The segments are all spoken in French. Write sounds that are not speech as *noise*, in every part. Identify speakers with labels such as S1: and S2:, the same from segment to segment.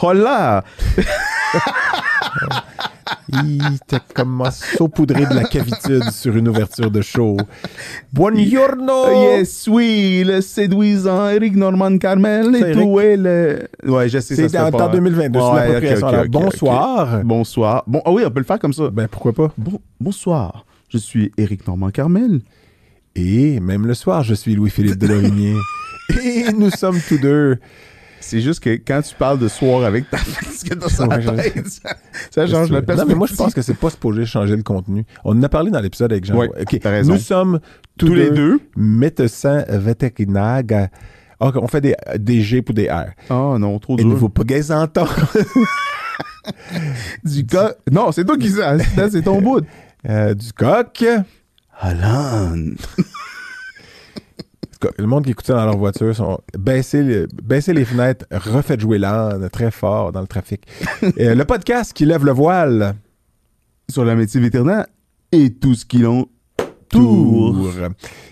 S1: Hola!
S2: Il te commence à saupoudrer de la cavitude sur une ouverture de show. Buongiorno!
S1: Uh, yes, oui, le séduisant Eric Norman Carmel
S2: C'est
S1: et
S2: Eric?
S1: tout est le. Ouais, je sais
S2: C'est
S1: ça,
S2: en
S1: pas-
S2: en 2022, c'est
S1: Ouais,
S2: une appropriation.
S1: ok, ok,
S2: Alors,
S1: ok,
S2: bonsoir.
S1: ok. Bonsoir. Bon, ah oui, on peut le faire comme ça.
S2: Ben pourquoi pas?
S1: Bon- bonsoir. Je suis Eric Normand Carmel.
S2: Et même le soir, je suis Louis-Philippe Delorimier. Et nous sommes tous deux.
S1: C'est juste que quand tu parles de soir avec ta *laughs* face que dans sa
S2: Ouais, je-
S1: tête, ça, ça change la
S2: Non,
S1: perspective.
S2: mais moi, je pense que c'est pas supposé changer le contenu. On en a parlé dans l'épisode avec Jean.
S1: Ouais,
S2: Ok,
S1: t'as raison.
S2: Nous sommes tous,
S1: tous les deux.
S2: médecins vétérinaires. Ok, on fait des, des G pour des R.
S1: Oh non, trop
S2: Et
S1: dur.
S2: nous vous pas *laughs* gaisantons.
S1: Du co- Non, c'est toi qui ça. c'est- C'est ton bout.
S2: Euh, du coq.
S1: Hollande.
S2: En tout cas, Le monde qui écoute ça dans leur voiture, sont baissez, le- baissez les fenêtres, refaites jouer l'âne très fort dans le *laughs* trafic. Euh, le podcast qui lève le voile.
S1: Sur la médecine vétérinaire et tout ce qui l'entoure.
S2: Tour.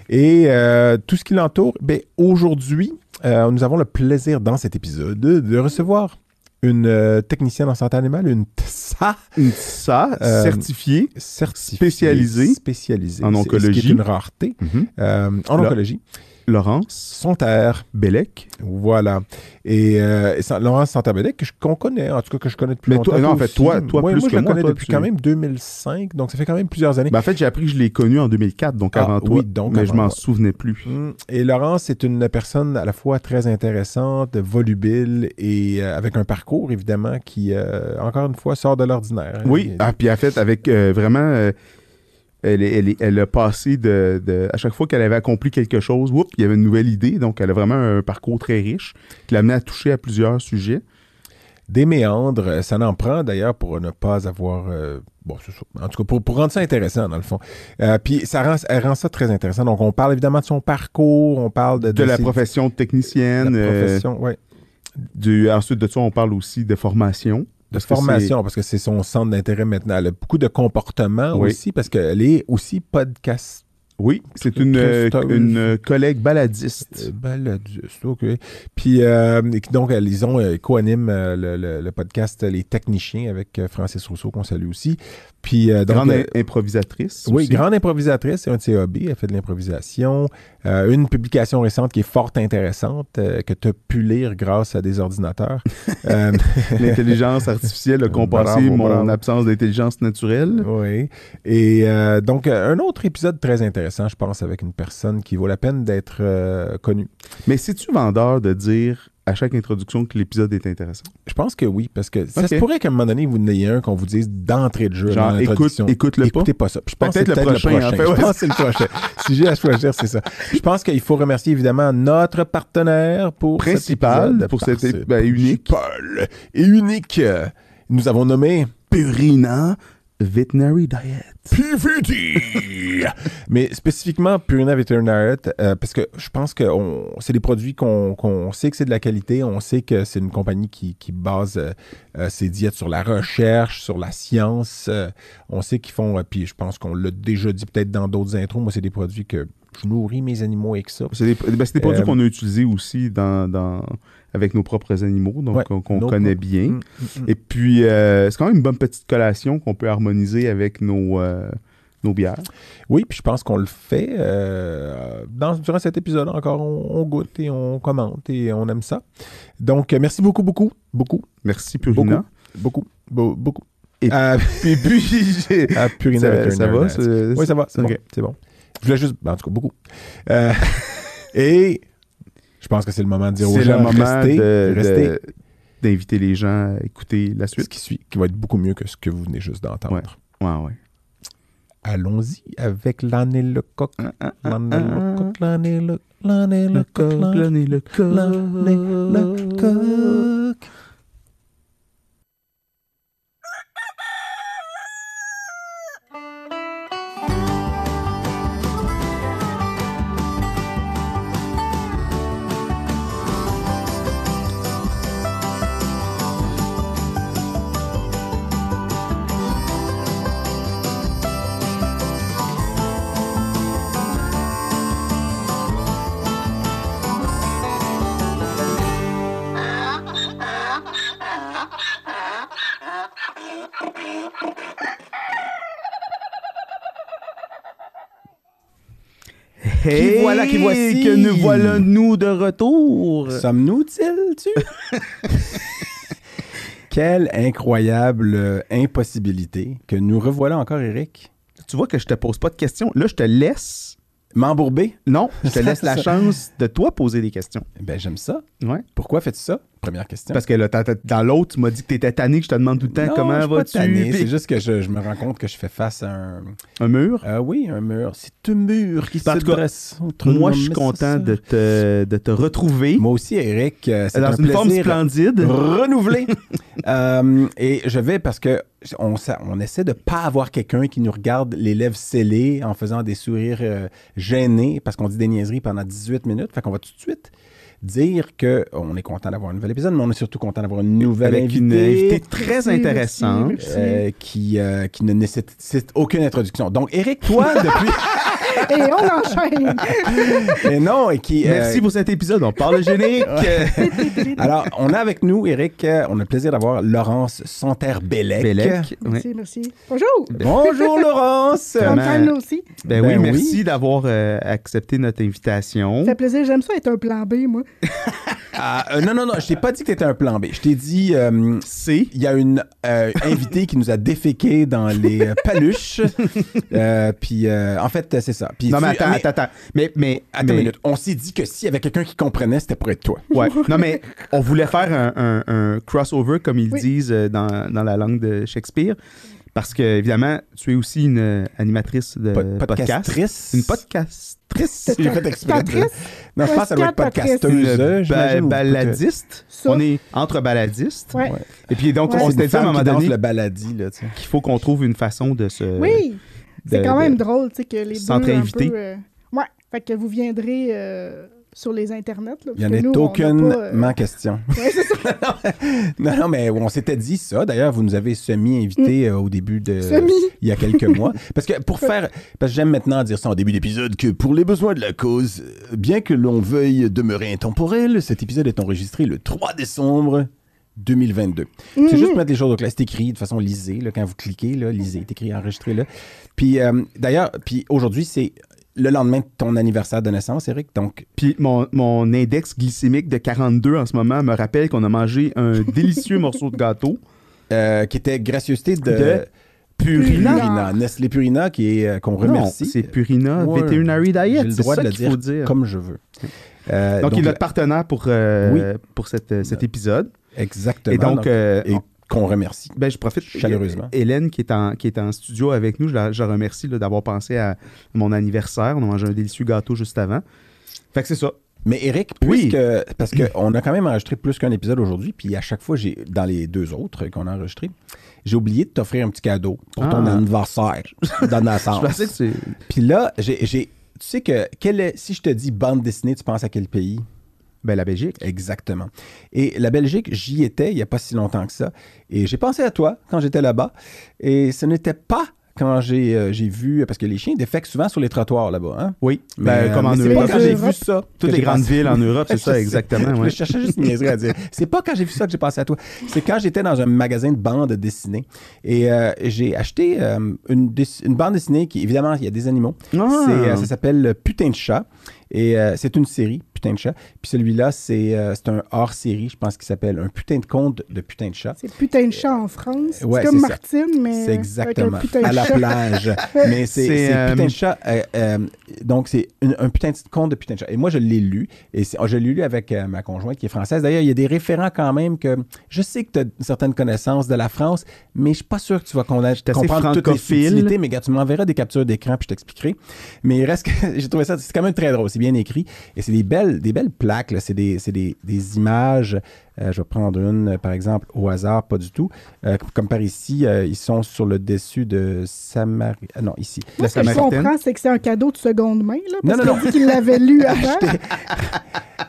S2: Et euh, tout ce qui l'entoure, ben, aujourd'hui, euh, nous avons le plaisir dans cet épisode de, de recevoir une euh, technicienne en santé animale, une TSA
S1: Une Ça,
S2: Euh,
S1: certifié.
S2: certifiée.
S1: Spécialisée.
S2: Spécialisée.
S1: En
S2: C'est- Ce qui
S1: oncologie.
S2: est une rareté. Euh, en
S1: Là.
S2: oncologie.
S1: Laurence
S2: Santerre.
S1: Bellec.
S2: Voilà. Et, euh, et San- Laurence Santabedec, que je- qu'on connaît, en tout cas que je connais depuis
S1: Mais
S2: longtemps.
S1: toi- non, en fait,
S2: aussi.
S1: toi- toi
S2: Ouais,
S1: plus
S2: moi,
S1: que
S2: je
S1: moi,
S2: la connais
S1: toi,
S2: depuis
S1: tu-
S2: quand même 2005, donc ça fait quand même plusieurs années.
S1: Ben, en fait, j'ai appris que je l'ai connu en 2004, donc
S2: Ah,
S1: avant toi.
S2: oui, donc
S1: mais
S2: avant
S1: je m'en
S2: moi.
S1: souvenais plus.
S2: Mm. Et Laurence est une personne à la fois très intéressante, volubile et euh, avec un parcours évidemment qui, euh, encore une fois, sort de l'ordinaire.
S1: Oui,
S2: Et-
S1: ah, puis en fait, avec euh, vraiment. euh, elle, est- elle est- elle a passé de, de- À chaque fois qu'elle avait accompli quelque chose, whoop, il y avait une nouvelle idée. Donc, elle a vraiment un parcours très riche qui l'a amené à toucher à plusieurs sujets.
S2: Des méandres, euh, ça n'en prend d'ailleurs pour ne pas avoir. euh, bon, c'est ça. En tout cas, pour, pour rendre ça intéressant, dans le fond. Euh, puis ça rend, elle rend ça très intéressant. Donc, on parle évidemment de son parcours, on parle de,
S1: De la
S2: ses-
S1: profession de
S2: Ben, la
S1: technicienne. euh,
S2: profession, ouais.
S1: du, ensuite de ça, on parle aussi de formation.
S2: de
S1: Parce que
S2: formation, parce que c'est son centre d'intérêt maintenant. Elle a beaucoup de comportements
S1: Oui.
S2: aussi, parce qu'elle est aussi podcast.
S1: c'est- Oui, c'est une, euh,
S2: Christophe.
S1: une euh, collègue baladiste.
S2: euh, baladiste, ok. Puis, euh, et qui- donc, elles- ils ont euh, co-animent euh, le, le- le podcast Les Techniciens avec euh, Francis Rousseau, qu'on salue aussi. Puis, euh, donc,
S1: grande
S2: euh,
S1: im- improvisatrice.
S2: oui,
S1: aussi.
S2: grande improvisatrice, c'est un de ses hobbies. Elle fait de l'improvisation. Euh, une publication récente qui est fort intéressante, euh, que tu as pu lire grâce à
S1: *laughs*
S2: des ordinateurs. Euh, *laughs*
S1: L'intelligence artificielle a compensé
S2: Bravo,
S1: mon
S2: bravo.
S1: absence d'intelligence naturelle.
S2: Oui. Et euh, donc, euh, un autre épisode très intéressant, je pense, avec une personne qui vaut la peine d'être euh, connue.
S1: Mais c'est-tu vendeur de dire à chaque introduction que l'épisode est intéressant?
S2: Je pense que oui, parce que ça
S1: Ok.
S2: se pourrait qu'à un moment donné, vous n'ayez un qu'on vous dise d'entrée de jeu.
S1: Genre,
S2: dans
S1: écoute,
S2: l'introduction.
S1: écoute-le pas.
S2: Écoutez pas ça. Puis je pense
S1: Peut-être
S2: que c'est
S1: le prochain, en fait, ouais.
S2: Je
S1: *laughs*
S2: pense que c'est le prochain. si j'ai à choisir, c'est ça. Je pense qu'il faut remercier évidemment notre partenaire pour cet
S1: Principal,
S2: épisode,
S1: pour
S2: parce-
S1: cet ép- ben, unique.
S2: Principal et unique. euh, Nous avons nommé
S1: Purina Veterinary Diet. *laughs*
S2: PVD. Mais spécifiquement Purina Veterinary, euh, parce que je pense que on- c'est des produits qu'on qu'on sait que c'est de la qualité, on sait que c'est une compagnie qui, qui base euh, euh, ses diètes sur la recherche, sur la science. euh, on sait qu'ils font, euh, puis je pense qu'on l'a déjà dit peut-être dans d'autres intros, moi c'est des produits que je nourris mes animaux avec ça.
S1: C'est des, ben, c'est des produits
S2: Euh,
S1: qu'on a utilisés aussi dans, dans- avec nos propres animaux, donc
S2: Ouais,
S1: qu'on qu'on
S2: nos
S1: connaît
S2: propres-
S1: bien.
S2: Mm, mm, mm.
S1: Et puis, euh, c'est quand même une bonne petite collation qu'on peut harmoniser avec nos, euh, nos bières.
S2: Oui, puis je pense qu'on le fait. euh, dans, durant cet épisode encore, on, on goûte et on commente et on aime ça. Donc, euh, merci beaucoup, beaucoup, beaucoup,
S1: Merci, Purina.
S2: beaucoup, beau- beaucoup. Ah,
S1: Et-
S2: à,
S1: Et *laughs* puis, j'ai-
S2: à Purina
S1: ça,
S2: Veterinary
S1: ça va?
S2: Labs.
S1: c'est-
S2: Oui, ça va, c'est
S1: Ok.
S2: bon, c'est bon. Je voulais juste, ben, en tout cas, beaucoup. Euh, *laughs* et je pense que c'est le moment de dire aux
S1: C'est le
S2: gens,
S1: moment
S2: restez,
S1: de-
S2: restez.
S1: de- d'inviter les gens à écouter la
S2: Ce
S1: suite.
S2: qui suit, qui va être beaucoup mieux que ce que vous venez juste d'entendre.
S1: Ouais. Ouais, ouais.
S2: Allons-y avec l'âne et le coq.
S1: Hein, hein,
S2: L'âne et le coq, l'âne et le l'âne ah. et le
S1: Le coq,
S2: coq, l'âne
S1: l'âne et le
S2: L'âne et le
S1: coq.
S2: coq.
S3: Ah, ah,
S1: Hey,
S2: Qui voilà, qui voici.
S1: Que nous voilà, nous, de retour.
S2: Sommes-nous utiles, tu?
S1: *laughs*
S2: Quelle incroyable euh, impossibilité que nous revoilà encore, Eric.
S1: Tu vois que je te pose pas de questions. Là, je te laisse.
S2: M'embourbé?
S1: Non, je te
S2: Ça, *laughs*
S1: laisse la
S2: ça.
S1: chance de toi poser des questions.
S2: Ben, j'aime ça.
S1: Ouais.
S2: Pourquoi fais-tu ça? Première question.
S1: Parce que là, t'as- t'as- dans l'autre, tu m'as dit que t'étais tanné, que je te demande tout le temps
S2: Non, je
S1: comment
S2: suis pas
S1: vas-tu.
S2: tanné,
S1: puis-
S2: C'est juste que je, je me rends compte que je fais face à un.
S1: Un mur.
S2: Ah oui, un mur. C'est un mur qui
S1: En
S2: se
S1: tout cas,
S2: dresse entre
S1: Moi,
S2: nous,
S1: je suis
S2: mais
S1: content
S2: c'est
S1: de te, de te retrouver
S2: ça. Moi aussi, Eric, euh, c'est
S1: dans
S2: un
S1: une forme
S2: plaisir
S1: splendide.
S2: renouvelé. *laughs* Euh, et je vais parce que on, s'a- on essaie de pas avoir quelqu'un qui nous regarde les lèvres scellées en faisant des sourires euh, gênés parce qu'on dit des niaiseries pendant 18 minutes. Fait qu'on va tout de suite dire que on est content d'avoir un nouvel épisode, mais on est surtout content d'avoir une nouvelle
S1: Avec
S2: invitée.
S1: une invitée très
S3: Merci,
S1: intéressante.
S3: merci, merci.
S2: euh, qui, euh, qui ne nécessite aucune introduction. Donc,
S1: *laughs*
S2: Eric, toi, depuis.
S3: Et on
S2: *laughs*
S3: enchaîne.
S2: et non, et qui. euh,
S1: Merci pour cet épisode. On parle de générique.
S2: *laughs* Alors, on a avec nous, Eric, euh, on a le plaisir d'avoir Laurence
S1: *laughs*
S2: Santerre-Bellec.
S1: Bellec. Ouais.
S3: Merci, merci. Bonjour.
S2: Bonjour, Laurence.
S1: Comment-
S3: Content, nous aussi.
S1: Ben,
S2: Ben
S1: oui,
S2: oui.
S1: merci d'avoir euh, accepté notre invitation.
S3: Ça fait plaisir. J'aime ça être un plan B, moi.
S2: Ah, euh, non, non, non, je t'ai pas dit que t'étais un plan B. Je t'ai dit, euh,
S1: C'est
S2: il y a une euh, invitée qui nous a déféqué dans les euh,
S1: *laughs*
S2: paluches. Euh, puis, euh, en fait, c'est ça. Puis
S1: Non,
S2: tu-
S1: mais attends, attends, attends. Mais, mais,
S2: ah, attends
S1: mais-
S2: une minute. On s'est dit que s'il y avait quelqu'un qui comprenait, c'était pour être toi. *laughs*
S1: Ouais. Non, mais on voulait faire un, un- un crossover, comme ils
S3: Oui.
S1: disent euh, dans, dans la langue de Shakespeare, parce que, évidemment, tu es aussi une euh, animatrice de
S2: Pod-
S1: podcast.
S2: podcastrice.
S1: Une podcastrice.
S2: J'ai fait exprès de-
S3: Patrice,
S2: Non, je pense que ça doit être
S3: Podcastrice.
S1: Une
S2: podcasteuse. euh,
S1: ba-
S2: j'imagine, ou
S1: baladiste.
S3: Ça.
S1: On est entre baladistes.
S3: Ouais.
S2: Ouais.
S1: Et puis, donc,
S3: Ouais.
S1: on
S2: On
S1: s'était
S2: s'était
S1: dit à un moment donné
S2: le baladi, là, tu sais.
S1: qu'il faut qu'on trouve une façon de se.
S2: euh,
S3: Oui. C'est
S1: de-
S3: quand même
S1: de-
S3: drôle, tu sais, que les deux.
S1: Centre
S3: un
S1: invité.
S3: peu, euh, Ouais. Fait que vous viendrez euh, sur les internets. Là,
S2: Il n'y en
S3: parce que nous,
S2: est
S3: on n'a
S2: aucunement *laughs*
S3: pas, euh,
S2: question.
S3: ouais, c'est ça.
S2: *laughs* Non, non, mais on s'était dit ça. D'ailleurs, vous nous avez semi-invité euh, au début de.
S3: Mm. Semi.
S2: *laughs* Il y a quelques
S3: *laughs*
S2: mois. Parce que pour faire. Parce que j'aime maintenant dire ça en début d'épisode que pour les besoins de la cause, euh, bien que l'on veuille demeurer intemporel, cet épisode est enregistré le 3 décembre 2022.
S3: Mm-hmm.
S2: C'est juste pour mettre les choses au clair. C'est écrit de façon lisez. Là, quand vous cliquez, là, lisez, c'est écrit, enregistrez là. Puis euh, d'ailleurs, puis aujourd'hui, c'est le lendemain de ton anniversaire de naissance, Eric. Donc,
S1: Puis mon, mon index glycémique de 42 en ce moment me rappelle qu'on a mangé
S3: *laughs*
S1: un délicieux morceau de gâteau.
S2: euh, qui était gracieuseté de.
S1: De
S2: Purina.
S3: Purina.
S2: Nestlé Purina, qui est, euh, qu'on remercie.
S1: Non, C'est Purina
S2: Ouais.
S1: Veterinary
S2: J'ai
S1: Diet.
S2: le
S1: C'est
S2: droit
S1: ça
S2: de le
S1: qu'il
S2: dire,
S1: faut dire.
S2: comme je veux. Euh,
S1: Donc, il est
S2: le-
S1: notre partenaire pour, euh, pour cette, euh, cet épisode.
S2: Exactement.
S1: Et donc, euh,
S2: et qu'on remercie.
S1: ben, je profite
S2: Chaleureusement.
S1: Hélène qui est en, qui est en studio avec nous, je la je la remercie là, d'avoir pensé à mon anniversaire. On a mangé un délicieux gâteau juste avant. Fait que c'est ça.
S2: Mais Eric,
S1: Oui.
S2: puisque, parce qu'on a quand même enregistré plus qu'un épisode aujourd'hui, puis à chaque fois, j'ai dans les deux autres qu'on a enregistrés, j'ai oublié de t'offrir un petit cadeau pour ton
S1: Ah.
S2: anniversaire de naissance.
S1: *laughs* Je pensais que c'est
S2: Puis là, j'ai, j'ai- tu sais que quel est- si je te dis bande dessinée, tu penses à quel pays?
S1: ben, la Belgique.
S2: Exactement. Et la Belgique, j'y étais il n'y a pas si longtemps que ça. Et j'ai pensé à toi quand j'étais là-bas. Et ce n'était pas quand j'ai, euh, j'ai vu, parce que les chiens défèquent souvent sur les trottoirs là-bas. Hein?
S1: Oui,
S2: Mais,
S1: ben, comme
S2: euh,
S1: en
S2: mais c'est pas
S1: Europe.
S2: quand j'ai vu
S3: Europe.
S2: ça.
S1: Toutes
S2: que
S1: les
S2: j'ai
S1: grandes
S2: pensé-
S1: villes en Europe, *laughs* c'est ça,
S2: Je sais.
S1: exactement. ouais.
S2: Je cherchais juste une niaiserie à dire. C'est pas quand j'ai vu ça que j'ai pensé à toi. C'est quand j'étais dans un magasin de bandes dessinées. Et euh, j'ai acheté euh, une, dess- une bande dessinée qui, évidemment, il y a des animaux.
S1: Ah.
S2: C'est, euh, ça s'appelle Putain de chat. Et euh, c'est une série, Putain de chat. Puis celui-là, c'est, euh, c'est un hors-série, je pense, qui s'appelle Un putain de conte de putain de chat.
S3: C'est putain de chat en France.
S2: Ouais,
S3: c'est comme
S2: c'est ça.
S3: Martine, mais.
S2: C'est
S3: avec un
S2: exactement
S3: putain de
S2: à la
S3: chat. *laughs*
S2: plage. Mais c'est,
S1: C'est,
S2: c'est
S1: euh,
S2: putain de chat. euh, euh, donc, c'est une- un putain de conte de putain de chat. Et moi, je l'ai lu. Et c'est- je l'ai lu avec euh, ma conjointe qui est française. D'ailleurs, il y a des référents quand même que je sais que tu as certaines connaissances de la France, mais je suis pas sûr que tu vas conna-
S1: suis assez
S2: comprendre toutes les
S1: francophile.
S2: subtilités. Mais gars, tu m'enverras des captures d'écran puis je t'expliquerai. Mais il reste que *laughs* j'ai trouvé ça, c'est quand même très drôle. C'est bien écrit. Et c'est des belles, des belles plaques. là. C'est des, c'est des, des images. Euh, je vais prendre une, euh, par exemple, au hasard, pas du tout. Euh, comme par ici, euh, ils sont sur le dessus de Samarie. Ah non, ici.
S3: Moi, ce que je
S1: Samaritaine.
S3: comprends, c'est que c'est un cadeau de seconde main, là,
S2: Non,
S3: parce
S2: non,
S3: qu'il dit qu'il
S2: *laughs*
S3: l'avait lu avant.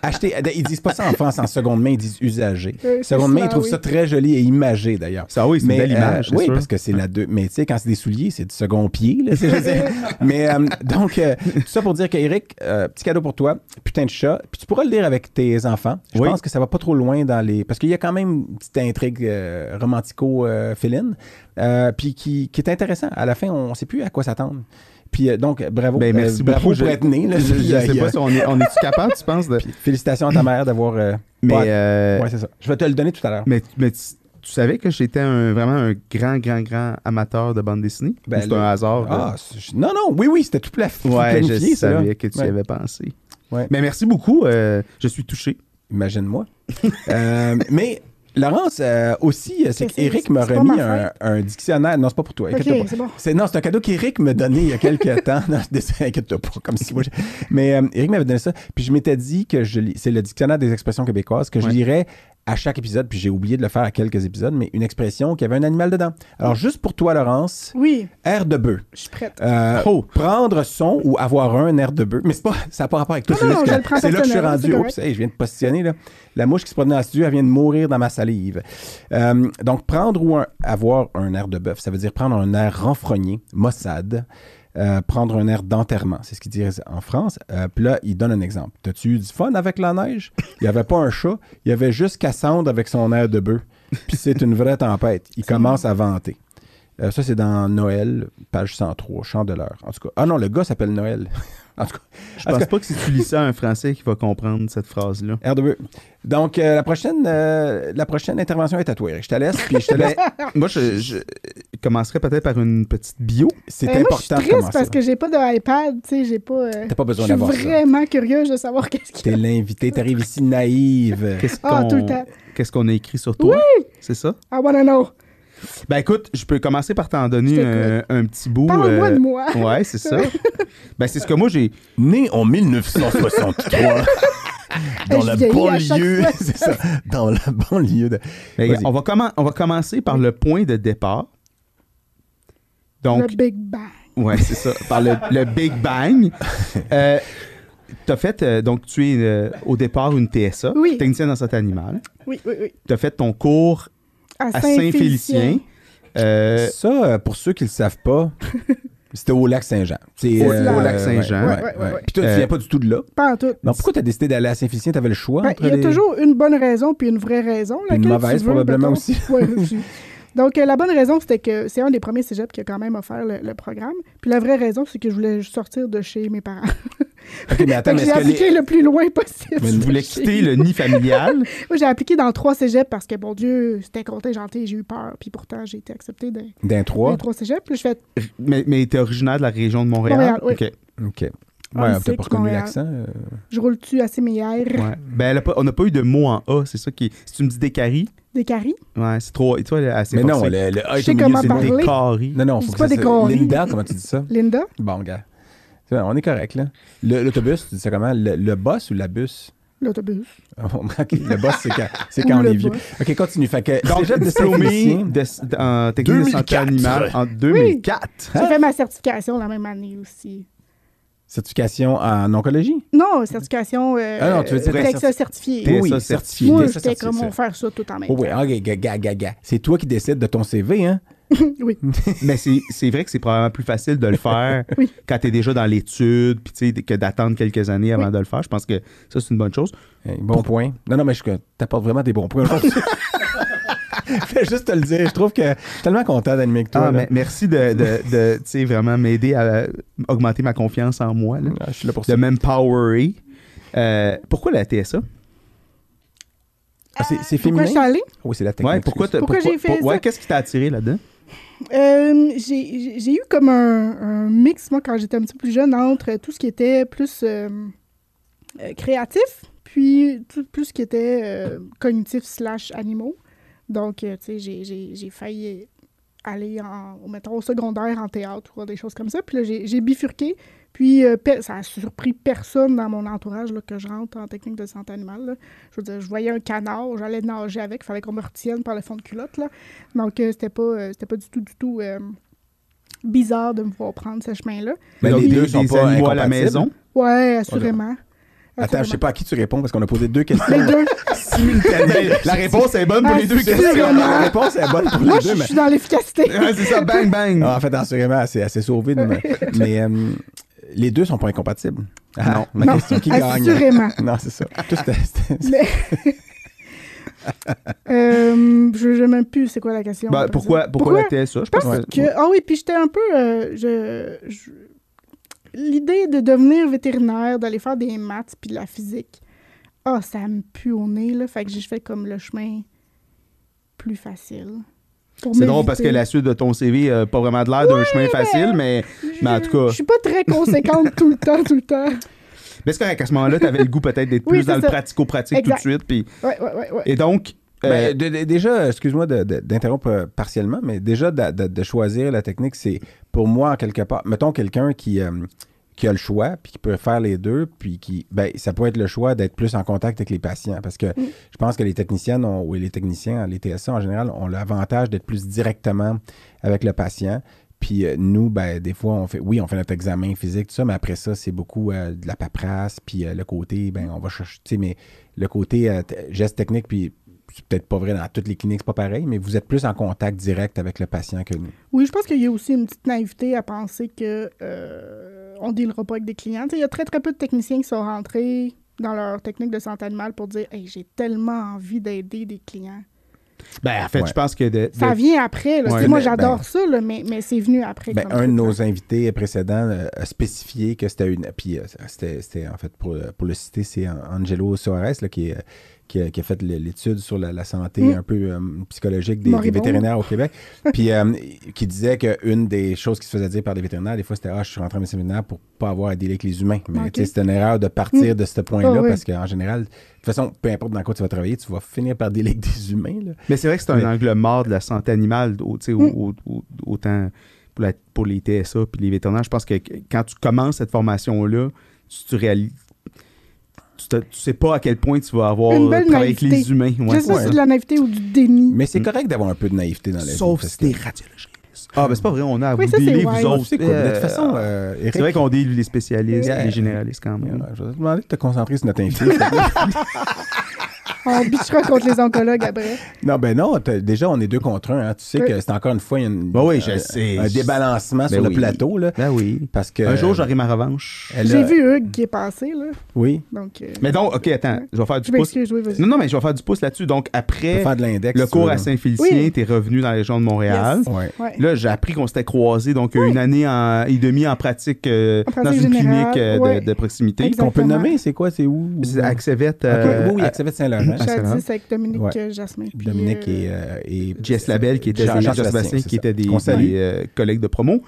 S2: Acheter, euh, ils disent pas ça en France en seconde main, ils disent usagé.
S3: Euh, c'est
S2: Seconde main,
S3: ça,
S2: ils trouvent
S3: oui.
S2: ça très joli et imagé d'ailleurs.
S1: Ça, oui, c'est une
S2: Mais,
S1: belle
S2: euh,
S1: image. c'est
S2: oui,
S1: sûr.
S2: parce que c'est la deux. Mais tu sais, quand c'est des souliers, c'est du second pied. là, c'est-
S1: *laughs*
S2: c'est- mais euh, donc, euh, tout ça pour dire qu'Éric, euh, petit cadeau pour toi, putain de chat. Puis tu pourras le lire avec tes enfants. Je
S1: Oui.
S2: pense que ça va pas trop loin dans dans les. Parce qu'il y a quand même une petite intrigue euh, romantico-féline, euh, puis qui, qui est intéressant. À la fin, on ne sait plus à quoi s'attendre. Puis euh, donc, bravo.
S1: Ben, merci
S2: euh, bravo
S1: beaucoup. Je-
S2: pour être né.
S1: *laughs*
S2: là.
S1: Je, je
S2: Il y a-
S1: sais pas si on est, on est capable, tu penses? De...
S2: Puis félicitations à ta mère d'avoir. euh,
S1: Mais,
S2: ouais,
S1: euh,
S2: ouais, c'est ça. Je vais te le donner tout à l'heure.
S1: mais, mais tu, tu savais que j'étais un- vraiment un grand, grand, grand amateur de bande dessinée?
S2: Ben,
S1: Ou c'est
S2: là-
S1: un hasard?
S2: Ah, c'est- non, non, oui, oui, c'était tout plaf.
S1: de- Ouais, je
S2: ça.
S1: savais que tu y
S2: Ouais.
S1: avais pensé.
S2: Ouais.
S1: Mais merci beaucoup. euh, je suis touché.
S2: Imagine-moi. *laughs* Euh, mais Laurence, euh, aussi, euh, c'est
S3: Ok, c'est-
S2: qu'Éric m'a
S3: c'est pas
S2: remis
S3: ma
S2: un,
S3: fête.
S2: un dictionnaire. Non, c'est pas pour toi.
S3: Ok,
S2: inquiète-toi pas.
S3: c'est bon.
S2: C'est- non, c'est un cadeau qu'Éric m'a donné il y a
S3: *laughs*
S2: quelques temps. Non, je désolé, *laughs* inquiète-toi pas, comme si moi. je- Mais euh, Éric m'avait donné ça. Puis je m'étais dit que je lis- c'est le dictionnaire des expressions québécoises que je
S1: Ouais.
S2: lirais à chaque épisode. Puis j'ai oublié de le faire à quelques épisodes, mais une expression qui avait un animal dedans. Alors juste pour toi, Laurence,
S3: Oui,
S2: air de bœuf.
S3: je suis prête.
S2: Euh,
S1: Oh.
S2: Prendre son ou avoir un air de bœuf. Mais c'est pas, ça n'a pas rapport avec toi.
S3: Non,
S2: c'est
S3: non,
S2: juste
S3: je
S2: que-
S3: le prends
S2: c'est là que je suis
S3: personnel,
S2: rendu.
S3: c'est
S2: Oups, hey, je viens de positionner. Là. La mouche qui se promenait dans le studio, elle vient de mourir dans ma salive. Euh, donc, prendre ou un- avoir un air de bœuf, ça veut dire prendre un air renfrogné, maussade, euh, prendre un air d'enterrement. C'est ce qu'ils disent en France. Euh, Puis là, ils donnent un exemple. T'as-tu eu du fun avec la neige? Il n'y avait pas un chat, il y avait juste Cassandre avec son air de bœuf. Puis c'est une vraie tempête. Il commence à vanter. Euh, ça, c'est dans Noël, page 103, Chandeleur. En tout cas, ah non, le gars s'appelle Noël. *laughs* en tout cas,
S1: Je
S2: en tout
S1: pense
S2: cas,
S1: pas que si tu lis ça à un Français qui va comprendre cette phrase-là.
S2: air de bœuf. Donc, euh, la, prochaine, euh, la prochaine intervention est à toi, Eric. Je te laisse, puis je te
S3: *laughs*
S1: Ben,
S2: laisse.
S1: Moi, je, je commencerai peut-être par une petite bio.
S2: C'est
S3: Euh, moi, je suis
S2: important de
S3: triste
S2: commencer.
S3: parce que j'ai pas d'iPad, tu sais, j'ai pas. euh,
S2: T'as pas
S3: Je
S2: besoin
S3: suis
S2: d'avoir ça.
S3: vraiment curieuse de savoir qu'est-ce qu'il y
S2: T'es l'invité, t'arrives ici naïve.
S1: Qu'est-ce
S3: Ah,
S1: qu'on
S3: tout le temps.
S1: qu'est-ce qu'on a écrit sur toi? C'est ça?
S3: a. I wanna know.
S1: Ben écoute, je peux commencer par t'en donner
S3: Je
S1: un, un petit bout.
S3: Parle-moi
S1: euh,
S3: de moi.
S1: Ouais, c'est ça. *laughs* ben c'est ce que moi j'ai.
S4: Né en 1963 dans
S3: *laughs* Je
S4: la
S3: vieillis à chaque
S4: banlieue,
S3: fois.
S4: *laughs* c'est ça, dans la banlieue de
S1: Ben,
S2: Vas-y.
S1: on, va commen- on va commencer par le point de départ. Donc,
S3: Le Big Bang.
S1: ouais, c'est ça. Par le, le Big Bang. Euh, t'as fait, euh, donc tu es euh, au départ une TSA,
S3: Oui.
S1: technicienne en santé animale.
S3: Oui, oui, oui.
S1: T'as fait ton cours à Saint-Félicien. Euh,
S2: Ça, euh, pour ceux qui le savent
S3: *laughs*
S2: pas, c'était au lac Saint-Jean. C'est euh,
S1: Au- au lac Saint-Jean.
S2: ouais, ouais,
S3: Ouais, ouais,
S2: ouais.
S3: ouais.
S2: Puis toi, tu
S1: Euh,
S2: viens pas du tout de là.
S3: Pas en tout.
S2: Non, pourquoi t'as décidé d'aller à Saint-Félicien? T'avais le choix
S3: Ben,
S2: entre
S3: Il y a
S2: les-
S3: toujours une bonne raison puis une vraie raison.
S2: Puis une
S3: laquelle
S2: mauvaise,
S3: tu veux,
S2: probablement,
S3: mettons.
S2: aussi.
S3: Ouais, aussi. Donc, euh, la bonne raison, c'était que c'est un des premiers cégeps qui a quand même offert le, le programme. Puis la vraie raison, c'est que je voulais sortir de chez mes parents.
S2: Ok, mais attends,
S3: *laughs*
S2: mais est-ce que
S3: Fait que j'ai
S2: les-
S3: appliqué le plus loin possible.
S1: tu voulais quitter le nid
S3: *laughs*
S1: familial.
S3: Moi, j'ai appliqué dans trois cégeps parce que, bon Dieu, c'était contingenté, j'ai eu peur. Puis pourtant, j'ai été acceptée dans dans
S2: D'un 3.
S3: les trois cégeps. Puis je fais
S1: mais mais t'es originaire de la région de Montréal.
S3: Montréal, oui.
S1: OK.
S2: OK. Ouais,
S3: Ah,
S2: t'as
S3: c'est
S2: pas reconnu
S3: Montréal.
S2: l'accent. euh,
S3: je roule-tu assez mes hier
S1: Ouais. Ben, elle a pas- on n'a pas eu de mot en A, c'est ça qui. Si tu me dis des caries,
S3: des caries.
S1: ouais, c'est trop. Et toi, elle- elle s'est
S2: Mais non,
S1: forcée.
S2: le, le A
S3: Je
S2: est
S3: sais
S2: au milieu,
S3: comment
S2: c'est le
S3: parler.
S2: D.
S1: des caries.
S2: Non, non,
S3: Je
S2: faut
S3: dis
S2: que
S3: pas
S2: ça
S3: des
S2: se-
S3: conneries.
S2: Linda, comment tu dis ça?
S3: Linda,
S2: Bon, gars. C'est vrai, On est correct, là. Le- L'autobus, tu dis ça comment? Le, le boss ou la bus? *laughs*
S3: l'autobus.
S2: OK, le boss, c'est quand, c'est
S3: Ou
S2: quand on
S3: le
S2: est vieux.
S3: boss.
S2: OK, continue. Fait que,
S1: Donc, j'ai
S2: Cégep de
S1: diplômé
S2: Saint-Félicien.
S1: de, de- en technique de santé
S4: 2004.
S1: animale en 2004.
S2: Ah.
S3: J'ai fait ma certification la même année aussi.
S2: Certification en oncologie?
S3: Non, certification. Euh,
S2: Ah non, tu veux dire
S3: euh,
S2: la
S3: texte
S2: certi-
S3: certifié.
S1: TSA
S2: Oui,
S1: certifié.
S3: Moi,
S2: TSA
S3: j'étais
S2: certifié,
S3: comme
S2: ça.
S3: on faire ça tout en même
S2: Oh,
S3: temps.
S2: oui, OK, gars, gars, gars, gars. C'est toi qui décides de ton CV, hein?
S3: *laughs* Oui.
S1: Mais c'est c'est vrai que c'est probablement plus facile de le
S3: *laughs*
S1: faire quand tu es déjà dans l'étude puis tu sais, que d'attendre quelques années avant de le faire. Je pense que ça, c'est une bonne chose.
S2: Hey, bon point. Non, non, mais je t'apportes vraiment des bons points.
S3: *laughs*
S2: aujourd'hui. Fais juste te le dire. Je trouve que je suis tellement content d'animer avec toi.
S1: Ah,
S2: là.
S1: mais merci de, de, de, tu sais, vraiment m'aider à augmenter ma confiance en moi, là.
S2: Ah, je suis là pour
S1: de
S2: ça.
S1: m'empowerer. Euh, pourquoi la TSA?
S2: Ah, c'est, c'est
S3: Pourquoi je suis
S2: féminin?
S3: allée?
S2: Oui, c'est la technique.
S1: Ouais, pourquoi, t'as-
S3: Pourquoi j'ai fait
S1: pour- ouais,
S3: ça?
S1: Qu'est-ce qui t'a attiré là-dedans?
S3: Euh, j'ai j'ai- j'ai eu comme un, un mix, moi, quand j'étais un petit peu plus jeune, entre tout ce qui était plus euh, euh, créatif, puis tout, plus ce qui était euh, cognitif slash animaux. Donc, euh, tu sais, j'ai- j'ai j'ai failli aller, en, mettons, au secondaire en théâtre ou des choses comme ça. Puis là, j'ai j'ai bifurqué. Puis, euh, pe- ça a surpris personne dans mon entourage là, que je rentre en technique de santé animale. là. Je veux dire, je voyais un canard, j'allais nager avec, il fallait qu'on me retienne par le fond de culotte. Là. Donc, euh, c'était pas, euh, c'était pas du tout, du tout euh, bizarre de me voir prendre ce chemin-là.
S2: Mais
S1: Donc,
S2: les
S1: des-
S2: deux sont
S1: des
S2: pas
S1: animaux à la *laughs*
S2: incompatibles.
S1: maison.
S3: Ouais, assurément.
S2: Attends, je sais pas à qui tu réponds parce qu'on a posé deux
S3: Les *laughs*
S2: questions *laughs*
S3: deux.
S2: simultanées.
S1: La réponse est bonne pour
S3: Ah,
S1: les deux
S3: Assurément.
S1: questions.
S2: La réponse est bonne pour
S3: Moi,
S2: les
S3: je
S2: deux, mais.
S3: suis dans l'efficacité.
S1: *laughs* Ouais, c'est ça, bang, bang.
S2: Ah, en fait, assurément, c'est assez sauvé. de me- mais euh, les deux sont pas incompatibles. Ah,
S1: Non.
S2: *laughs* ma
S3: Non, *laughs*
S2: question qui gagne.
S3: assurément.
S2: Non, c'est ça. Tout, c'était- c'était-
S3: Mais- Euh, je sais même plus c'est quoi la question.
S2: Bah,
S1: Ben,
S3: par
S1: pourquoi,
S3: exemple.
S1: pourquoi, la TSA? Je pense
S3: Parce
S1: que-
S3: que, ah oui, puis j'étais un peu. euh, je, je- L'idée de devenir vétérinaire, d'aller faire des maths puis de la physique, ah, ça me pue au nez, là. Fait que j'ai fait comme le chemin plus facile. pour
S1: C'est drôle parce que
S3: m'éviter.
S1: la suite de ton CV n'a pas vraiment de l'air d'un chemin facile, mais, mais en tout cas.
S3: Je suis pas très conséquente tout le temps, tout le temps.
S1: Mais c'est correct, à ce moment-là, tu avais le goût peut-être d'être plus
S3: Oui, c'est
S1: dans le
S3: ça.
S1: pratico-pratique tout de
S3: Exact.
S1: suite. puis-
S3: Ouais, ouais, ouais. ouais.
S1: Et donc, euh,
S2: Ben, de- de- déjà, excuse-moi de- de- d'interrompre euh, partiellement, mais déjà de, de- de choisir la technique, c'est pour moi, en quelque part, mettons quelqu'un qui, euh, qui a le choix, puis qui peut faire les deux, puis qui, ben, ça peut être le choix d'être plus en contact avec les patients, parce que je pense que les techniciennes ont- ou les techniciens, les TSA en général, ont l'avantage d'être plus directement avec le patient. Puis euh, nous, ben, des fois, on fait, oui, on fait notre examen physique, tout ça, mais après ça, c'est beaucoup euh, de la paperasse, puis euh, le côté, ben, on va chercher, tu sais, mais le côté euh, t- geste technique, puis c'est peut-être pas vrai dans toutes les cliniques, c'est pas pareil, mais vous êtes plus en contact direct avec le patient que nous.
S3: Oui, je pense qu'il y a aussi une petite naïveté à penser que euh, on dealera pas avec des clients. Tu sais, il y a très très peu de techniciens qui sont rentrés dans leur technique de santé animale pour dire hey, j'ai tellement envie d'aider des clients.
S1: ben, en fait,
S2: Ouais.
S1: je pense que de- de-
S3: Ça vient après. là.
S1: Ben, Ouais,
S3: Tu sais, moi
S2: mais-
S3: j'adore
S2: ben-
S3: ça, là, mais, mais c'est venu après.
S2: Ben,
S3: comme
S2: un de
S3: truc, là.
S2: nos invités précédents euh, a spécifié que c'était une. Puis euh, c'était, c'était, en fait, pour, euh, pour le citer, c'est An- Angelo Soares là, qui, est, euh, qui, a, qui a fait le- l'étude sur la, la santé
S3: Mm.
S2: un peu euh, psychologique des, des
S3: Moribond.
S2: vétérinaires au
S3: *laughs*
S2: Québec. puis euh, qui disait qu'une des choses qui se faisait dire par les vétérinaires, des fois, c'était Ah, je suis rentré en médecine vétérinaire pour pas avoir à dealer avec les humains. Mais
S3: Ok.
S2: tu sais, c'est une erreur de partir de ce point-là
S3: Ah oui.
S2: parce qu'en général, de toute façon, peu importe dans quoi tu vas travailler, tu vas finir par dealer avec des humains. là.
S1: Mais c'est vrai que c'est un
S2: Mais-
S1: angle mort de la santé animale, au- tu sais, au-
S3: Mm.
S1: au- au- autant pour, la- pour les TSA puis les vétérinaires. Je pense que que- quand tu commences cette formation-là, tu, tu réalises. Tu, te- tu sais pas à quel point tu vas avoir
S3: Une
S1: euh,
S3: belle
S1: travaillé avec
S3: naïveté.
S1: les humains. Ouais,
S3: je sais
S1: c'est
S3: pas si
S1: ça.
S3: c'est de la naïveté ou du déni.
S2: Mais
S1: Hmm.
S2: c'est correct d'avoir un peu de naïveté dans la vie,
S1: Sauf
S2: parce
S1: si
S2: que-
S1: t'es radiologiste. Ah, ben c'est pas vrai, on a à
S3: Oui,
S1: vous
S3: ça, c'est
S1: dealer,
S3: wild.
S1: vous autres.
S2: C'est cool. De toute
S1: Euh,
S2: façon, euh, Eric,
S1: C'est vrai qu'on deal les spécialistes,
S2: Yeah.
S1: les généralistes quand même.
S2: Je vais te demander de te concentrer sur notre invité.
S3: *laughs* On bichera contre les oncologues après.
S2: non, ben non, t'as- déjà, on est deux contre un. hein. Tu sais
S3: Oui.
S2: que c'est encore une fois il y a une-
S1: Ben oui, je
S2: un,
S1: sais.
S2: un débalancement
S1: Ben
S2: sur le
S1: oui.
S2: plateau. Là,
S1: Ben oui.
S2: parce que, Euh,
S1: Un jour, j'aurai ma revanche.
S2: elle
S3: J'ai
S2: a-
S3: vu Hugues qui est passé, là.
S2: Oui,
S3: Donc, euh,
S1: Mais donc, OK, attends, je vais faire du
S3: je
S1: pouce.
S3: m'excuse, oui, vas-y.
S1: Non, non, mais je vais faire du pouce là-dessus. Donc,
S2: on
S1: après
S2: peut faire de l'index.
S1: le
S2: si tu
S1: cours
S2: veux,
S1: à
S2: là.
S1: Saint-Félicien,
S3: Oui.
S1: t'es revenu dans la région de Montréal.
S3: Yes.
S2: Ouais.
S3: Ouais.
S1: Là, j'ai appris qu'on s'était croisés, donc euh,
S3: Oui.
S1: une année en- et demie en pratique, euh,
S3: En pratique
S1: dans une
S3: générale,
S1: clinique euh, de-
S3: ouais.
S1: de, proximité.
S3: Exact.
S2: Qu'on peut le
S3: Exactement.
S2: nommer, c'est quoi, c'est où?
S1: C'est à Xavette,
S2: Ok,
S1: euh,
S2: oui, oui,
S1: à-
S2: avec Savette Saint-Laurent.
S3: Je suis à
S1: Excellent.
S3: 10 avec Dominique
S2: Ah, Ouais.
S3: euh, Jasmin. puis,
S2: Dominique
S3: euh,
S2: et, euh, et...
S1: Jess Labelle, qui était Jean-
S2: Jean- Jean-Sébastien,
S1: Sébastien,
S2: c'est
S1: qui
S2: ça.
S1: était des,
S2: Qu'on salue.
S1: des, euh, collègues de promo.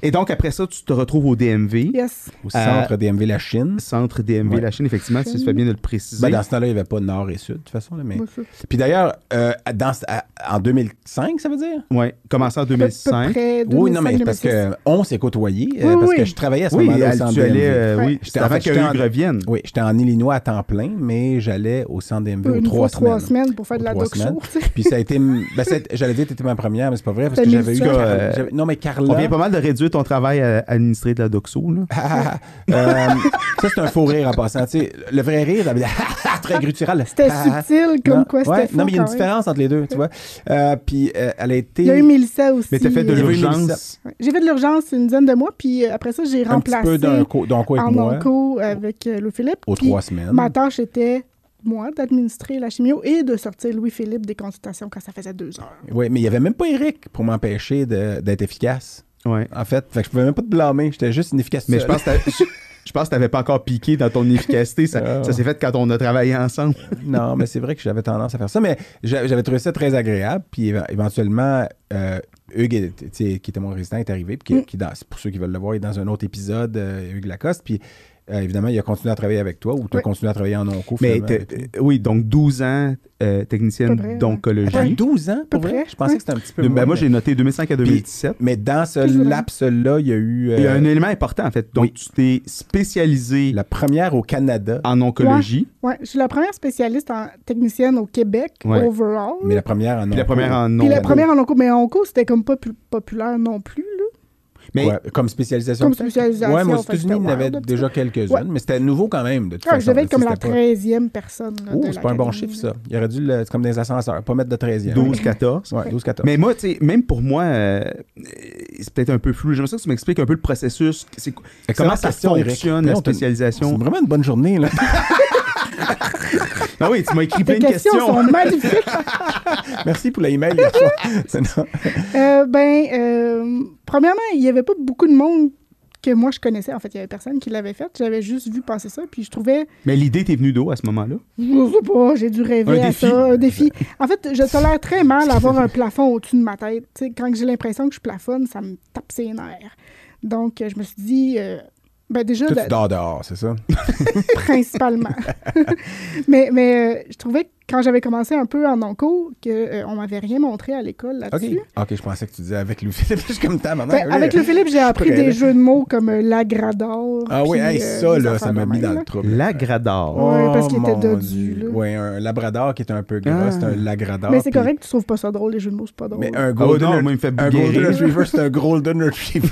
S1: Et donc, après ça, tu te retrouves au DMV,
S3: Yes.
S2: Au
S1: euh,
S2: centre DMV La Chine.
S1: centre DMV
S2: Ouais.
S1: La Chine, effectivement, si tu fais bien de le préciser.
S2: Ben, dans ce temps-là, il n'y avait pas nord et sud, de toute façon. Là, mais...
S3: Moi, ça.
S2: Puis d'ailleurs, euh, dans ce- à- en 2005, ça veut dire?
S1: Ouais, commencé en
S3: À peu- à
S1: 2005.
S3: peu près
S2: Oui, non, mais
S3: 2005,
S2: parce
S3: 2006.
S2: que on s'est côtoyés, euh,
S3: Oui,
S2: parce
S3: oui.
S2: que je travaillais à ce
S1: Oui,
S2: moment-là au
S1: elle-
S2: centre
S1: tu allais,
S2: DMV.
S1: euh,
S3: Ouais.
S1: oui,
S2: J'étais-
S1: c'était
S2: en
S1: avant
S2: fait,
S1: que
S2: j'étais en-
S1: Hugues revienne.
S2: Oui, j'étais en Illinois à temps plein, mais j'allais au centre DMV aux
S3: une
S2: trois
S3: fois trois
S2: semaines.
S3: semaines pour faire de la
S2: Trois
S3: doc
S2: semaines.
S3: show. tu sais.
S2: Puis ça a été.
S3: *laughs*
S2: m- ben, ça a été- J'allais dire que t'étais ma première, mais c'est pas vrai, parce
S3: T'as
S2: que
S3: mis
S2: j'avais eu.
S3: ça.
S2: Carla- j'avais- Non, mais Carla.
S1: On vient pas mal de réduire ton travail à à administrer de la doxo. Là.
S2: Ah, euh, ça, c'est un faux rire en passant. Tu sais, le vrai rire, ça veut dire *laughs* très guttural.
S3: C'était
S2: Ah, ah.
S3: subtil, comme
S2: Non,
S3: quoi c'était
S2: ouais,
S3: fort
S2: Non, mais il y a une
S3: quand même.
S2: différence entre les deux, tu vois. Euh, puis euh, elle a été.
S3: Il y a eu Mélissa aussi. euh,
S1: Mais t'as fait de
S2: Il y avait une
S1: l'urgence.
S3: Ouais. J'ai fait de l'urgence une dizaine de mois, puis euh, après ça, j'ai
S2: un petit
S3: remplacé
S2: peu d'un co- d'un coup avec
S3: en
S2: moi
S3: onco avec euh, Louis-Philippe.
S2: aux
S3: puis
S2: trois semaines.
S3: Ma tâche était, moi, d'administrer la chimio et de sortir Louis-Philippe des consultations quand ça faisait deux heures.
S2: Oui, mais il n'y avait même pas Eric pour m'empêcher de- d'être efficace.
S1: Ouais.
S2: En fait, fait que je pouvais même pas te blâmer, j'étais juste inefficace.
S1: Mais je
S2: seul.
S1: pense que t'as- je je pense que t'avais pas encore piqué dans ton efficacité. Ça,
S2: Ah.
S1: ça s'est fait quand on a travaillé ensemble.
S2: *laughs* non, mais c'est vrai que j'avais tendance à faire ça, mais j'a- j'avais trouvé ça très agréable. Puis éve- éventuellement, euh, Hugues, était- tu sais, qui était mon résident, est arrivé.
S1: Mm.
S2: Puis qui- qui dans- pour ceux qui veulent le voir, il est dans un autre épisode, euh, Hugues Lacoste. Puis euh, évidemment, il a continué à travailler avec toi ou tu as
S3: Oui.
S2: continué à travailler en onco.
S1: Mais
S2: finalement,
S1: t'es-
S2: avec lui.
S1: euh, oui, donc 12 ans euh,
S3: À
S1: technicienne
S3: peu près, ouais.
S2: Attends,
S1: d'oncologie.
S2: 12 ans, pour
S3: Peu
S2: vrai?
S3: près,
S2: Je pensais
S3: hein? ouais.
S2: que c'était un petit peu
S1: Ben,
S2: moins,
S1: moi,
S2: mais-
S1: j'ai noté 2005 à 2017.
S2: Mais dans ce
S3: Excuse-moi.
S2: laps-là, il y a eu
S1: Il y a
S2: euh,
S1: un élément important, en fait. Donc,
S2: oui.
S1: tu t'es spécialisé
S2: la première au Canada,
S1: en oncologie,
S3: Ouais, je suis la première spécialiste en technicienne au Québec,
S1: Ouais.
S3: overall.
S2: mais la première en onco.
S1: puis la première en
S3: Puis la
S1: onco.
S3: première en onco, mais en onco, c'était comme pas plus populaire non plus, là.
S1: Mais
S2: Ouais, comme spécialisation.
S3: Comme
S2: peut-être?
S3: spécialisation,
S2: Ouais, mais aux
S3: fait que
S2: États-Unis, il y en
S3: c'était
S2: avait
S3: wild, là,
S2: déjà quelques-unes,
S3: Ouais.
S2: mais c'était nouveau quand même. De toute
S3: Ah,
S2: façon,
S3: je devais être comme
S2: tu sais,
S3: la
S2: c'était
S3: 13e personne. là,
S2: Oh,
S3: de
S2: c'est pas un bon
S3: l'académie,
S2: chiffre,
S3: là.
S2: ça. Il aurait dû. le- C'est comme des ascenseurs, pas mettre de 13e.
S1: 12, 14.
S2: Ouais, 12, 14.
S1: Mais moi, tu sais, même pour moi, euh, euh, c'est peut-être un peu flou. J'aimerais ça que tu m'expliques un peu le processus. C'est-
S2: Excellente
S1: Comment ça
S2: question, Eric.
S1: fonctionne,
S2: Mais
S1: la
S2: on te- C'est
S1: spécialisation?
S3: *laughs*
S2: vraiment une bonne journée, là.
S1: Ah oui, tu m'as écrit plein
S3: Tes
S1: de
S3: questions,
S1: questions.
S3: sont magnifiques.
S2: *laughs* Merci pour l'email. hier
S3: *laughs*
S2: soir. C'est- non.
S3: Euh, ben, euh, premièrement, il n'y avait pas beaucoup de monde que moi je connaissais. En fait, il n'y avait personne qui l'avait fait. J'avais juste vu passer ça, puis je trouvais,
S1: Mais l'idée t'est venue d'où à ce moment-là?
S3: je sais pas, j'ai dû rêver
S1: Un
S3: à
S1: défi.
S3: ça, un défi. En fait, je tolère très mal avoir un plafond au-dessus de ma tête. Tu sais, quand j'ai l'impression que je plafonne, ça me tape ses nerfs. Donc, euh, je me suis dit, euh, ben déjà,
S2: Toi,
S3: de-
S2: tu dors dehors, c'est ça?
S3: principalement. *laughs* mais mais euh, je trouvais que quand j'avais commencé un peu en onco, qu'on on m'avait rien montré à l'école
S2: OK.
S3: là-dessus.
S2: OK, je pensais que tu disais avec Louis Philippe. *laughs* Je suis comme ta maman.
S3: Ben,
S2: oui.
S3: avec le Philippe, j'ai appris
S2: prêt, là.
S3: des jeux de mots comme euh, l'agrador.
S2: Ah oui,
S3: puis,
S2: hey,
S3: euh,
S2: ça,
S3: des
S2: là,
S3: affaires
S2: ça m'a
S3: de
S2: mis
S3: même,
S2: dans
S3: là.
S2: le trouble. Oh,
S1: L'agradar.
S3: Ouais, parce qu'il
S2: mon
S3: était dodu,
S2: Dieu.
S3: là.
S2: Ouais, un labrador qui était un peu
S1: Ah.
S2: gras, c'est un labrador.
S3: Mais c'est
S2: puis-
S3: correct, Oh. tu trouves pas ça drôle, les jeux de mots, c'est pas drôle.
S2: Mais euh, un
S1: Ah ouais,
S2: golden,
S1: non, moi, il me fait
S2: un golden
S1: buguer.
S2: retriever, c'est un golden
S3: *laughs*
S2: retriever.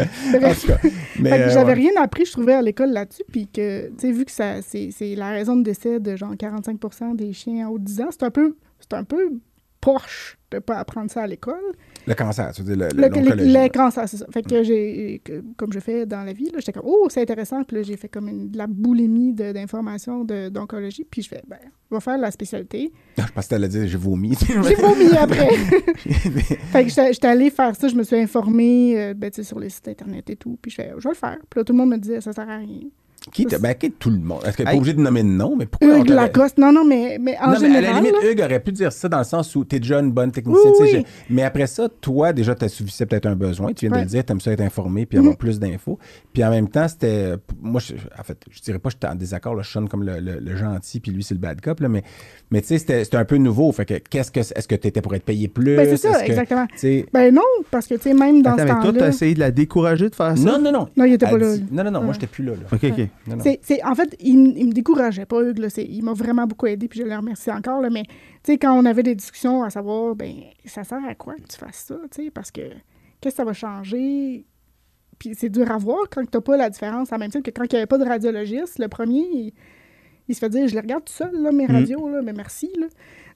S2: en
S3: Bref.
S2: tout cas. Mais,
S3: Fait que
S2: euh,
S3: j'avais
S2: ouais.
S3: rien appris, je trouvais, à l'école là-dessus. Puis que, tu sais, vu que ça, c'est, c'est la raison de décès de genre 45 des chiens en haut de 10 ans, c'est un peu, c'est un peu poche de pas apprendre ça à l'école.
S2: Le cancer, tu veux dire, le, le,
S3: Le,
S2: l'oncologie, là.
S3: les cancers, c'est ça. Fait que j'ai, que- comme je fais dans la vie, là, j'étais comme, oh, c'est intéressant. Puis là, j'ai fait comme une, de la boulimie de- d'informations de- d'oncologie. Puis je fais, ben, on va faire la spécialité.
S2: Non, Ah, Je pensais que t'allais dire j'ai vomi. *laughs*
S3: J'ai vomi après. *laughs* fait que j'étais j'étais allée faire ça. Je me suis informée euh, ben, tu sais, sur les sites Internet et tout. Puis je fais, oh, je vais le faire. Puis là, tout le monde me disait, ça sert à rien.
S2: qui te- ben, qui est tout le monde? Est-ce que t'es
S1: Hey.
S2: pas obligé de nommer de nom, mais pourquoi on
S3: Hugues
S2: t'aurait-
S3: Lacoste. Non, non, mais, mais en
S2: non, mais à
S3: général.
S2: la limite,
S3: là,
S2: Hugues aurait pu dire ça dans le sens où t'es déjà une bonne technicienne.
S3: Oui,
S2: tu sais,
S3: oui.
S2: j'ai- Mais après ça, toi, déjà, t'assouvissais peut-être un besoin. Tu viens de
S3: Ouais. Mhm.
S2: le dire, t'aimes ça être informé puis avoir plus d'infos. Puis en même temps, c'était. Moi, je, en fait, je dirais pas que j'étais en désaccord. Là, je sonne comme le, le- le gentil, puis lui, c'est le bad cop. Là, mais mais tu sais, c'était c'était un peu nouveau. Fait que, qu'est-ce que. Est-ce que t'étais pour être payé plus?
S3: ben, c'est ça,
S2: Est-ce que-
S3: exactement.
S2: tu sais,
S3: Ben non, parce que, tu sais, même dans
S1: Attends, mais
S3: ce
S1: toi, t'as
S3: temps-là.
S1: essayé de la décourager de faire ça?
S2: Non, non, non.
S3: Ah, Non, il était
S2: Elle
S3: pas là,
S2: dit-
S3: lui.
S2: Non, non, non, moi,
S3: Ouais.
S2: j'étais plus là. là.
S1: OK, OK.
S2: Non, non.
S3: C'est, c'est- en fait, il, m- il me décourageait pas, Hugues. là. C'est- il m'a vraiment beaucoup aidé, puis je le remercie encore. Là, mais, tu sais, quand on avait des discussions à savoir, ben, ça sert à quoi que tu fasses ça, tu sais, parce que qu'est-ce que ça va changer? Puis c'est dur à voir quand t'as pas la différence, en même temps que quand il n'y avait pas de radiologiste, le premier, il, il se fait dire, je les regarde tout seul, là, mes
S1: Mm.
S3: radios, là, mais merci, là.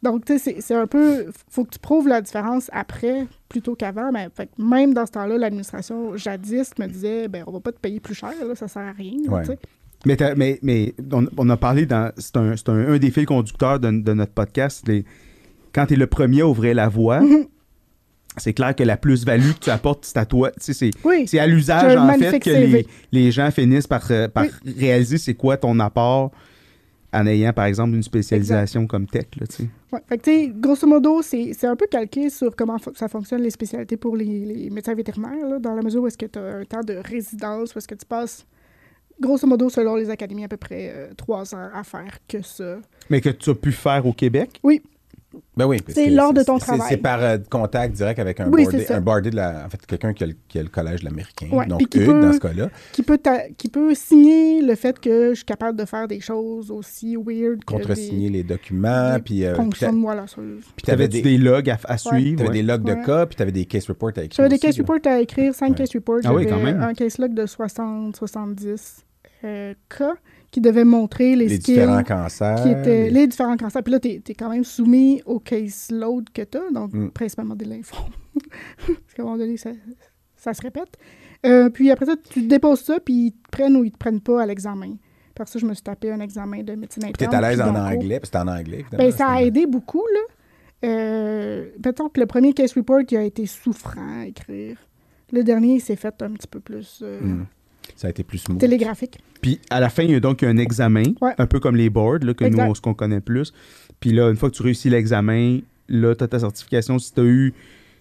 S3: Donc, tu sais, c'est- c'est un peu, faut que tu prouves la différence après plutôt qu'avant. Mais fait que même dans ce temps-là, l'administration jadis me disait, ben, on va pas te payer plus cher, là, ça sert à rien, là,
S2: Ouais.
S3: tu sais.
S1: Mais, t'as- mais, mais on, on a parlé dans. C'est un, c'est un, un des fils conducteurs de, de notre podcast. les- quand tu es le premier à ouvrir la voie,
S3: Mm-hmm.
S1: c'est clair que la plus-value que tu apportes, c'est à toi. Tu sais, c'est.
S3: Oui.
S1: C'est à
S3: J'ai
S1: l'usage,
S3: un
S1: en fait,
S3: magnifique
S1: que
S3: CV.
S1: les, les gens finissent par, euh, par réaliser c'est quoi ton apport en ayant, par exemple, une spécialisation comme tech. Là, tu sais.
S3: Ouais. Fait que, tu sais, grosso modo, c'est c'est un peu calqué sur comment fo- ça fonctionne les spécialités pour les, les médecins vétérinaires, là, dans la mesure où est-ce que tu as un temps de résidence, où est-ce que tu passes, grosso modo, selon les académies, à peu près euh, trois ans à faire que ça.
S1: Mais que tu as pu faire au Québec.
S2: Ben oui, parce
S3: C'est
S2: que
S3: lors de ton
S2: c'est-
S3: travail.
S2: C'est par euh, contact direct avec un
S3: Oui,
S2: bordé,
S3: c'est ça.
S2: un bordé de la, en fait, quelqu'un qui, a le- qui a le collège de l'américain.
S3: Ouais,
S2: donc,
S3: puis qui
S2: Hugues,
S3: peut-
S2: dans ce cas-là.
S3: Qui peut, ta- qui peut signer le fait que je suis capable de faire des choses aussi weird que
S2: contresigner
S3: des,
S2: les documents,
S3: des
S2: puis euh,
S3: ponctions de
S2: puis
S3: moi, là, sur-
S1: Tu avais des... logs à, à suivre.
S2: t'avais
S1: ouais.
S2: des logs de
S3: Ouais.
S2: cas, puis tu avais des case reports à écrire.
S3: J'avais des
S2: aussi,
S3: case
S2: là.
S3: reports à écrire, 5
S2: Ouais.
S3: case reports.
S1: Ah oui,
S3: J'avais
S1: quand même.
S3: Un case log de 60, 70 euh, cas qui devait montrer les,
S2: Les
S3: skills
S2: différents cancers.
S3: qui étaient
S2: les-
S3: les différents cancers. Puis là, t'es es quand même soumis au caseload que t'as, donc
S2: Mm.
S3: principalement des lymphomes. *laughs* Parce qu'à un moment donné, ça, ça se répète. Euh, puis après ça, tu déposes ça, puis ils te prennent ou ils te prennent pas à l'examen. Parce que je me suis tapé un examen de médecine
S2: Puis
S3: interne.
S2: t'es à l'aise
S3: puis
S2: en
S3: d'onco.
S2: anglais, puis c'était en anglais. évidemment,
S3: Ben, ça a
S2: c'était-
S3: aidé beaucoup, là. Euh, mettons que le premier case report, il a été souffrant à écrire. Le dernier, il s'est fait un petit peu plus euh,
S2: Mm. Ça a été plus smooth.
S3: télégraphique.
S1: Puis à la fin, il y a donc un examen,
S3: Ouais.
S1: un peu comme les boards, là, que
S3: Exact.
S1: nous, on, ce qu'on connaît plus. Puis là, une fois que tu réussis l'examen, là, tu as ta certification. Si tu as eu.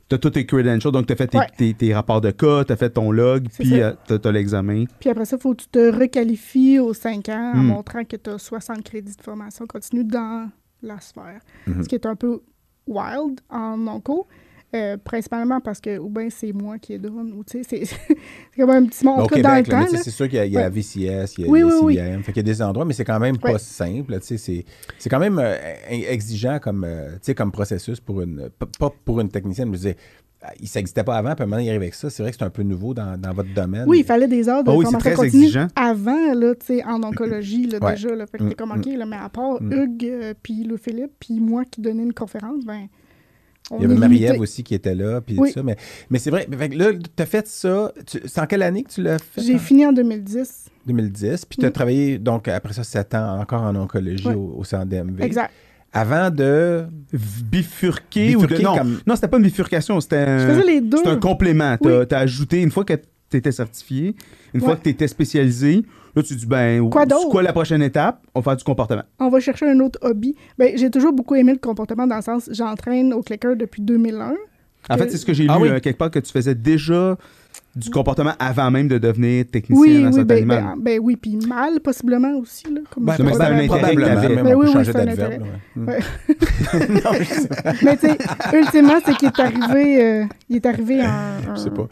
S1: Tu as tous tes credentials, donc tu as fait tes,
S3: Ouais.
S1: tes- tes rapports de cas, tu as fait ton log,
S3: C'est
S1: puis
S3: ça.
S1: tu as, l'examen.
S3: Puis après ça, il faut que tu te requalifies aux 5 ans en
S2: Hmm.
S1: Mm.
S3: montrant que tu as 60 crédits de formation continue dans la sphère.
S2: Mhm.
S3: Ce qui est un peu wild en onco, euh, principalement parce que, ou bien c'est moi qui ai donne, ou tu sais, c'est *laughs* c'est comme un petit monde.
S2: Ben,
S3: En
S2: au
S3: tout cas, dans le
S2: Québec, là, mais
S3: temps,
S2: tu sais,
S3: là,
S2: c'est sûr qu'il y a, il y a la
S3: Ouais.
S2: VCS, il y a, il y a
S3: Oui, oui, oui.
S2: CIM. Fait qu'il y a des endroits, mais c'est quand même
S3: Ouais.
S2: pas simple. là, tu sais, C'est c'est quand même euh, exigeant comme, euh, tu sais, comme processus pour une. p- Pas pour une technicienne, mais je veux dire, il n'existait pas avant, puis maintenant il arrive avec ça. C'est vrai que c'est un peu nouveau dans, dans votre domaine.
S3: Oui, il fallait des heures de
S1: Ah oui, c'est
S3: formation
S1: très
S3: continue
S1: exigeant.
S3: avant, là, tu sais, en oncologie, là,
S2: Ouais. Mm.
S3: déjà. Là, fait que t'es comme, OK, là, mais à part Hugues, euh, puis Louis-Philippe, puis moi qui donnais une conférence, ben, on
S2: Il y avait
S3: est
S2: Marie-Ève
S3: limité.
S2: aussi qui était là, puis
S3: Oui.
S2: tout ça. Mais, mais c'est vrai. Mais fait que là, tu as fait ça. tu- C'est en quelle année que tu l'as fait?
S3: J'ai
S2: en
S3: fini en 2010.
S2: 2010. Puis tu as
S3: Mm.
S2: travaillé, donc, après ça, 7 ans encore en oncologie
S3: Ouais.
S2: au, au centre DMV.
S3: Exact.
S2: Avant de.
S1: Bifurqué, ou de.
S2: Bifurquer
S1: Non,
S2: comme-
S1: non c'était pas une bifurcation, c'était
S2: Euh,
S3: Je
S1: un,
S3: faisais les deux.
S1: c'était un complément. T'as
S3: Oui.
S1: t'as ajouté, une fois que tu étais certifié, une
S3: Ouais.
S1: fois que tu étais spécialisé, là, tu dis, ben,
S3: Quoi
S1: c'est
S3: d'autre?
S1: quoi la prochaine étape? On va faire du comportement.
S3: On va chercher un autre hobby. Ben, j'ai toujours beaucoup aimé le comportement dans le sens, j'entraîne au clicker depuis 2001.
S1: En
S3: Euh,
S1: fait, c'est ce que j'ai
S2: Ah
S1: lu
S2: oui.
S1: euh, quelque part que tu faisais déjà du comportement avant même de devenir technicien
S3: oui,
S1: en
S3: oui,
S1: santé
S3: ben,
S1: animale.
S3: ben, ben oui, puis mal possiblement aussi. Là, comme
S1: Ben,
S3: je
S1: mais
S3: sais
S1: c'est
S3: pas,
S1: un
S3: ben,
S1: intérêt que
S2: probablement.
S1: l'avait.
S2: Même,
S3: Ben
S2: on peut
S3: oui, oui,
S2: changer
S3: c'est un
S2: d'adverbe.
S3: intérêt.
S2: là, ouais.
S3: Mais tu sais, ultimement, c'est qu'il est arrivé, euh, il est arrivé un, un-
S2: Je sais pas.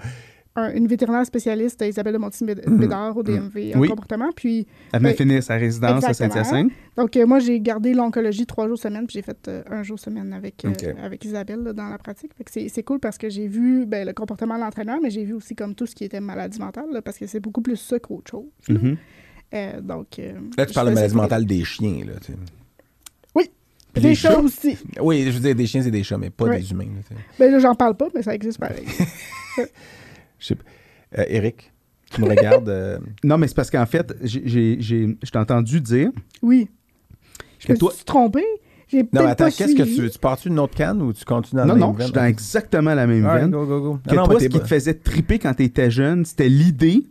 S3: un- une vétérinaire spécialiste, Isabelle de Montigny-Bédard, au DMV, en
S1: Mm-hmm. Oui.
S3: comportement. Puis,
S1: Elle venait
S3: Ben,
S1: finir sa résidence à
S3: exactement.
S1: Saint-Hyacinthe.
S3: donc, euh, moi, j'ai gardé l'oncologie trois jours semaine, puis j'ai fait euh, un jour semaine avec, euh,
S2: Ok.
S3: avec Isabelle là, dans la pratique. Fait que c'est c'est cool parce que j'ai vu ben, le comportement de l'entraîneur, mais j'ai vu aussi comme tout ce qui était maladie mentale, là, parce que c'est beaucoup plus ça qu'autre chose. là.
S1: Mhm.
S3: Euh, donc, euh,
S2: Là, tu
S3: je
S2: parles de maladie
S3: faisais écouter
S2: mentale des chiens. Là, tu sais.
S3: Des,
S2: des
S3: chats
S2: chats.
S3: aussi.
S2: oui, je veux dire des chiens et des chats, mais pas
S3: Ouais.
S2: des humains. là, tu sais.
S3: Ben là, j'en parle pas, mais ça
S2: *laughs*
S3: existe pareil.
S2: Je sais pas. Euh, Eric, tu me regardes.
S3: *laughs*
S2: euh,
S1: Non, mais c'est parce qu'en fait, j'ai- j'ai- j'ai- je t'ai entendu dire
S3: Oui. Je
S1: que
S3: me
S1: toi.
S3: suis trompée. J'ai
S2: Non, mais
S3: peut-être
S2: attends,
S3: pas
S2: qu'est-ce que
S3: suivi.
S2: tu veux? Tu pars-tu d'une autre canne ou tu continues dans
S1: Non,
S2: la
S1: non,
S2: même hein.
S1: je suis dans exactement la même veine.
S2: go, go, go.
S1: Que toi, ce qui te faisait triper quand tu étais jeune, c'était l'idée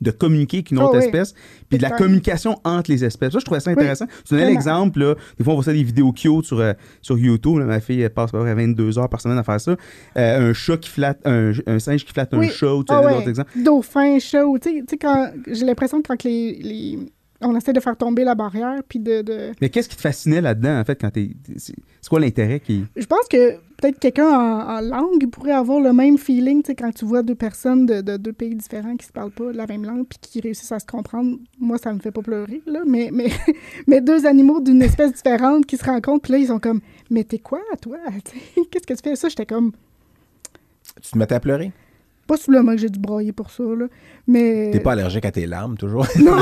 S1: de communiquer avec une
S3: Ah
S1: autre
S3: oui.
S1: espèce, puis de la
S3: Exactement.
S1: communication entre les espèces. Ça, je trouvais ça intéressant. Tu donnais
S3: Vraiment.
S1: l'exemple, là, des fois, on voit ça des vidéos cute sur, euh, sur YouTube. là, ma fille elle passe à peu près 22 heures par semaine à faire ça. Euh, un chat qui flatte, un, un singe qui flatte un
S3: Oui.
S1: chat, ou tu
S3: Ah
S1: donnais
S3: ouais.
S1: d'autres exemples.
S3: Dauphin, chat, ou tu sais- tu sais, quand j'ai l'impression que quand les, les- on essaie de faire tomber la barrière, puis de, de-
S1: Mais qu'est-ce qui te fascinait là-dedans, en fait, quand t'es. t'es- C'est c'est quoi l'intérêt qui.
S3: Je pense que peut-être quelqu'un en, en langue pourrait avoir le même feeling, tu sais, quand tu vois deux personnes de, de deux pays différents qui se parlent pas la même langue, puis qui réussissent à se comprendre. Moi, ça me fait pas pleurer, là, mais, mais, *laughs* mais deux animaux d'une espèce différente qui se rencontrent, puis là, ils sont comme « Mais t'es quoi, toi? *laughs* Tu sais, Qu'est-ce que tu fais? » Ça, j'étais comme
S2: Tu te mettais à pleurer?
S3: Pas sous le mot que j'ai dû broyer pour ça, là. Mais.
S2: T'es pas allergique à tes larmes, toujours.
S3: Non!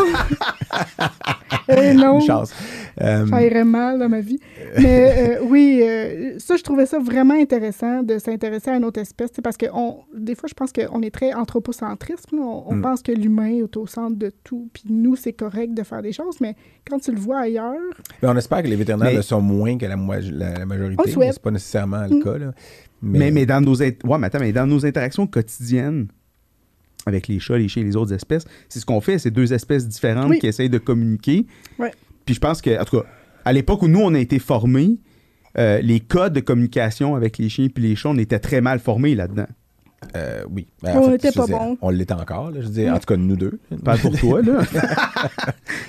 S2: *laughs*
S3: Eh non!
S2: Une chance. Euh,
S3: Ça irait mal dans ma vie. Mais
S2: *laughs*
S3: euh, oui, euh, ça, je trouvais ça vraiment intéressant de s'intéresser à une autre espèce. tu sais, Parce que on, des fois, je pense qu'on est très anthropocentriste. là. On, on
S2: Mm.
S3: pense que l'humain est au centre de tout. Puis nous, c'est correct de faire des choses. Mais quand tu le vois ailleurs,
S2: mais on espère que les vétérinaires
S1: Mais-
S2: le sont moins que la, moi- la- la majorité.
S3: On le souhaite.
S2: mais C'est pas nécessairement le
S3: Mm.
S2: cas. là.
S1: Mais, mais,
S3: euh,
S1: dans nos int- ouais, mais attends, mais dans nos interactions quotidiennes avec les chats, les chiens et les autres espèces, c'est ce qu'on fait, c'est deux espèces différentes
S3: Oui.
S1: qui essayent de communiquer.
S3: Ouais.
S1: Puis je pense que, en tout cas, à l'époque où nous, on a été formés, euh, les codes de communication avec les chiens et les chats, on était très mal formés là-dedans.
S2: Euh, oui. Ben,
S3: On
S2: fait,
S3: était
S2: je
S3: pas Mm.
S2: veux dire,
S3: bons.
S2: On l'était encore, là, je veux dire. En tout cas, nous deux.
S1: Pas pour toi, là.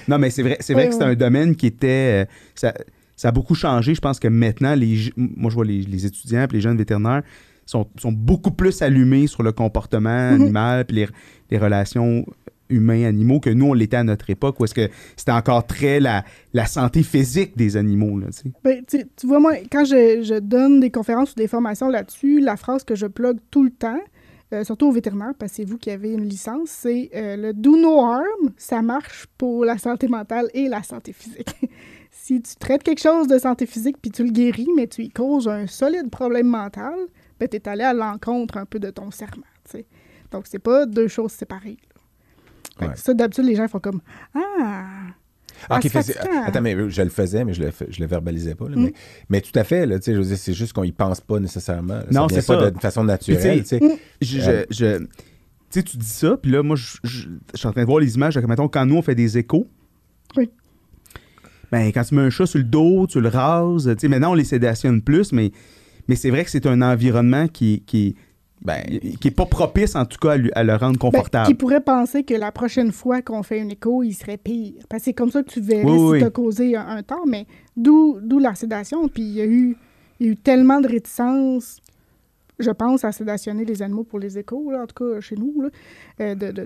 S1: non, mais c'est vrai, c'est vrai
S3: Ouais,
S1: que c'est
S3: ouais.
S1: un domaine qui était. euh, ça, ça a beaucoup changé. Je pense que maintenant, les, je- moi, je vois les, les étudiants et les jeunes vétérinaires sont, sont beaucoup plus allumés sur le comportement
S3: Mhm.
S1: animal puis les, les relations humains-animaux que nous, on l'était à notre époque, où est-ce que c'était encore très la, la santé physique des animaux, là, tu sais.
S3: Ben, tu, tu vois, moi, quand je, je donne des conférences ou des formations là-dessus, la phrase que je plug tout le temps, euh, surtout aux vétérinaires, parce que c'est vous qui avez une licence, c'est euh, le do no harm, ça marche pour la santé mentale et la santé physique. *laughs* si tu traites quelque chose de santé physique puis tu le guéris, mais tu y causes un solide problème mental, ben, tu es allé à l'encontre un peu de ton serment. tu sais. Donc, c'est pas deux choses séparées. là. Fait que
S2: Ouais.
S3: Ça, d'habitude, les gens font comme Ah!
S2: Ah,
S3: Ah,
S2: ok,
S3: c'est
S2: fait-
S3: fatigant.
S2: attends, mais je le faisais, mais je le, fais- je le verbalisais pas. là,
S3: Mm.
S2: mais, mais tout à fait, là, tu sais, je veux dire, c'est juste qu'on y pense pas nécessairement. là.
S1: Non,
S2: vient
S1: c'est
S2: pas
S1: ça.
S2: de- de façon
S1: Puis, tu sais,
S2: naturelle. tu sais.
S3: Mm.
S1: je,
S2: Euh,
S1: je- je- tu sais, tu dis ça, puis là, moi, je, je- je suis en train de voir les images. Comme, mettons, quand nous, on fait des échos.
S3: Oui.
S1: Ben, quand tu mets un chat sur le dos, tu le rases. Tu sais, maintenant, on les sédationne plus, mais, mais c'est vrai que c'est un environnement qui, qui,
S2: Ben,
S1: qui est pas propice, en tout cas, à, lui- à le rendre confortable.
S3: Ben, qui pourrait penser que la prochaine fois qu'on fait une écho, il serait pire. Parce que c'est comme ça que tu verrais
S1: Oui,
S3: si
S1: oui,
S3: tu as
S1: oui.
S3: causé un, un tort, mais d'où d'où la sédation. Puis il y, a eu, il y a eu tellement de réticence, je pense, à sédationner les animaux pour les échos, là, en tout cas chez nous, là, euh, de, de, de,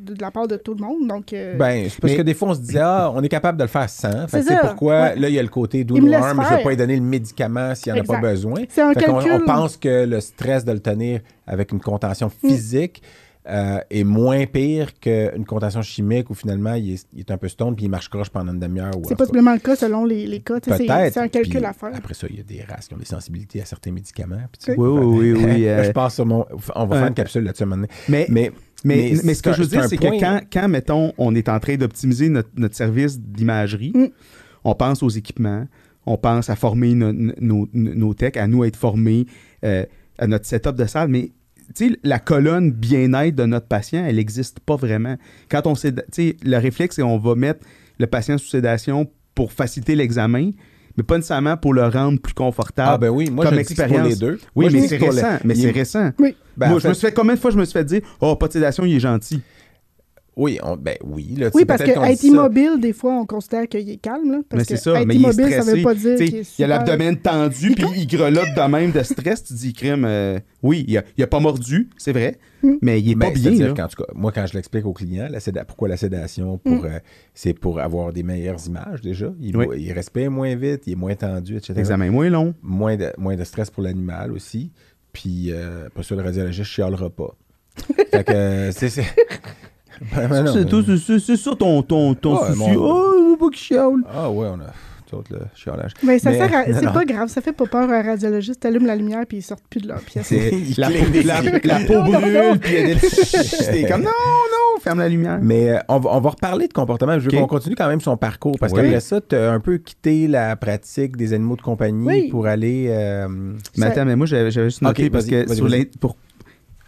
S3: de- de la part de tout le monde. Donc, euh,
S2: Ben, c'est parce
S1: Mais-
S2: que des fois, on se dit, ah, on est capable de le faire sans. Fait
S3: C'est
S2: que, tu sais,
S3: ça,
S2: pourquoi,
S3: ouais.
S2: là, il y a le côté do
S3: Il me
S2: no
S3: laisse
S2: harm, je ne vais
S3: faire.
S2: pas lui donner le médicament s'il n'y en a pas
S3: Exact.
S2: besoin.
S3: C'est un
S2: Fait qu'on- on,
S3: calcul. Mm.
S2: pense que le stress de le tenir avec une contention physique euh, est moins pire qu'une contention chimique où finalement il est, il est un peu stone puis il marche croche pendant une demi-heure. ou en tout
S3: C'est
S2: cas,
S3: possiblement le cas selon les, les cas. tu sais, C'est
S2: Peut-être.
S3: c'est un calcul
S2: Puis
S3: à faire.
S2: Après ça, il y a des races qui ont des sensibilités à certains médicaments. puis tu
S1: Oui,
S2: sais,
S1: oui, oui, oui,
S2: Là,
S1: euh,
S2: *laughs* je passe sur mon. On va
S1: euh,
S2: faire une capsule là-dessus un moment donné.
S1: Mais, mais,
S2: Mais,
S1: mais,
S2: mais
S1: ce que
S2: un-
S1: je veux dire,
S2: un
S1: c'est
S2: point- hein.
S1: que quand, quand, mettons, on est en train d'optimiser notre, notre service d'imagerie,
S3: Mm.
S1: on pense aux équipements, on pense à former no- no- nos, nos techs, à nous être formés, euh, à notre setup de salle, mais tu sais, la colonne bien-être de notre patient, elle n'existe pas vraiment. Quand on séda- tu sais, le réflexe, c'est on va mettre le patient sous sédation pour faciliter l'examen, mais pas nécessairement pour le rendre plus confortable.
S2: Ah ben oui, moi
S1: comme
S2: je dis que c'est pour les
S1: expérience.
S2: deux.
S1: Oui,
S2: Moi, je
S1: mais
S2: dis
S1: c'est
S2: que pour les-
S1: récent. Mais
S2: il-
S1: c'est récent.
S3: Oui.
S2: Ben,
S1: Moi,
S2: en
S1: je me
S2: fait,
S1: suis fait combien de fois je me suis fait dire Oh, pas de sédation, il est gentil.
S2: Oui, on- ben oui. Là, tu
S3: Oui,
S2: sais,
S3: parce que
S2: peut-être qu'on
S3: être
S2: dit ça.
S3: immobile, des fois, on considère qu'il est calme. Là, parce
S1: mais c'est
S3: que
S1: ça,
S3: être
S1: mais il est
S3: immobile,
S1: stressé.
S3: ça veut pas dire
S1: T'sais,
S3: qu'il est
S1: il a
S3: super-
S1: l'abdomen tendu,
S3: Il
S1: puis il grelotte de même de stress. Tu dis, crime, euh, oui, il a, il a pas mordu, c'est vrai,
S3: Mm.
S1: mais il est
S2: Ben,
S1: pas bien.
S2: c'est-à-dire
S1: là.
S2: qu'en tout cas, moi, quand je l'explique aux clients, la séda- pourquoi la sédation,
S1: Mm.
S2: pour, euh, c'est pour avoir des meilleures images déjà. Il,
S1: Oui.
S2: il respire moins vite, il est moins tendu, etc.
S1: L'examen est moins long.
S2: Moins, de, moins de stress pour l'animal aussi. Puis, euh, pas sûr, le radiologiste chialera
S3: *laughs*
S2: pas. fait que, euh, c'est. *laughs* c'est- Ben, ben non, mais-
S1: ça ton, ton,
S2: ton Ouais, souci. mon-
S1: Oh, pas qu'il chiale.
S2: Ah ouais, on a. pff, tout le chialage.
S3: Ben, ça
S2: Mais-
S3: sert
S2: *laughs*
S3: à-
S2: non,
S3: C'est
S2: non.
S3: pas grave, ça fait pas peur à un radiologiste. T'allumes la lumière puis ils sortent plus de leur pièce.
S2: Il
S1: La,
S2: cligne des
S1: la-
S2: yeux.
S1: la
S2: *laughs*
S1: peau brûle, puis il y a des. *laughs* T'es comme, non, non, ferme la lumière.
S2: Mais euh, on, va, on va reparler de comportement. Je veux
S1: Ok.
S2: qu'on continue quand même son parcours parce
S1: Oui.
S2: qu'après ça, tu as un peu quitté la pratique des animaux de compagnie
S3: Oui.
S2: pour aller. euh,
S1: Mais
S3: Ça-
S1: attends, mais moi, j'avais j'avais juste noté
S2: Ok,
S1: parce
S2: vas-y,
S1: que
S2: vas-y,
S1: sur
S2: vas-y.
S1: l'in- pour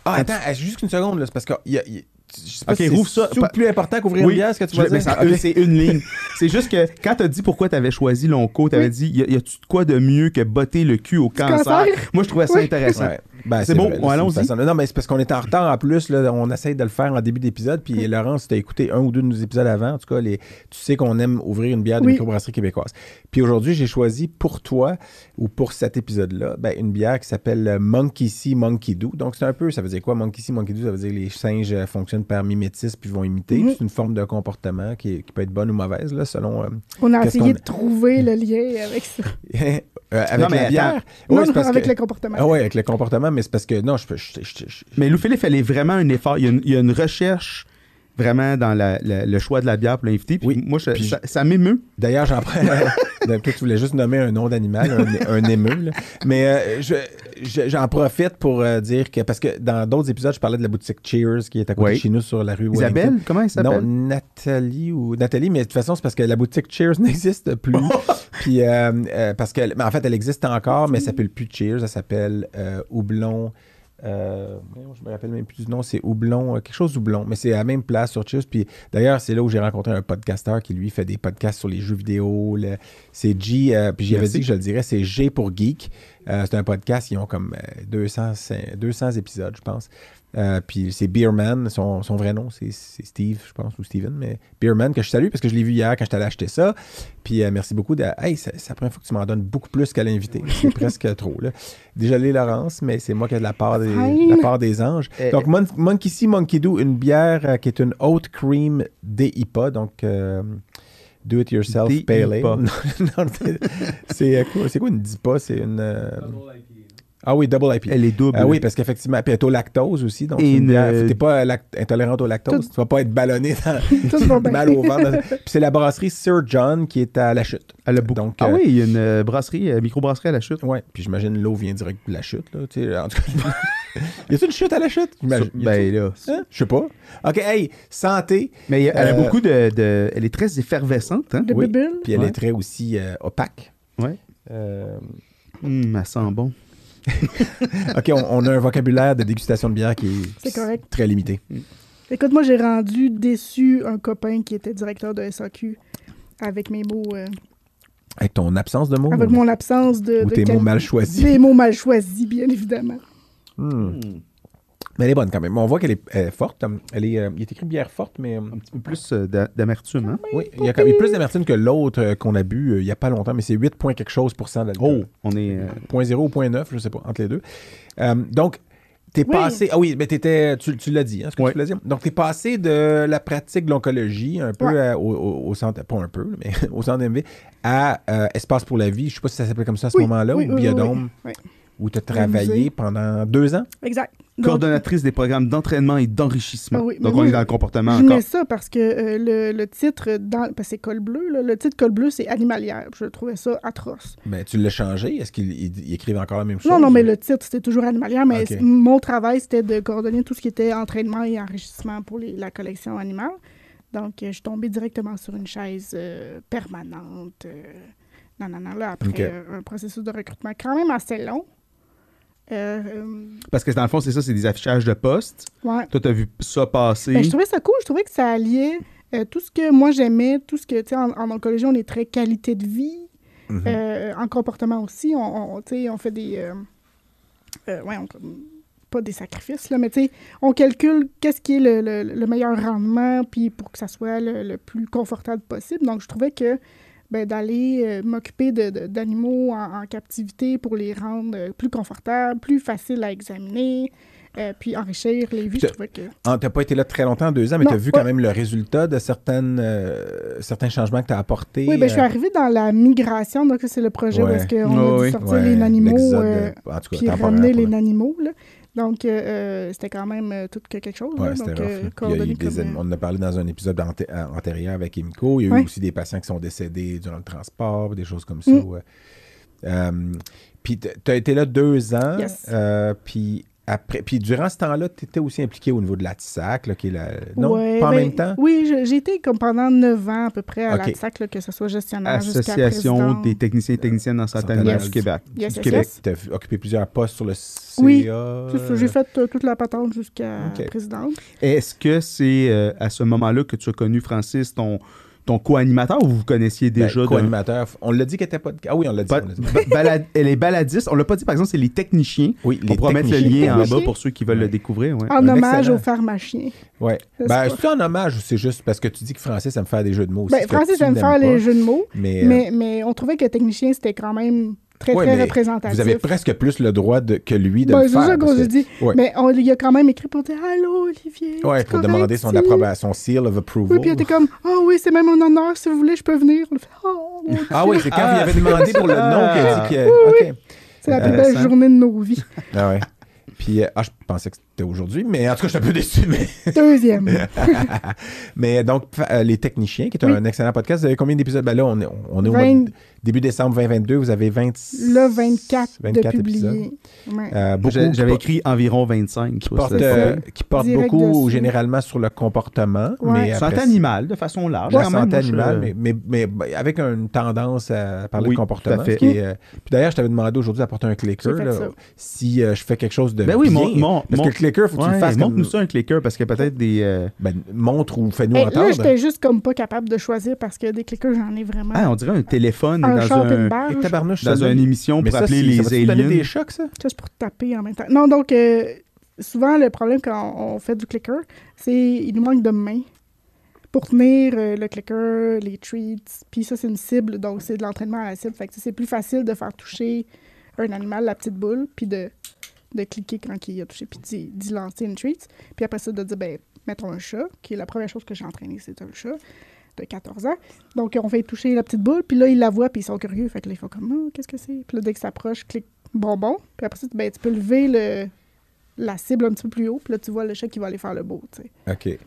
S2: Ah, attends, euh, juste une seconde, là, c'est parce que. y a- y a- je sais pas
S1: Ok,
S2: si
S1: rouvre
S2: c'est
S1: ça.
S2: sous-
S1: Pa-
S2: plus important qu'ouvrir une bière, ce que tu
S1: je-
S2: vas
S1: mais
S2: dire.
S1: ça-
S2: Ok.
S1: euh, c'est *laughs* une ligne. c'est juste que quand t'as dit pourquoi t'avais choisi Lonco, t'avais dit y a- y a-tu de quoi de mieux que botter le cul au cancer?
S3: cancer?
S1: Moi, je trouvais ça
S3: Oui.
S1: intéressant.
S2: Ouais. Ben,
S1: C'est bon,
S2: là,
S1: on-
S2: c'est
S1: allons-y.
S2: une façon de- Non, mais c'est parce qu'on est en retard en plus. Là, on essaye de le faire en début d'épisode. Puis Laurence, si tu as écouté un ou deux de nos épisodes avant, en tout cas, les, tu sais qu'on aime ouvrir une bière de
S3: Oui.
S2: microbrasserie québécoise. Puis aujourd'hui, j'ai choisi pour toi ou pour cet épisode-là ben, une bière qui s'appelle euh, Monkey See, Monkey Do. Donc c'est un peu, ça veut dire quoi Monkey See, Monkey Do Ça veut dire que les singes euh, fonctionnent par mimétisme puis vont imiter.
S3: Mhm.
S2: C'est une forme de comportement qui, est- qui peut être bonne ou mauvaise, là, selon. euh, *laughs*
S3: On a
S2: Qu'est-ce
S3: essayé
S2: qu'on- Hmm.
S3: de trouver le lien avec ça.
S2: euh, avec
S1: mais
S2: la
S1: attends.
S2: bière.
S3: non,
S2: Ouais, c'est
S3: non,
S2: parce
S3: avec
S2: que-
S3: le comportement.
S2: Ah ouais, avec le comportement, mais c'est parce que non, je peux. je- je- je-
S1: Mais Lou Philippe, elle est vraiment un effort. Il y a une, il y a une recherche vraiment dans la- la- le choix de la bière pour l'invité. Puis
S2: Oui.
S1: moi, je-
S2: Puis-
S1: ça, ça m'émeut.
S2: D'ailleurs, j'en prends. *laughs* Ben, Toi, tu voulais juste nommer un nom d'animal, un, un émeule. là. Mais euh, je- je- j'en profite pour euh, dire que. Parce que dans d'autres épisodes, je parlais de la boutique Cheers qui est à côté
S1: Oui.
S2: de chez nous sur la rue Wellington.
S1: Isabelle, comment elle
S2: Non,
S1: s'appelle?
S2: Nathalie ou Nathalie, mais de toute façon, c'est parce que la boutique Cheers *laughs*
S1: *laughs*
S2: n'existe plus. Puis, euh, euh, parce que, mais en fait, elle existe encore,
S1: Mm-hmm.
S2: mais ça s'appelle plus Cheers, elle s'appelle euh, Houblon. euh, voyons, je me rappelle même plus du nom, c'est Houblon, euh, quelque chose Houblon, mais c'est à la même place sur Cheers. Puis d'ailleurs, c'est là où j'ai rencontré un podcasteur qui lui fait des podcasts sur les jeux vidéo. le- C'est G, euh, puis j'avais
S1: Merci.
S2: dit que je le dirais, c'est G pour Geek. Euh, c'est un podcast, ils ont comme euh, 200, cin- 200 épisodes, je pense. Euh, puis c'est Beerman, son, son vrai nom, c'est c'est Steve, je pense, ou Steven, mais Beerman, que je salue parce que je l'ai vu hier quand je t'allais acheter ça. Puis euh, merci beaucoup. De... Hey, c'est c'est la première fois que tu m'en donnes beaucoup plus qu'à l'invité. C'est presque *laughs* trop. Là. Désolé, Laurence, mais c'est moi qui ai de la part des,
S3: Fine.
S2: de la part des anges.
S1: Euh,
S2: donc, Mon- Monkey See, Monkey Do, une bière euh, qui est une Oat Cream DIPA, donc euh, Do It Yourself
S1: DIPA.
S2: Pale Ale. *laughs* Non, non, c'est- c'est euh, quoi, c'est quoi une DIPA C'est une. euh, Ah oui, double IPA.
S1: Elle est double.
S2: Ah oui, parce qu'effectivement, puis elle est au lactose aussi. Donc,
S1: Et
S2: c'est une
S1: une-
S2: bière- t'es pas euh, lact- intolérante au lactose. Tu vas pas être ballonné
S1: *laughs*
S2: dans, *laughs*
S3: Tout va bien.
S2: mal au ventre. Puis c'est la brasserie Sir John qui est à la chute.
S1: Elle a beaucoup-
S2: Donc,
S1: ah
S2: euh,
S1: oui, il y a une euh, brasserie, euh, microbrasserie à la chute.
S2: Ouais, puis j'imagine l'eau vient direct de la chute. Là, tu sais, en tout cas, *laughs* y a-t-il une chute à la chute? J'imagine. Y
S1: Ben
S2: a-t-il-
S1: là.
S2: Hein? Je sais pas. OK, hey, santé.
S1: Mais elle a
S2: Euh,
S1: beaucoup de, de- Elle est très effervescente. Hein?
S3: De
S2: Oui.
S3: bubule.
S2: Puis elle
S1: Ouais.
S2: est très aussi euh, opaque.
S1: Ouais.
S2: Euh,
S1: Hum, elle sent bon.
S2: OK, on, on a un vocabulaire de dégustation de bière qui est,
S3: C'est correct.
S2: très limité.
S3: Écoute, moi, j'ai rendu déçu un copain qui était directeur de SAQ avec mes mots, euh,
S2: Avec ton absence de mots
S3: avec
S2: ou,
S3: mon absence de.
S2: Oh. ou
S3: de
S2: tes
S3: quel-
S2: mots mal choisis.
S3: Mes mots mal choisis, bien évidemment.
S2: Hmm. Mais elle est bonne quand même. On voit qu'elle est euh, forte. Elle est, euh, il est écrit bière forte, mais euh,
S1: Un petit peu plus euh, d'a- d'amertume. Hein?
S2: oui, il y a quand même plus d'amertume que l'autre euh, qu'on a bu euh, il n'y a pas longtemps, mais c'est 8 points quelque chose pour cent d'alcool.
S1: On est. euh,
S2: 0.0 ou 0.9, je ne sais pas, entre les deux. Euh, donc, t'es
S3: Oui.
S2: passé. Ah oui, mais t'étais, tu, tu l'as dit, hein, ce que
S1: Ouais.
S2: tu l'as dit. Donc, t'es passé de la pratique de l'oncologie, un peu
S3: Ouais.
S2: à- au, au- au centre, pas un peu, mais *laughs* au centre MV, à euh, Espace pour la vie. Je ne sais pas si ça s'appelait comme ça à ce
S3: Oui,
S2: moment-là,
S3: oui,
S2: ou
S3: oui, oui,
S2: Biodôme.
S3: oui.
S2: où tu as travaillé
S3: musée.
S2: pendant deux ans.
S3: Exact. Donc,
S1: Coordonnatrice des programmes d'entraînement et d'enrichissement.
S3: Ah oui, mais
S1: Donc, on
S3: moi,
S1: est dans le comportement
S3: Je
S1: encore.
S3: mets ça parce que euh, le, le titre, dans, parce que c'est col bleu, là, le titre col bleu, c'est animalière. Je trouvais ça atroce.
S2: Mais tu l'as changé. Est-ce qu'ils ils- ils écrivent encore la même chose? euh.
S3: Non, non, mais le titre, c'était toujours animalière, mais
S2: Ok.
S3: c- mon travail, c'était de coordonner tout ce qui était entraînement et enrichissement pour les- la collection animale. Donc, euh, je suis tombée directement sur une chaise euh, permanente. euh, non, non, non, là, après
S2: Ok.
S3: euh, un processus de recrutement quand même assez long. Euh, euh,
S1: Parce que dans le fond, c'est ça, c'est des affichages de postes.
S3: ouais.
S1: Toi, t'as vu ça passer.
S3: Ben, je trouvais ça cool. Je trouvais que ça alliait euh, tout ce que moi j'aimais, tout ce que, tu sais, en, en oncologie, on est très qualité de vie.
S2: Mhm.
S3: Euh, en comportement aussi, on, on, tu sais, on fait des. euh, euh, ouais, on- pas des sacrifices, là, mais tu sais, on calcule qu'est-ce qui est le, le- le meilleur rendement, puis pour que ça soit le, le plus confortable possible. Donc, je trouvais que ben, d'aller euh, m'occuper de- de- d'animaux en, en captivité pour les rendre euh, plus confortables, plus faciles à examiner, euh, puis enrichir les vies,
S2: Puis
S3: je
S2: t'as-
S3: trouvais que.
S2: Ah, t'as pas été là très longtemps, deux ans, mais
S3: Non,
S2: tu as vu
S3: ouais.
S2: quand même le résultat de certaines, euh, certains changements que tu as apportés.
S3: Oui, ben, je suis
S2: euh,
S3: arrivée dans la migration, donc ça, c'est le projet où
S2: Ouais.
S3: est-ce qu'on
S1: Ouais,
S3: a
S1: ouais.
S3: dû sortir
S2: ouais,
S3: les animaux,
S2: l'exode,
S3: euh,
S2: euh, en tout cas,
S3: puis
S2: temporaire,
S3: ramener
S2: pour
S3: les
S2: le-
S3: animaux. Là. Donc, euh, euh, c'était quand même euh, tout que quelque chose. là.
S2: Ouais, c'était
S3: donc,
S2: rough, là. Il
S3: euh,
S2: y a eu
S3: coordonner
S2: des
S3: comme,
S2: anim-
S3: euh,
S2: On en a parlé dans un épisode anté- euh, antérieur avec Imco. Il y a eu
S3: Ouais.
S2: aussi des patients qui sont décédés durant le transport, des choses comme ça.
S3: Mm.
S2: ouais. Euh, puis tu as été là deux ans.
S3: Yes.
S2: euh, puis après, puis durant ce temps-là, tu étais aussi impliqué au niveau de la TSAC, là, qui est la- Non,
S3: ouais,
S2: pas en
S3: ben,
S2: même temps.
S3: Oui, je- j'ai été comme pendant neuf ans à peu près à
S2: Ok.
S3: la TSAC, là, que ce soit gestionnaire jusqu'à
S1: Association
S3: président.
S1: des techniciens et techniciennes en santé animale
S2: Yes.
S1: du Québec.
S3: Yes,
S2: du
S3: yes,
S2: Québec,
S3: yes.
S2: tu as occupé plusieurs postes sur le CA.
S3: Oui, Tout ça, J'ai fait euh, toute la patente jusqu'à
S2: Ok.
S3: présidente.
S1: Est-ce que c'est euh, à ce moment-là que tu as connu Francis, ton, ton co-animateur, ou vous connaissiez
S2: Ben,
S1: déjà d'un-
S2: co-animateur. On l'a dit qu'elle était pas. de- Ah oui, on l'a dit.
S1: Ba-
S2: on l'a dit.
S1: ba- balad- Elle est baladiste. On l'a pas dit, par exemple, c'est les techniciens.
S2: Oui,
S1: on pourra mettre le lien hein. en
S3: techniciens.
S1: bas pour ceux qui veulent
S2: Ouais.
S1: le découvrir. ouais.
S3: En
S2: un
S3: hommage
S2: excellent.
S3: au pharmacien.
S2: Ouais.
S3: Ça,
S2: Ben,
S3: c'est
S2: c'est un hommage ou c'est juste parce que tu dis que Francis aime faire des jeux de mots aussi.
S3: Ben,
S2: que
S3: Francis
S2: tu
S3: aime
S2: n'aimes
S3: faire
S2: pas,
S3: les jeux de mots,
S2: Mais, euh,
S3: mais, mais on trouvait que technicien, c'était quand même très,
S2: ouais,
S3: très
S2: mais
S3: représentatif.
S2: Vous avez presque plus le droit de- que lui de
S3: Ben,
S2: le
S3: c'est
S2: faire.
S3: ça que
S2: parce
S3: j'ai
S2: que-
S3: dit.
S2: ouais.
S3: Mais on lui a quand même écrit pour dire Allô, Olivier.
S2: Ouais,
S3: tu
S2: pour
S3: correct,
S2: demander son
S3: si?
S2: approbation, seal of approval.
S3: Oui, puis elle était comme Oh oui, c'est même un honneur, si vous voulez, je peux venir. On a fait, Oh, mon Dieu,
S2: Ah oui, c'est quand
S1: Ah.
S2: il avait demandé pour le nom qu'il
S3: Ah.
S2: a dit que. OK.
S3: c'est la plus belle
S2: Intéressant.
S3: journée de nos vies.
S2: Ah ouais. Puis, euh, ah, je pensais que c'était aujourd'hui, mais en tout cas, je suis un peu déçu. Mais,
S3: Deuxième.
S2: mais donc, fa- euh, Les Techniciens, qui est un excellent podcast, vous avez combien d'épisodes? Ben là, on est, on est au mois de-
S3: Vingt-
S2: début décembre 2022, vous avez 26.
S3: le 24, de
S2: épisodes.
S3: publier. Ouais.
S2: Euh, beaucoup
S1: J'ai-
S2: qui
S1: J'avais
S2: por-
S1: écrit environ 25.
S2: qui
S1: toi,
S2: portent,
S1: cette-
S2: euh, qui portent
S3: Direct
S2: beaucoup
S3: dessus.
S2: généralement sur le comportement.
S3: Ouais.
S2: Mais après,
S1: Santé animale, de façon large.
S2: Ouais,
S1: quand même,
S2: santé
S1: moi, je-
S2: animale, mais, mais- mais, ben, avec une tendance à parler
S1: Oui,
S2: de comportement.
S1: tout à fait.
S2: ce qui est, euh, puis d'ailleurs, je t'avais demandé aujourd'hui d'apporter un clicker.
S3: J'ai fait
S2: là,
S3: ça.
S2: si euh, je fais quelque chose de.
S1: Ben oui,
S2: bien,
S1: mon- mon-
S2: Parce
S1: mon-
S2: que le clicker, faut que tu le
S1: Ouais,
S2: fasses. comme-
S1: Montre-nous ça un clicker parce que peut-être des. euh,
S2: Ben, montre ou fais-nous
S3: Hey, là,
S2: entendre.
S3: j'étais juste comme pas capable de choisir parce que des cliqueurs, j'en ai vraiment.
S1: Ah, on dirait un téléphone
S3: un
S1: dans,
S3: champ et une
S1: un,
S2: Et
S3: barge.
S2: tabarnouche,
S1: dans
S2: ça,
S1: une
S2: là.
S1: émission
S2: Mais
S1: pour
S2: ça,
S1: appeler
S2: c'est- ça
S1: les
S2: va-tu donner
S1: aliens.
S2: des chocs, ça?
S3: Ça, c'est pour taper en même temps. Non, donc, euh, souvent, le problème quand on fait du clicker, c'est il nous manque de main pour tenir euh, le clicker, les treats. Puis ça, c'est une cible, donc c'est de l'entraînement à la cible. Fait que tu sais, c'est plus facile de faire toucher un animal, la petite boule, puis de, de cliquer quand il a touché, puis d'y d'y lancer une treat. Puis après ça, de dire, ben, mettons un chat, qui est la première chose que j'ai entraînée, c'est un chat de 14 ans. Donc, on fait toucher la petite boule, puis là, ils la voient, puis ils sont curieux. Fait que là, ils font comme, Ah, qu'est-ce que c'est? Puis là, dès que ça approche, clique bonbon. Puis après ça, ben, tu peux lever le, la cible un petit peu plus haut, puis là, tu vois le chat qui va aller faire le beau, tu sais.
S2: OK.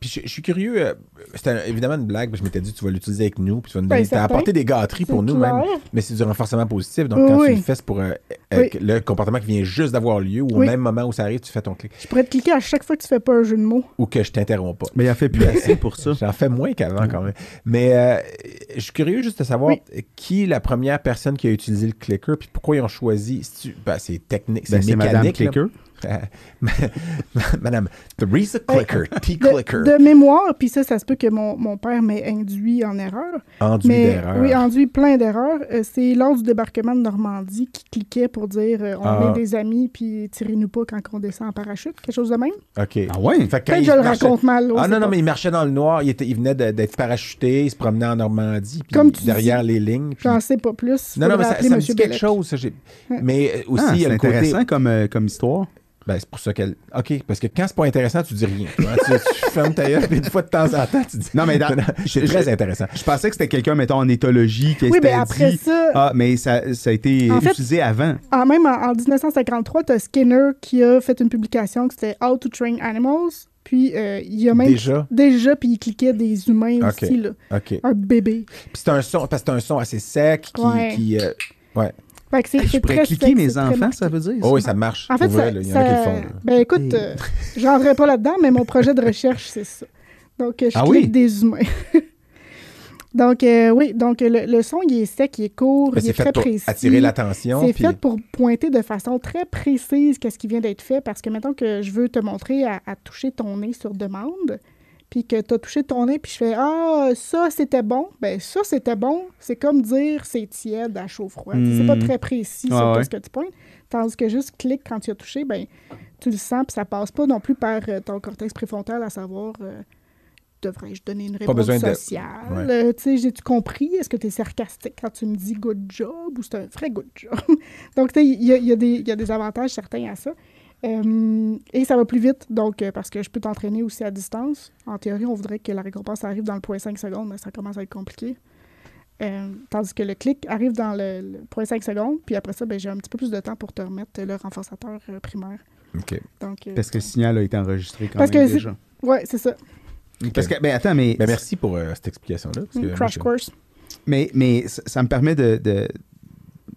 S2: Puis je, je suis curieux, euh, c'était un- évidemment une blague, puis je m'étais dit, tu vas l'utiliser avec nous, puis tu vas nous
S3: Ben,
S2: donner, t'as
S3: certain.
S2: apporté des gâteries pour
S3: C'est
S2: nous même,
S3: clair.
S2: mais c'est du renforcement positif, donc
S3: Oui,
S2: quand tu
S3: oui.
S2: le fais, c'est pour euh, euh,
S3: Oui.
S2: que le comportement qui vient juste d'avoir lieu, ou au
S3: Oui.
S2: même moment où ça arrive, tu fais ton clic,
S3: Je pourrais te cliquer à chaque fois que tu fais pas un jeu de mots.
S2: ou que je t'interromps pas.
S1: Mais il en fait
S2: Ben,
S1: plus assez pour ça.
S2: J'en fais moins qu'avant quand même. Mais euh, je suis curieux juste de savoir qui est la première personne qui a utilisé le clicker, puis pourquoi ils ont choisi. c'est-tu- ben, c'est technique, c'est
S1: Ben, C'est Madame
S2: mécanique. là.
S1: Clicker.
S2: *laughs* Madame Theresa Clicker, T
S3: De,
S2: Clicker,
S3: de mémoire, puis ça, ça se peut que mon, mon père m'ait induit en erreur.
S2: enduit
S3: mais
S2: d'erreur.
S3: oui, induit plein d'erreurs. Euh, c'est lors du débarquement de Normandie qui cliquait pour dire euh, on
S2: Ah.
S3: est des amis, puis tirez-nous pas quand on descend en parachute, quelque chose de même.
S2: OK.
S1: Ah ouais?
S2: Fait que quand
S3: Peut-être que
S2: il
S3: je le
S2: marchait-
S3: raconte mal. on
S2: Ah
S3: sait
S2: non, non,
S3: pas.
S2: mais il marchait dans le noir, il, était, il venait de- d'être parachuté, il se promenait en Normandie, puis
S3: Comme tu
S2: derrière les lignes. puis-
S3: J'en sais pas plus.
S2: Non, non,
S3: Faudrait
S2: mais ça,
S3: appeler
S2: ça me
S3: Monsieur
S2: dit quelque
S3: Bellec.
S2: chose. ça, j'ai- Mais euh, aussi,
S1: Ah,
S2: il y
S1: c'est
S2: a le côté.
S1: intéressant comme, euh, comme histoire.
S2: Ben, c'est pour ça qu'elle. OK, parce que quand c'est pas intéressant, tu dis rien. toi. tu, tu fermes ta gueule, puis une fois de temps en temps, tu dis.
S1: Non, mais
S2: *laughs*
S1: dans-
S2: c'est
S1: je-
S2: très
S1: je-
S2: intéressant.
S1: Je pensais que c'était quelqu'un, mettons, en éthologie, qui
S3: Oui,
S1: s'était
S3: mais après
S1: dit,
S3: ça-
S1: Ah, mais ça, ça a été
S3: En fait-
S1: utilisé avant.
S3: Ah, même en, en 1953, tu as Skinner qui a fait une publication qui c'était How to Train Animals. Puis euh, il y a même.
S2: Déjà.
S3: Déjà, puis il cliquait des humains
S2: Ok.
S3: aussi, là.
S2: OK.
S3: Un bébé.
S2: Puis c'est un son, parce que c'est un son assez sec qui.
S3: Ouais.
S2: qui, euh, ouais.
S3: Fait que c'est
S1: Je
S3: c'est
S1: pourrais
S3: très
S1: cliquer
S3: sec,
S1: mes
S3: c'est très
S1: enfants,
S3: marqué.
S1: ça veut dire.
S2: Oh, oui, ça marche.
S3: En fait,
S2: Pour vrai,
S3: ça-
S2: là, il y en a qui le
S3: ça-
S2: font. là.
S3: Ben écoute, euh, je rentrerai pas là-dedans, mais mon projet de recherche, c'est ça. Donc, euh, je
S2: Ah
S3: clique
S2: oui?
S3: des humains. *laughs* donc, euh, oui, donc euh, le, le son, il est sec, il est court,
S2: Ben,
S3: il est
S2: c'est fait
S3: très
S2: pour
S3: précis.
S2: attirer l'attention.
S3: C'est
S2: puis-
S3: fait pour pointer de façon très précise qu'est-ce qui vient d'être fait, parce que mettons que je veux te montrer à, à toucher ton nez sur demande, puis que tu as touché ton nez, puis je fais Ah, ça c'était bon. Ben ça c'était bon. C'est comme dire c'est tiède à chaud froid. Tu sais, C'est pas
S1: Mm.
S3: très précis
S1: Ah
S3: sur
S1: ouais.
S3: ce que tu pointes. Tandis que juste clic quand tu as touché, ben tu le sens, puis ça passe pas non plus par euh, ton cortex préfrontal, à savoir. euh, Devrais-je donner une réponse
S2: besoin de-
S3: sociale?
S2: Ouais.
S3: Euh, tu sais, J'ai-tu compris? Est-ce que tu es sarcastique quand tu me dis good job ou c'est un vrai good job? *laughs* Donc, tu sais, il y a, il y a des- il y a des avantages certains à ça. Euh, et ça va plus vite, donc, euh, parce que je peux t'entraîner aussi à distance. En théorie, on voudrait que la récompense arrive dans le point 5 secondes, mais ça commence à être compliqué. Euh, tandis que le clic arrive dans le, le point 5 secondes, puis après ça, ben, j'ai un petit peu plus de temps pour te remettre le renforçateur euh, primaire.
S2: OK.
S3: Donc, euh,
S1: Parce que le signal a été enregistré quand
S3: Parce
S1: même
S3: que c'est-
S1: déjà.
S3: ouais, c'est ça.
S2: OK.
S1: Parce que, ben attends, mais,
S2: Ben, merci pour euh, cette explication-là. parce que
S3: Mm,
S2: moi,
S3: crash
S2: je-
S3: course.
S1: mais, mais ça, ça me permet de, de,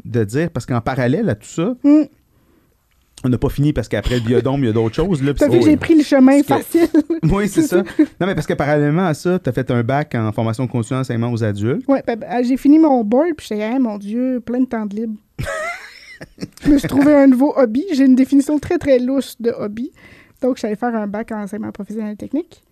S1: de dire, parce qu'en parallèle à tout ça,
S3: Mm.
S1: on n'a pas fini parce qu'après le biodôme, il y a d'autres choses. Là, puis
S3: T'as vu
S1: c'est-
S3: que j'ai pris le chemin
S1: Oh Parce
S3: facile. *laughs*
S1: Oui, c'est ça. Non, mais parce que parallèlement à ça, tu as fait un bac en formation continue enseignement aux adultes.
S3: Ouais, ben, ben, j'ai fini mon board, puis j'étais, Hey, mon Dieu, plein de temps
S1: *laughs*
S3: de libre. je me suis trouvé un nouveau hobby. J'ai une définition très, très lousse de hobby. Donc, j'allais faire un bac en enseignement professionnel technique.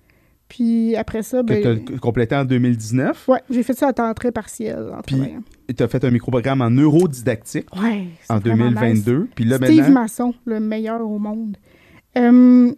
S3: Puis après ça,
S1: Que
S3: ben,
S1: tu as complété en 2019.
S3: ouais, j'ai fait ça à temps très partiel en
S1: Puis,
S3: travaillant.
S1: Tu as fait un microprogramme en neurodidactique
S3: Ouais, c'est
S1: en
S3: vraiment nice.
S1: 2022. Puis là,
S3: Steve
S1: maintenant.
S3: Masson, le meilleur au monde. Hum,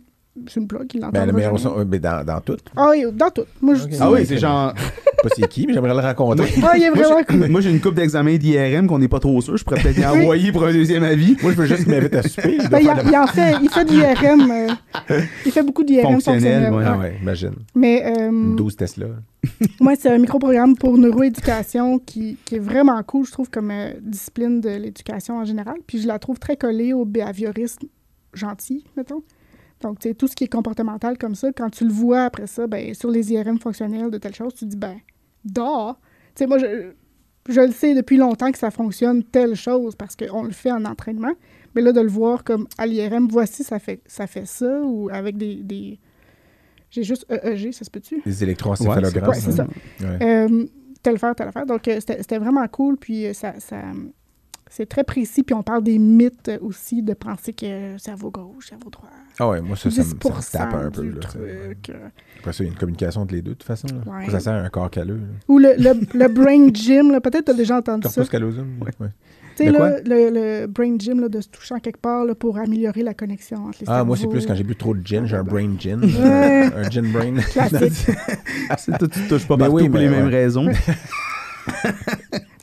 S3: c'est une blague, il l'entend.
S2: Ben, le meilleur son, euh, ben, dans, dans tout.
S3: Ah, il- dans tout. Moi, je
S2: Ok.
S3: dis ça.
S1: Ah oui, c'est genre.
S2: pas c'est qui, mais j'aimerais le rencontrer.
S3: Ah, il est
S1: *laughs* Moi,
S3: vraiment
S1: j'ai-
S3: cool.
S1: Moi, j'ai une coupe d'examen d'IRM qu'on n'est pas trop sûr. Je pourrais
S3: *laughs*
S1: peut-être y envoyer pour un deuxième avis.
S2: Moi, je veux juste qu'il m'invite à souper. il doit
S3: Ben, il,
S2: faire
S3: en- il en fait, il fait de l'IRM. euh, il fait beaucoup d'IRM
S1: Fonctionnel,
S3: fonctionnel.
S1: ouais.
S2: de-
S3: ouais.
S2: Ah ouais, imagine.
S3: Mais
S2: Une
S3: euh,
S2: 12 Tesla.
S3: *laughs* moi, c'est un micro-programme pour neuroéducation qui, qui est vraiment cool, je trouve, comme euh, discipline de l'éducation en général. Puis je la trouve très collée au behaviorisme gentil, mettons. Donc, tu sais, tout ce qui est comportemental comme ça, quand tu le vois après ça, ben, sur les IRM fonctionnels de telle chose, tu dis, ben, dors. Tu sais, moi, je, je le sais depuis longtemps que ça fonctionne telle chose parce qu'on le fait en entraînement. Mais là, de le voir comme à l'IRM, voici, ça fait ça, fait ça ou avec des. des- J'ai juste EEG, ça se peut-tu?
S2: Les
S1: c'est
S2: électroencéphalogrammes.
S3: Ouais, c'est ça.
S2: Ouais.
S3: Euh, telle affaire, telle affaire. Donc, euh, c'était c'était vraiment cool. Puis, euh, ça, ça, c'est très précis. Puis, on parle des mythes euh, aussi, de penser que cerveau gauche, cerveau droit.
S2: Ah ouais, moi, ça, ça, me- ça
S3: 10
S2: me tape un peu.
S3: du
S2: Là, ça.
S3: truc. euh.
S2: Après ça, il y a une communication entre les deux, de toute façon. là.
S3: Ouais.
S2: Ça, Ça sert à un corps caleux. là.
S3: Ou le, le- le brain gym, là, peut-être tu as déjà entendu ça.
S2: Corpus callosum. ouais. ouais.
S3: Tu sais,
S1: De
S3: là,
S1: quoi?
S3: le, le brain gym, là, de se toucher en quelque part là, pour améliorer la connexion entre les
S2: Ah, moi, c'est
S3: cerveaux.
S2: plus quand j'ai bu trop de gin, j'ai un brain gin.
S3: Ouais.
S2: *laughs* Un gin brain.
S3: *laughs* Classique.
S1: C'est tout, tu touches pas
S2: Mais
S1: partout
S2: oui,
S1: pour
S2: mais
S1: les mêmes
S2: ouais.
S1: raisons.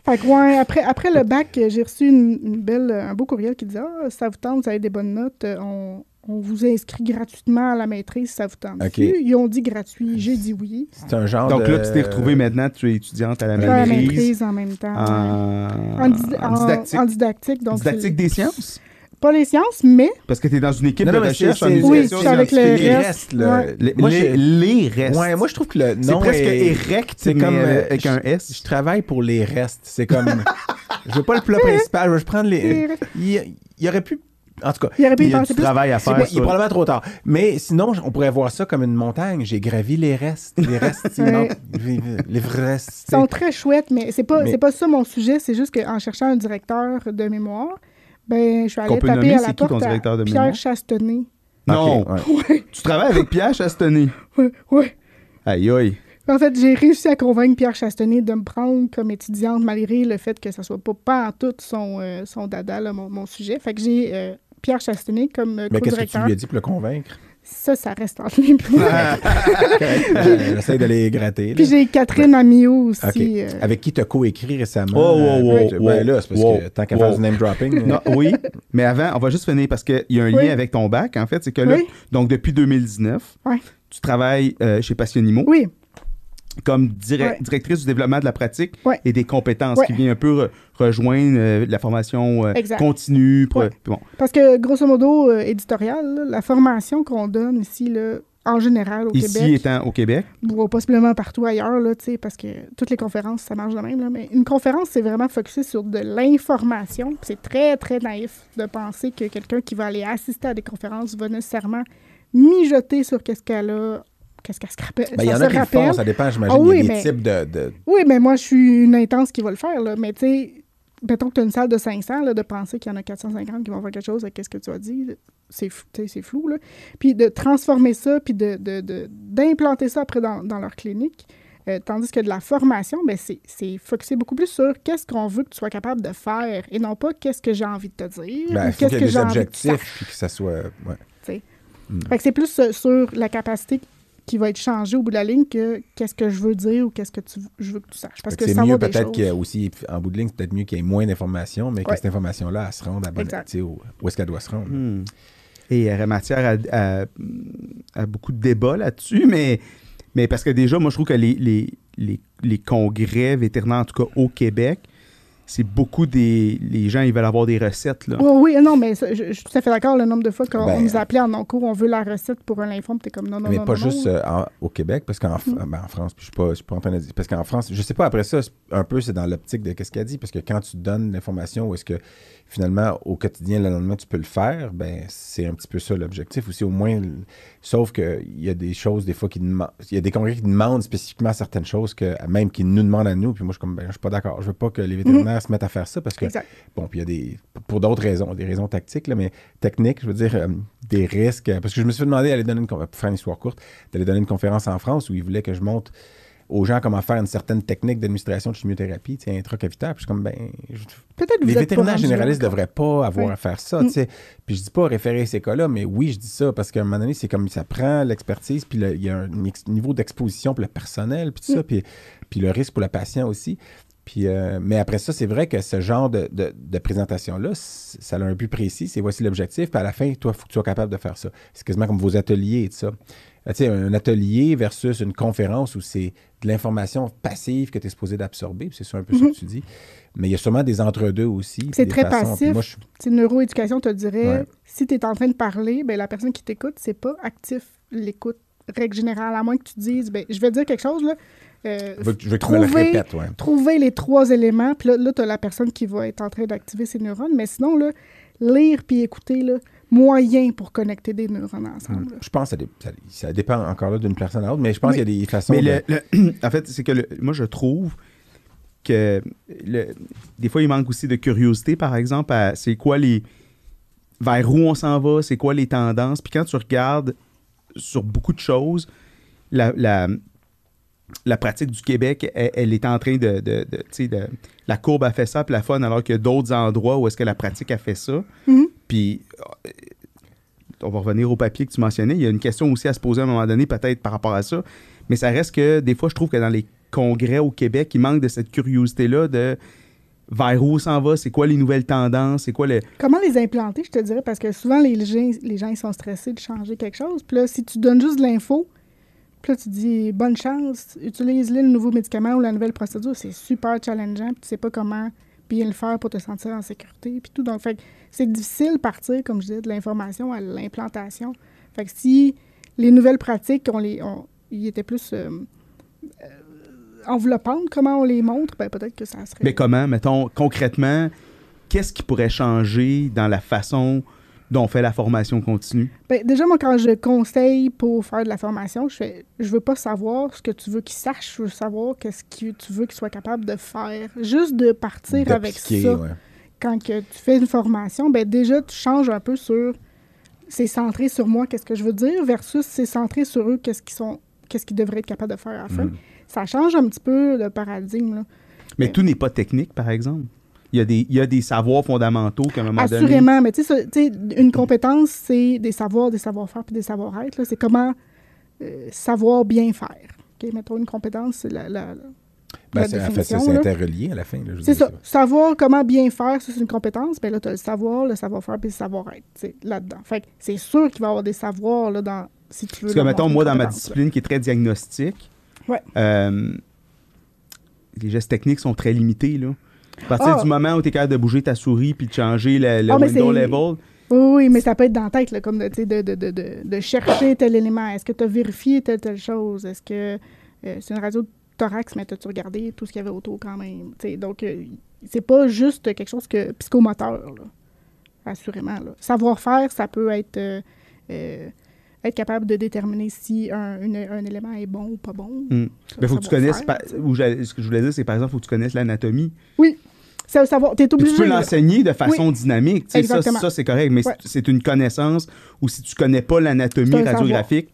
S3: Fait que, ouais, après, après le bac, euh, j'ai reçu une, une belle, euh, un beau courriel qui disait Ah, ça vous tente, vous avez des bonnes notes, euh, on, on vous inscrit gratuitement à la maîtrise, ça vous tente.
S2: Ok.
S3: Ils ont dit gratuit, j'ai dit oui.
S2: C'est un genre
S1: Donc
S2: de-
S1: là, tu t'es retrouvé maintenant, tu es étudiante à la
S3: Faire la
S1: maîtrise.
S3: maîtrise en même temps. ouais.
S1: En...
S3: En, dis-
S1: en
S3: en-
S1: didactique.
S3: en didactique, donc
S1: didactique des sciences.
S3: c'est- Pas les sciences, mais
S1: Parce que tu es dans une équipe
S2: Non,
S1: de
S2: non, mais c'est
S1: recherche en
S2: c'est-
S3: Oui,
S1: éducation
S3: c'est avec le
S1: scientifique.
S2: les
S3: reste.
S2: restes. là.
S1: Les,
S2: Moi,
S1: les-
S2: je-
S1: les restes.
S2: Ouais, moi, je trouve que le
S1: c'est
S2: nom
S1: presque
S2: est-
S1: érect,
S2: c'est
S1: mais
S2: comme, euh,
S1: avec un S.
S2: Je travaille pour les restes. C'est comme. je veux pas le plat principal, je veux prendre les. Il, il aurait pu. En tout cas.
S3: il aurait pu
S1: Il
S3: y
S1: y a
S3: penser
S1: du
S3: plus.
S1: travail à
S2: C'est
S1: faire.
S2: pas- il est
S1: sur-
S2: probablement trop tard. Mais sinon, on pourrait voir ça comme une montagne. J'ai gravi les restes. Les
S3: *laughs*
S2: restes, sinon. les restes.
S3: Ils sont très chouettes, mais c'est pas,
S2: Mais-
S3: c'est pas ça mon sujet. C'est juste qu'en cherchant un directeur de mémoire, ben, je suis allée
S1: peut
S3: taper
S1: nommer,
S3: à
S1: c'est
S3: la
S1: qui ton
S3: porte à
S1: directeur de
S3: Pierre
S1: mémoire?
S3: Chastenay.
S1: Non, tu travailles avec Pierre Chastenay.
S3: Ouais, ouais.
S1: Aïe, aïe.
S3: En fait, j'ai réussi à convaincre Pierre Chastenay de me prendre comme étudiante, malgré le fait que ça soit pas, pas en tout son, euh, son dada, là, mon, mon sujet. Fait que j'ai euh, Pierre Chastenay comme euh,
S2: Mais qu'est-ce que tu
S3: co-directeur. *laughs*
S2: lui as dit Ah, pour le convaincre?
S3: Ça, ça reste entre lui et moi.
S2: Euh, J'essaie de les gratter.
S3: Puis
S2: là.
S3: j'ai Catherine Amio aussi.
S2: OK.
S3: euh,
S2: Avec qui t'as coécrit récemment?
S1: Oh, Wow, wow,
S2: euh,
S1: wow,
S2: ben,
S1: wow,
S2: ben là, c'est parce
S1: wow,
S2: que tant qu'à
S1: wow.
S2: faire du name dropping.
S1: Non, oui, mais avant, on va juste finir parce qu'il y a un lien
S3: Oui.
S1: avec ton bac, en fait. C'est que là,
S3: Oui.
S1: donc depuis 2019,
S3: Ouais.
S1: tu travailles euh, chez Passionimo
S3: Oui,
S1: comme direc-
S3: Ouais.
S1: directrice du développement de la pratique
S3: Ouais.
S1: et des compétences,
S3: Ouais.
S1: qui vient un peu re- rejoindre euh, la formation euh,
S3: Exact.
S1: continue. pro-
S3: Ouais.
S1: bon.
S3: parce que grosso modo, euh, éditorial, là, la formation qu'on donne ici, là, en général au
S1: Ici
S3: Québec,
S1: étant au Québec.
S3: ou possiblement partout ailleurs, là, tu sais, parce que toutes les conférences, ça marche de même, là, mais une conférence, c'est vraiment focusé sur de l'information. Puis C'est très, très naïf de penser que quelqu'un qui va aller assister à des conférences va nécessairement mijoter sur qu'est-ce qu'elle a, qu'est-ce qu'elle se rappelle.
S2: Ben, il y
S3: ça
S2: en
S3: se
S2: a qui le font,
S3: rappelle.
S2: ça dépend, j'imagine.
S3: Ah
S2: il
S3: oui,
S2: y a des
S3: mais-
S2: types de. de- ben,
S3: Oui, mais moi, je suis une intense qui va le faire, là. Mais tu sais, mettons que tu as une salle de 500, là, de penser qu'il y en a 450 qui vont faire quelque chose avec ce que tu as dit, là, c'est fou, tu sais, c'est flou, là. Puis de transformer ça, puis de, de- de- d'implanter ça après dans, dans leur clinique. Euh, tandis que de la formation, ben c'est, c'est focusé beaucoup plus sur qu'est-ce qu'on veut que tu sois capable de faire et non pas qu'est-ce que j'ai envie de te dire
S2: ben,
S3: ou
S2: faut qu'il
S3: qu'est-ce
S2: y
S3: que
S2: ait des
S3: j'ai envie de faire.
S2: objectifs, puis que ça soit. ouais.
S3: Fait que c'est plus euh, sur la capacité qui va être changée au bout de la ligne que qu'est-ce que je veux dire ou qu'est-ce que tu, je veux que tu saches. Parce
S2: Fait que
S3: que
S2: c'est
S3: savoir
S2: mieux
S3: des
S2: peut-être
S3: choses-
S2: qu'il y a aussi, en bout de ligne, c'est peut-être mieux qu'il y ait moins d'informations, mais que
S3: Ouais.
S2: cette information-là, elle se rende à bonne,
S3: Exact. Mm.
S2: tu sais, où, où est-ce qu'elle doit se rendre.
S1: Hmm. Et elle a matière à, à- à beaucoup de débats là-dessus, mais, mais parce que déjà, moi, je trouve que les, les, les, les congrès vétérinaires, en tout cas au Québec, c'est beaucoup des. Les gens, ils veulent avoir des recettes. Là.
S3: Oh, Oui, oui, non, mais ça, je, je suis tout à fait d'accord. Le nombre de fois qu'on
S2: Ben,
S3: on nous appelait en cours, on veut la recette pour un lymphome, t'es comme non, non,
S2: mais
S3: non.
S2: pas
S3: non, non.
S2: juste euh, en- au Québec, parce qu'en
S3: Mm.
S2: Fr- ben, en France, puis je suis pas, je suis pas en train de dire. Parce qu'en France, je sais pas après ça, c'est- un peu c'est dans l'optique de qu'est-ce qu'elle dit, parce que quand tu donnes l'information, où est-ce que finalement au quotidien, le lendemain, tu peux le faire, ben c'est un petit peu ça l'objectif aussi, au moins. l- Sauf qu'il y a des choses, des fois, qui demandent. Il y a des congrès qui demandent spécifiquement certaines choses, que même qui nous demandent à nous, puis moi, je suis comme, ben, je suis pas d'accord. Je veux pas que les vétérinaires se mettent à faire ça, parce que
S3: Mm-hmm. Exact.
S2: Bon, puis il y a des. Pour d'autres raisons, des raisons tactiques, là, mais techniques, je veux dire, euh, des risques. euh, Parce que je me suis demandé d'aller donner une conférence, pour faire une histoire courte, d'aller donner une conférence en France où ils voulaient que je montre aux gens comment faire une certaine technique d'administration de chimiothérapie, tu sais, intracavitaire. Puis je suis comme, ben. je-
S3: Peut-être que
S2: les
S3: vous êtes pas
S2: vétérinaires
S3: rendu là Mm.
S2: généralistes ne
S3: encore.
S2: devraient pas avoir
S3: Oui.
S2: à faire ça, tu sais. Puis je dis pas référer à ces cas-là, mais oui, je dis ça parce qu'à un moment donné, c'est comme ça prend l'expertise, puis le- il y a un ex- niveau d'exposition pour le personnel, puis tout
S3: Mm.
S2: ça, puis, puis le risque pour le patient aussi. Puis, euh, mais après ça, c'est vrai que ce genre de, de- de présentation-là, c- ça a un but précis, c'est voici l'objectif, puis à la fin, toi, faut que tu sois capable de faire ça. C'est quasiment comme vos ateliers et tout ça. Euh, tu sais, un atelier versus une conférence où c'est de l'information passive que tu es supposé d'absorber, puis c'est ça un peu ce que tu dis. Mais il y a sûrement des entre-deux aussi. puis
S3: Mhm. C'est
S2: des
S3: très
S2: façons. Puis
S3: passif.
S2: Moi, je suis
S3: Tu sais, neuroéducation te dirait,
S2: Ouais.
S3: si tu es en train de parler, ben, la personne qui t'écoute, c'est pas actif l'écoute, règle générale, à moins que tu dises, ben, je vais dire quelque chose, là. euh,
S2: Je veux, que- je veux que tu me le
S3: Trouver-
S2: répètes, ouais.
S3: trouver les trois éléments, puis là, tu as la personne qui va être en train d'activer ses neurones, mais sinon, là, lire puis écouter, là, moyen pour connecter des neurones ensemble. là.
S2: Hmm. Je pense que ça, dé- ça- ça dépend encore là d'une personne à l'autre, mais je pense
S3: Oui.
S2: qu'il y a des façons.
S1: Mais
S2: de-
S1: le, le- *clears throat* en fait, c'est que le- moi, je trouve que le- des fois, il manque aussi de curiosité, par exemple, à c'est quoi les. vers où on s'en va, c'est quoi les tendances. Puis quand tu regardes sur beaucoup de choses, la, la, la pratique du Québec, elle, elle est en train de. de- de- tu sais, de- la courbe a fait ça, puis la faune, alors qu'il y a d'autres endroits où est-ce que la pratique a fait ça.
S3: Mhm.
S1: Puis, euh, on va revenir au papier que tu mentionnais. Il y a une question aussi à se poser à un moment donné, peut-être par rapport à ça. Mais ça reste que, des fois, je trouve que dans les congrès au Québec, il manque de cette curiosité-là de vers où s'en va, c'est quoi les nouvelles tendances, c'est quoi le.
S3: Comment les implanter, je te dirais, parce que souvent, les gens, les gens ils sont stressés de changer quelque chose. Puis là, si tu donnes juste de l'info, puis là, tu dis bonne chance, utilise-le le nouveau médicament ou la nouvelle procédure, c'est super challengeant, puis tu sais pas comment bien le faire pour te sentir en sécurité, puis tout. Donc, fait que c'est difficile de partir, comme je disais, de l'information à l'implantation. Fait que si les nouvelles pratiques, on les, on, ils étaient plus euh, euh, enveloppantes, comment on les montre, ben, peut-être que ça serait.
S1: Mais comment, mettons, concrètement, qu'est-ce qui pourrait changer dans la façon dont on fait la formation continue?
S3: Ben, déjà, moi, quand je conseille pour faire de la formation, je fais, je veux pas savoir ce que tu veux qu'ils sachent, je veux savoir qu'est-ce que tu veux qu'ils soient capables de faire. Juste de partir avec
S2: d'appliquer,
S3: ça.
S2: ouais.
S3: Quand que tu fais une formation, ben déjà, tu changes un peu sur c'est centré sur moi, qu'est-ce que je veux dire, versus c'est centré sur eux, qu'est-ce qu'ils sont, qu'est-ce qu'ils devraient être capables de faire
S2: Mm.
S3: à la fin. Ça change un petit peu le paradigme, là.
S1: Mais
S3: Ouais.
S1: tout n'est pas technique, par exemple. il y, a des, il y a des savoirs fondamentaux qu'à un moment donné.
S3: Assurément, mais tu sais, ça- tu sais, une compétence, c'est des savoirs, des savoir-faire puis des savoir-être. là. C'est comment euh, savoir bien faire. OK, mettons une compétence, c'est la, la- la-
S2: Ben,
S3: la
S2: c'est- en fait, c'est
S3: définition,
S2: c'est
S3: là.
S2: interrelié à la fin. là, je veux
S3: C'est
S2: dire,
S3: ça. Savoir comment bien faire, ça, c'est une compétence. Bien là, tu as le savoir, le savoir-faire puis le savoir-être tu sais, là-dedans. Fait que c'est sûr qu'il va y avoir des savoirs là, dans, si tu veux.
S1: Parce que,
S3: leur
S1: mettons,
S3: montrer
S1: moi,
S3: une
S1: dans ma
S3: compétence, là.
S1: discipline qui est très diagnostique,
S3: Ouais.
S1: euh, les gestes techniques sont très limités. Là. À partir
S3: Ah!
S1: du moment où tu es capable de bouger ta souris puis de changer le, le
S3: Ah, mais
S1: window
S3: c'est-
S1: level,
S3: Oui, oui, mais ça peut être dans la tête, là, comme de, tu sais, de, de, de, de, de chercher tel élément. Est-ce que tu as vérifié telle, telle chose? Est-ce que euh, c'est une radio de thorax, mais as-tu regardé tout ce qu'il y avait autour quand même? Tu sais, donc, euh, c'est pas juste quelque chose que psychomoteur, là, assurément. là. Savoir-faire, ça peut être, euh, euh, être capable de déterminer si un, une- un élément est bon ou pas bon.
S1: Hmm.
S3: Ça,
S1: ben, faut que tu
S3: savoir-faire.
S1: connaisses. par- où j'allais- ce que je voulais dire, c'est par exemple, faut que tu connaisses l'anatomie.
S3: Ça, savoir, t'es
S1: Mais
S3: obligé.
S1: Tu peux
S3: là.
S1: l'enseigner de façon dynamique. tu sais, Ça,
S3: Exactement.
S1: ça c'est correct, mais
S3: Ouais.
S1: c'est- c'est une connaissance où si tu connais pas
S3: C'est
S1: l'anatomie
S3: un
S1: radiographique,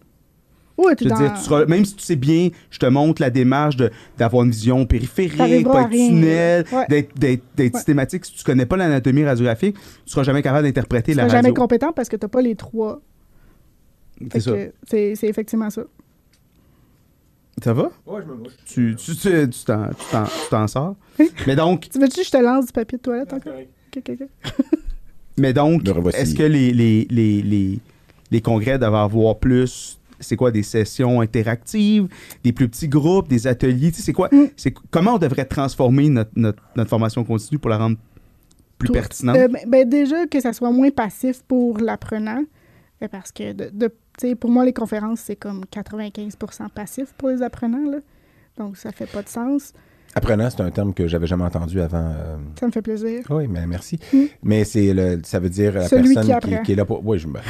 S3: Ouais, t'es
S1: je veux
S3: dans-
S1: dire, tu seras- même si tu sais bien, je te montre la démarche de- d'avoir une vision périphérique,
S3: T'arriveras
S1: pas
S3: à
S1: être
S3: rien.
S1: tunnel,
S3: Ouais.
S1: d'être- d'être d'être
S3: Ouais.
S1: systématique. Si tu connais pas l'anatomie radiographique, tu seras jamais capable d'interpréter
S3: tu
S1: la
S3: seras
S1: radio.
S3: jamais compétent parce que t'as pas les trois. Fait
S1: C'est ça.
S3: que C'est c'est effectivement ça.
S1: Ça va?
S2: euh, Ouais, je me mouche.
S1: Tu tu- tu- tu t'en tu t'en- tu t'en
S3: *laughs*
S1: sors. mais donc,
S3: Tu veux-tu que je te lance du papier de toilette encore? Ok, ok, ok.
S1: mais donc
S2: Le revoici.
S1: est-ce que les, les, les, les, les congrès doivent avoir plus, c'est quoi, des sessions interactives, des plus petits groupes, des ateliers? tu sais, C'est quoi?
S3: Mm.
S1: c'est Comment on devrait transformer notre, notre, notre formation continue pour la rendre plus
S3: Tout-
S1: pertinente?
S3: Euh, ben, ben, déjà, que ça soit moins passif pour l'apprenant, euh, parce que de, de- tu sais, pour moi, les conférences, c'est comme 95 passif pour les apprenants. Là. Donc, ça fait pas de sens.
S2: Apprenant, c'est un terme que j'avais jamais entendu avant. euh,
S3: Ça me fait plaisir.
S2: Oui, mais merci.
S3: Mm.
S2: Mais c'est le, ça veut dire la
S3: Celui
S2: personne
S3: qui
S2: qui,
S3: apprend.
S2: qui est là pour. Oui, je me.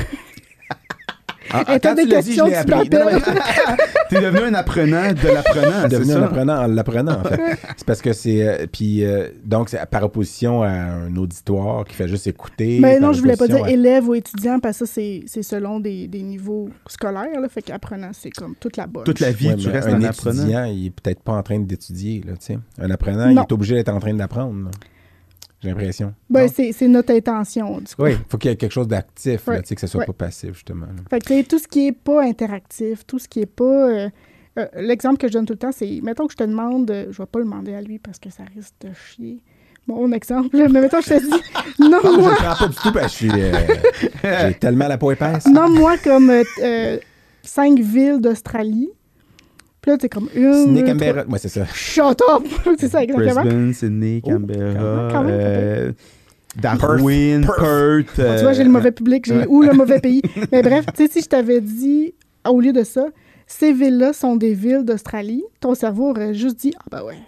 S2: Ah,
S3: Et Eh, t'as des
S2: l'as dit, je
S3: questions,
S2: l'ai
S3: tu
S2: appris. Non,
S3: *laughs* m'appelles.
S2: mais-
S1: T'es devenu un apprenant de
S3: Ah,
S1: l'apprenant, c'est
S2: devenir un
S1: ça?
S2: apprenant en l'apprenant, en fait.
S3: *laughs*
S2: c'est parce que c'est. euh, puis, euh, donc, c'est par opposition à un auditoire qui fait juste écouter.
S3: Mais
S2: par
S3: Ben non, je voulais pas dire
S2: opposition à-
S3: élève ou étudiant, parce que ça, c'est c'est selon des, des niveaux scolaires. Là, fait qu'apprenant, c'est comme toute la bonne.
S1: Toute la vie,
S2: Ouais,
S1: tu
S2: mais
S1: restes
S2: un
S1: un apprenant.
S2: étudiant, il est peut-être pas en train d'étudier, là, tu sais. Un apprenant, il
S3: Non.
S2: est obligé d'être en train d'apprendre. là. J'ai l'impression.
S3: Ben,
S2: Non?
S3: c'est c'est notre intention, du coup.
S2: oui, faut qu'il y ait quelque chose d'actif, là,
S3: Ouais.
S2: tu sais, que ce soit
S3: Ouais.
S2: pas passif, justement.
S3: *laughs*
S2: là.
S3: Fait que, tu sais, tout ce qui est pas interactif, tout ce qui est pas. euh, euh, L'exemple que je donne tout le temps, c'est mettons que je te demande, euh, je vais pas le demander à lui parce que ça risque de chier. Mon exemple, là, mais mettons que je te dis,
S2: Ah, Je
S3: nomme-moi
S2: le prends pas du tout parce que je suis,
S3: *laughs*
S2: euh, j'ai tellement la peau épaisse.
S3: nomme-moi comme euh, euh, cinq villes d'Australie. Puis là, t'es comme une.
S2: Sydney,
S3: deux,
S2: Canberra. Moi, c'est ça.
S3: trois. Shut up! *laughs* c'est ça, exactement.
S1: Brisbane, Sydney,
S2: Oh,
S1: Canberra,
S3: quand même, quand même.
S1: euh, Darwin, Perth. euh,
S2: Perth.
S3: tu vois, j'ai le mauvais public, j'ai ou
S2: *laughs*
S3: le mauvais pays. Mais bref, tu sais, si je t'avais dit, au lieu de ça, ces villes-là sont des villes d'Australie, ton cerveau aurait juste dit, ah ben ouais.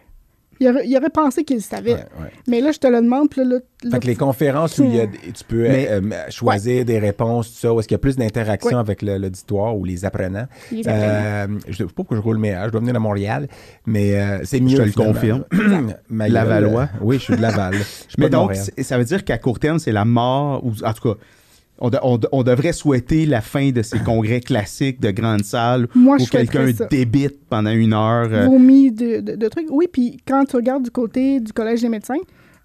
S3: Il aurait, il aurait pensé qu'il le savait.
S2: Ouais, ouais.
S3: Mais là, je te le demande, puis là, là, là,
S2: Fait que les conférences où il y a, des- tu peux euh,
S1: Mais-
S2: euh, choisir des réponses, tout ça, où est-ce qu'il y a plus d'interaction
S3: Oui.
S2: avec le- l'auditoire ou les apprenants.
S3: Les
S2: Euh, je ne sais pas pourquoi je roule mes haches, je dois venir à Montréal, mais euh, c'est mieux.
S1: te le
S2: finalement. *clears throat* Ma gueule,
S1: Lavallois.
S2: euh, oui, je suis de Laval. Je suis pas
S1: Mais
S2: de
S1: donc,
S2: Montréal.
S1: c'est- ça veut dire qu'à court terme, c'est la mort, ou en tout cas, on, de- on de- on devrait souhaiter la fin de ces congrès classiques de grandes salles
S3: Moi,
S1: où
S3: je
S1: quelqu'un
S3: souhaiterais ça.
S1: débite pendant une heure. euh,
S3: vomi de, de- de trucs. Oui, puis quand tu regardes du côté du Collège des médecins,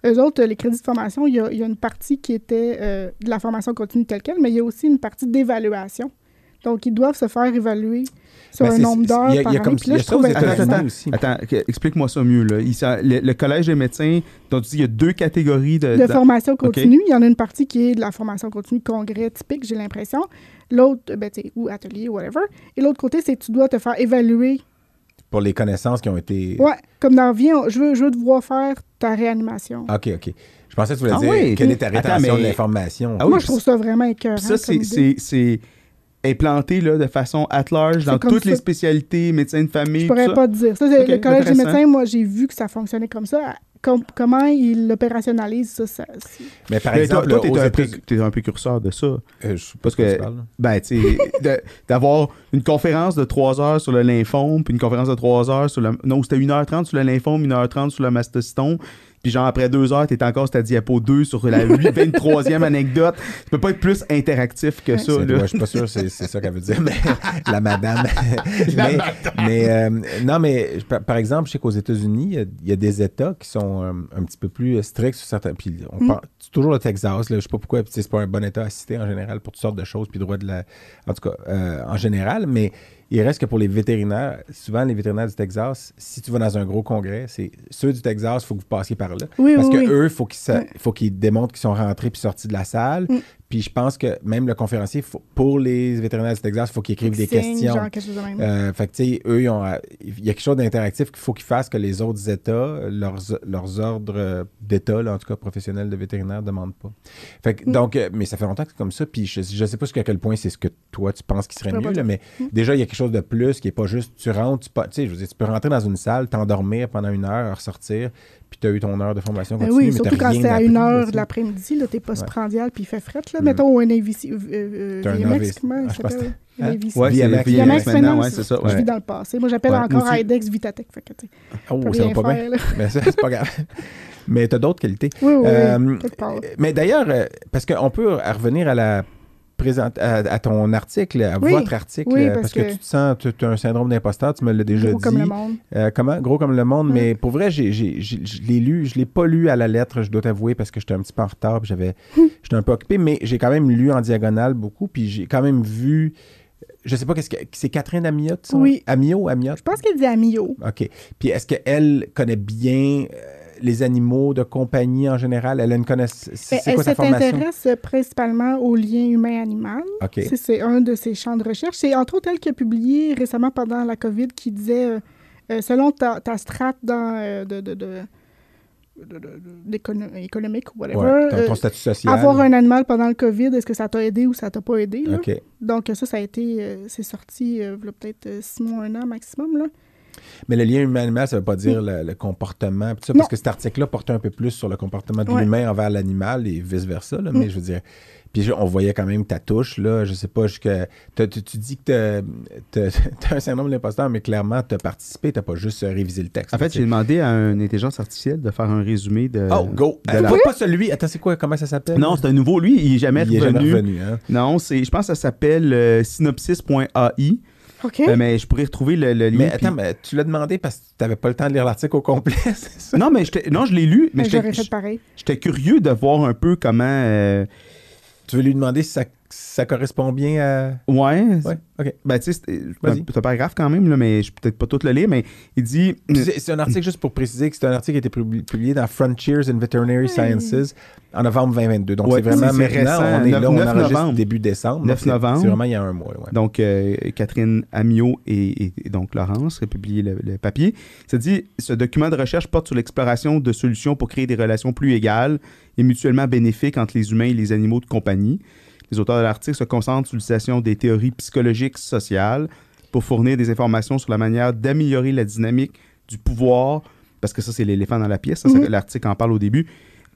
S3: eux autres, euh, les crédits de formation, il y a, il y a une partie qui était euh, de la formation continue telle quelle, mais il y a aussi une partie d'évaluation. Donc, ils doivent se faire évaluer sur
S2: Ben,
S3: un
S2: c'est-
S3: nombre
S2: c'est-
S3: d'heures
S2: il y a-
S3: par
S2: il y a
S3: année.
S2: comme-
S3: Puis
S2: il y
S3: là,
S2: a
S3: je
S2: ça aux
S3: trouve
S2: États-Unis
S3: intéressant.
S2: aussi. Ah,
S1: Attends, que- explique-moi ça mieux. Là. Il s'en- le, le collège des médecins, dont tu dis il y a deux catégories de. de-
S3: de formation continue. Il y en a une partie qui est de la formation continue congrès typique, j'ai l'impression. L'autre, ben, tu sais, ou atelier, whatever. Et l'autre côté, c'est que tu dois te faire évaluer.
S2: Pour les connaissances qui ont été.
S3: Ouais, comme dans Vie, on- je veux, je veux te voir faire ta réanimation.
S2: OK, OK. Je pensais que tu voulais
S1: Ah
S2: dire
S1: oui.
S2: quelle est ta rétention
S1: Attends, mais-
S2: de l'information.
S1: Ah oui,
S3: Moi,
S1: puis
S3: je trouve ça vraiment écœurant.
S1: Puis ça,
S3: comme
S1: c'est- c'est
S3: idée.
S1: c'est implanté là, de façon at large dans
S3: C'est comme
S1: toutes
S3: ça.
S1: les spécialités, médecins de famille.
S3: Je
S1: tout
S3: pourrais
S1: ça.
S3: pas te dire. Ça, c'est
S1: Ok,
S3: le collège des
S1: intéressant.
S3: médecins, moi, j'ai vu que ça fonctionnait comme ça. Com- comment ils l'opérationnalisent, ça, ça c'est-
S2: Mais par
S1: Mais Ben, toi-
S2: exemple,
S1: toi,
S2: aux
S1: t'es un,
S2: États-
S1: pré- t'es un précurseur de ça.
S2: Euh, je sais pas
S1: Parce
S2: ce que
S1: que,
S2: tu parles.
S1: ben, tu sais, de- d'avoir une conférence de 3 heures sur le lymphome, puis une conférence de 3 heures sur le. Non, c'était 1h30 sur le lymphome, 1h30 sur le mastocystome, Puis genre, après deux heures, t'es encore sur ta diapo 2 sur la
S3: *laughs*
S1: 8 23e anecdote. Tu peux pas être plus interactif que ça.
S2: C'est-
S1: là.
S2: ouais, je suis pas sûr que c'est c'est ça qu'elle veut dire,
S3: *laughs*
S2: mais la madame. *laughs* mais mais, euh, non, mais je- par- par exemple, je sais qu'aux États-Unis, il y a- il y, a des États qui sont euh, un petit peu plus euh, stricts sur certains. Puis on
S3: Mm.
S2: parle- c'est toujours le Texas, là, je sais pas pourquoi, puis c'est pas un bon État à citer en général pour toutes sortes de choses, puis droit de la. En tout cas, euh, en général, mais. Il reste que pour les vétérinaires, souvent les vétérinaires du Texas, si tu vas dans un gros congrès, c'est ceux du Texas, il faut que vous passiez par là.
S3: Oui,
S2: Parce
S3: oui,
S2: que
S3: oui.
S2: eux, faut qu'ils sa-
S3: Ouais.
S2: faut qu'ils démontrent qu'ils sont rentrés puis sortis de la salle.
S3: Mm.
S2: Puis je pense que même le conférencier, faut- pour les vétérinaires du Texas, il faut qu'ils écrivent des
S3: Signe,
S2: questions.
S3: Genre quelque chose de même.
S2: Euh, fait que, tu sais, eux, ils ont, euh, il y a quelque chose d'interactif qu'il faut qu'ils fassent que les autres États, leurs, leurs ordres euh, d'État, là, en tout cas professionnels de vétérinaires, ne demandent pas. Fait
S3: Mm.
S2: que, donc, euh, mais ça fait longtemps que c'est comme ça. Puis je ne sais pas jusqu'à quel point c'est ce que toi, tu penses qui serait
S3: Je peux
S2: mieux,
S3: pas
S2: là,
S3: dire.
S2: mais déjà, il y a quelque chose de plus qui n'est pas juste tu rentres, tu pas. Tu sais, je veux dire, tu peux rentrer dans une salle, t'endormir pendant une heure, ressortir, puis tu as eu ton heure de formation
S3: Ben
S2: continue.
S3: oui,
S2: mais
S3: surtout
S2: t'as
S3: quand
S2: rien
S3: c'est à
S2: appris,
S3: une
S2: là,
S3: heure
S2: tu
S3: de
S2: sais.
S3: l'après-midi, là, t'es pas
S2: Ouais.
S3: sprandial puis il fait fret, là.
S2: Mm.
S3: Mettons, ou un AVC, euh, euh,
S2: T'as un
S3: VMX,
S2: AVC.
S3: comment il
S2: Ah, je pense
S3: s'appelle?
S2: que- Hein?
S3: AVC.
S1: Ouais, c'est VMX
S2: VMX.
S3: VMX maintenant,
S1: ouais, c'est ça.
S3: Je
S1: ouais.
S3: vis dans le passé. Moi, j'appelle
S2: Ouais,
S3: encore
S2: moi aussi.
S3: IDEX Vitatech. Fait que, tu sais,
S2: Oh,
S3: on peut
S2: ça va
S3: rien
S2: pas bien.
S3: faire, là.
S2: *laughs* Mais ça, c'est pas grave. Mais t'as d'autres qualités.
S3: Oui, oui,
S2: Euh,
S3: oui. Quelque part.
S2: Mais d'ailleurs, euh, parce qu'on peut revenir à la présente, à, à ton article, à
S3: Oui.
S2: votre article,
S3: Oui,
S2: euh, parce,
S3: parce
S2: que,
S3: que-
S2: tu te sens, tu as un syndrome d'imposteur, tu me l'as déjà
S3: Gros
S2: dit.
S3: comme le monde.
S2: Euh, comment? Gros comme le monde,
S3: Mm.
S2: mais pour vrai, j'ai, j'ai- j'ai- je l'ai lu, je l'ai pas lu à la lettre, je dois t'avouer, parce que j'étais un petit peu en retard, puis j'avais,
S3: Hum.
S2: j'étais un peu occupé, mais j'ai quand même lu en diagonale beaucoup, puis j'ai quand même vu, je sais pas qu'est-ce que, c'est Catherine Amiotte, son-
S3: Oui.
S2: Amio, Amiotte?
S3: Je pense qu'il dit Amio.
S2: OK. Puis est-ce qu'elle connaît bien euh, les animaux de compagnie en général? Elle a une connaissance.
S3: Mais
S2: C'est c'est
S3: Ben, Elle
S2: quoi sa formation?
S3: s'intéresse principalement aux liens humain-animal.
S2: OK.
S3: C'est- C'est un de ses champs de recherche. C'est entre autres elle qui a publié récemment pendant la COVID qui disait, euh, euh, selon ta, ta strate dans, euh, de, de, de- de- de- de- d'écono- économique ou whatever,
S2: Ouais, ton,
S3: euh,
S2: ton statut social.
S3: avoir un animal pendant le COVID, est-ce que ça t'a aidé ou ça t'a pas aidé? là?
S2: OK.
S3: Donc ça, ça a été, euh, c'est sorti euh, voilà, peut-être euh, six mois, un an maximum. Là.
S2: Mais le lien humain-animal, ça veut pas dire le, le comportement. Tout ça,
S3: Non.
S2: parce que cet article-là portait un peu plus sur le comportement de
S3: Ouais. Mm.
S2: l'humain envers l'animal et vice-versa. là, Mais je veux dire. Puis je- on voyait quand même ta touche, là. Je sais pas, jusqu'à. t'as- Tu, tu dis que t'as- *laughs* t'as t'as un syndrome d'imposteur, mais clairement, t'as participé, t'as pas juste euh, révisé le texte.
S1: En fait, j'ai demandé à une intelligence artificielle de faire un résumé de.
S2: Oh, go!
S1: de
S2: Euh,
S1: la-
S2: pas- Pas celui. Attends, c'est quoi? Comment ça s'appelle?
S1: Non, c'est un nouveau. Lui, il est jamais
S2: il est
S1: revenu.
S2: jamais revenu. Hein?
S1: Non, c'est, je pense que ça s'appelle euh, synopsis.ai.
S3: OK.
S2: Ben,
S1: Euh, mais je pourrais retrouver le, le lien.
S2: Mais attends,
S1: puis-
S2: mais tu l'as demandé parce que tu n'avais pas le temps de lire l'article au complet, *laughs* c'est ça?
S1: Non, mais j'étais- non, je l'ai lu, mais
S3: Ben, J'aurais
S1: j'étais,
S3: fait pareil.
S1: j'étais curieux de voir un peu comment. euh,
S2: Tu veux lui demander si ça, ça correspond bien
S1: Ouais.
S2: à. Ouais, ok.
S1: Ben, tu sais, c'est c'est
S2: Vas-y.
S1: un c'est un paragraphe quand même, là, mais je peux peut-être pas tout le lire, mais il dit.
S2: Puis C'est c'est un article, juste pour préciser, que c'est un article qui a été publi- publié dans Frontiers in Veterinary Sciences en novembre 2022. Donc,
S1: Ouais,
S2: c'est vraiment
S1: c'est- c'est
S2: maintenant,
S1: récent,
S2: on est là,
S1: neuf-
S2: on
S1: neuf
S2: enregistre
S1: novembre.
S2: début
S1: Neuf
S2: décembre. Donc, c'est-
S1: novembre.
S2: C'est vraiment il y a un mois, ouais.
S1: Donc, euh, Catherine Amiot et, et- et donc Laurence qui a publié le, le papier. Ça dit Ce document de recherche porte sur l'exploration de solutions pour créer des relations plus égales et mutuellement bénéfiques entre les humains et les animaux de compagnie. Les auteurs de l'article se concentrent sur l'utilisation des théories psychologiques sociales pour fournir des informations sur la manière d'améliorer la dynamique du pouvoir, parce que ça, c'est l'éléphant dans la pièce, ça, c'est
S3: Mhm.
S1: que l'article en parle au début,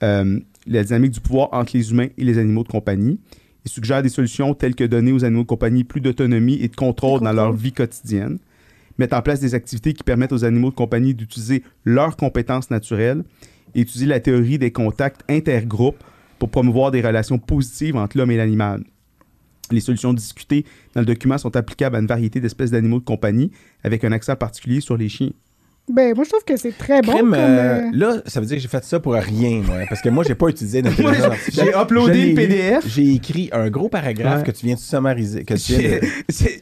S1: euh, la dynamique du pouvoir entre les humains et les animaux de compagnie. Il suggère des solutions telles que donner aux animaux de compagnie plus d'autonomie et de contrôle dans
S3: Contrôle.
S1: leur vie quotidienne, mettre en place des activités qui permettent aux animaux de compagnie d'utiliser leurs compétences naturelles et étudier la théorie des contacts intergroupes pour promouvoir des relations positives entre l'homme et l'animal. Les solutions discutées dans le document sont applicables à une variété d'espèces d'animaux de compagnie, avec un accent particulier sur les chiens.
S3: Ben, moi, je trouve que c'est très bon.
S2: Crime,
S3: comme,
S2: euh,
S3: euh,
S2: là, ça veut dire que j'ai fait ça pour rien, moi, hein, parce que moi, j'ai pas utilisé d'intelligence
S1: Moi,
S2: artificielle.
S1: j'ai uploadé
S2: Je l'ai
S1: le
S2: lu,
S1: PDF.
S2: J'ai écrit un gros paragraphe
S1: Ouais.
S2: que tu viens de summariser. Que tu viens
S1: J'ai *laughs*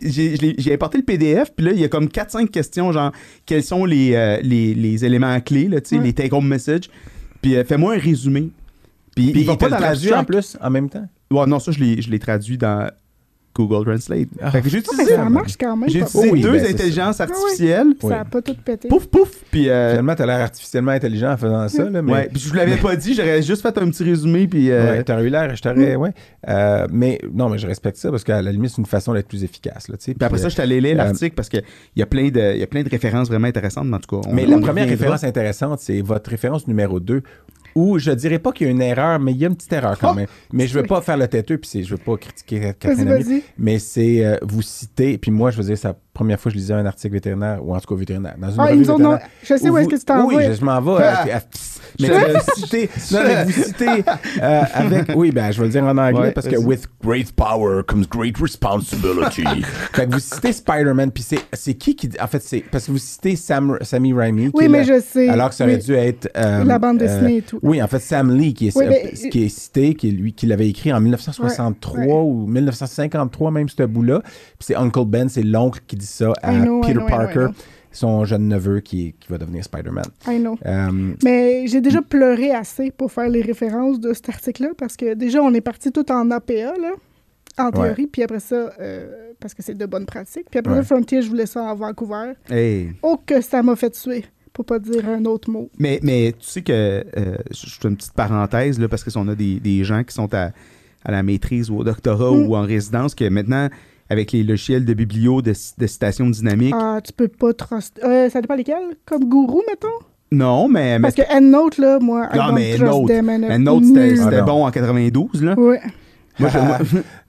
S2: de-
S1: j'ai- je l'ai- j'ai importé le PDF, puis là, il y a comme 4-5 questions, genre, quels sont les, euh, les, les éléments clés, là, tu sais,
S3: Ouais.
S1: les take-home messages. Puis euh, fais-moi un résumé. Puis,
S2: Puis
S1: il va
S2: il te
S1: pas
S2: le
S1: dans
S2: traduit en
S1: l'abstract.
S2: plus, en même temps.
S1: Ouais, non, ça, je l'ai je l'ai traduit dans Google Translate.
S2: Ah.
S1: Fait que j'ai
S3: mais
S1: utilisé,
S3: ça marche quand même.
S1: j'ai
S3: pas-
S1: utilisé
S2: Oui,
S1: deux
S2: ben, c'est ça.
S1: intelligences
S3: oui.
S1: artificielles.
S3: Ça Ah a pas tout pété.
S1: Pouf, pouf. Puis euh,
S2: Finalement, t'as l'air artificiellement intelligent en faisant ça, là, mais...
S1: Ouais, puis je vous l'avais pas dit, j'aurais juste fait un petit résumé, puis... euh,
S2: Ouais, t'aurais eu l'air, je t'aurais,
S3: Mm.
S2: ouais. Euh, mais non, mais je respecte ça parce qu'à la limite, c'est une façon d'être plus efficace. Là, tu sais.
S1: Puis après
S2: Puis,
S1: ça, je suis allé
S2: euh,
S1: lire l'article parce qu'il y, a plein de- il y a plein de références vraiment intéressantes, mais en tout cas... on-
S2: mais
S1: on
S2: la
S1: y
S2: première
S1: reviendra.
S2: référence intéressante, c'est votre référence numéro 2, où je dirais pas qu'il y a une erreur, mais il y a une petite erreur quand
S3: Oh!
S2: même. Mais je veux pas faire le têteux, puis c'est- je veux pas critiquer
S3: Vas-y,
S2: Catherine Amé,
S3: vas-y.
S2: mais c'est euh, vous citez, puis moi, je veux dire, ça Première fois, je lisais un article vétérinaire, ou en tout cas vétérinaire. Dans une
S3: Ah,
S2: revue
S3: ils nous ont
S2: vétérinaire.
S3: non- Je sais où,
S2: Ou
S3: est-ce
S2: vous-
S3: que tu t'en
S2: Oui,
S3: vas.
S2: je, je m'en vais.
S1: Ah.
S2: euh, à- à- mais vous citez, non, mais vous citez euh, avec, oui, ben, je vais le dire en anglais
S1: Ouais,
S2: parce que
S1: vas-y.
S2: with,
S4: Great power comes great
S3: *laughs*
S4: responsibility.
S2: fait que vous citez Spider-Man, puis c'est, c'est qui qui, en fait, c'est, parce que vous citez Sam, Sammy Raimi. qui
S3: Oui,
S2: est
S3: mais
S2: le-
S3: je sais.
S2: Alors que ça aurait
S3: Oui.
S2: dû être. euh,
S3: La bande
S2: euh,
S3: dessinée et tout.
S2: Oui, en fait, Sam Lee, qui est,
S3: Oui,
S2: euh,
S3: mais-
S2: ce qui est cité, qui, est lui, qui l'avait écrit en 1963
S3: Ouais, ouais.
S2: ou 1953, même ce bout-là. Puis c'est Uncle Ben, c'est l'oncle qui dit ça à
S3: I know, I
S2: Peter
S3: know, I know, I
S2: Parker,
S3: know.
S2: son jeune neveu qui, qui va
S1: *laughs*
S2: devenir Spider-Man.
S3: I know.
S2: Euh,
S3: Mais j'ai déjà pleuré assez pour faire les références de cet article-là parce que déjà, on est parti tout en APA, là, en théorie, puis après ça, euh, parce que c'est de bonnes pratiques. Puis après
S2: Ouais.
S3: ça, Frontier, je voulais ça à Vancouver.
S1: Hey.
S3: Oh, que ça m'a fait suer, pour pas dire un autre mot.
S1: Mais, mais tu sais que, euh, je je fais une petite parenthèse, là, parce que si on a des, des gens qui sont à, à la maîtrise ou au doctorat
S3: Mm.
S1: ou en résidence, que maintenant, avec les logiciels de biblio, de, de citation dynamique,
S3: Ah, tu peux pas trust. Euh, ça dépend lesquels? Comme gourou, mettons?
S1: non, mais, mais
S3: Parce que EndNote, là, moi, I
S1: Non,
S3: don't
S1: mais
S3: trust
S1: EndNote.
S3: them and
S1: mais Note, c'était
S3: nul.
S1: c'était
S2: Ah, non.
S1: bon en 92, là.
S3: Ouais.
S1: Moi, je- moi-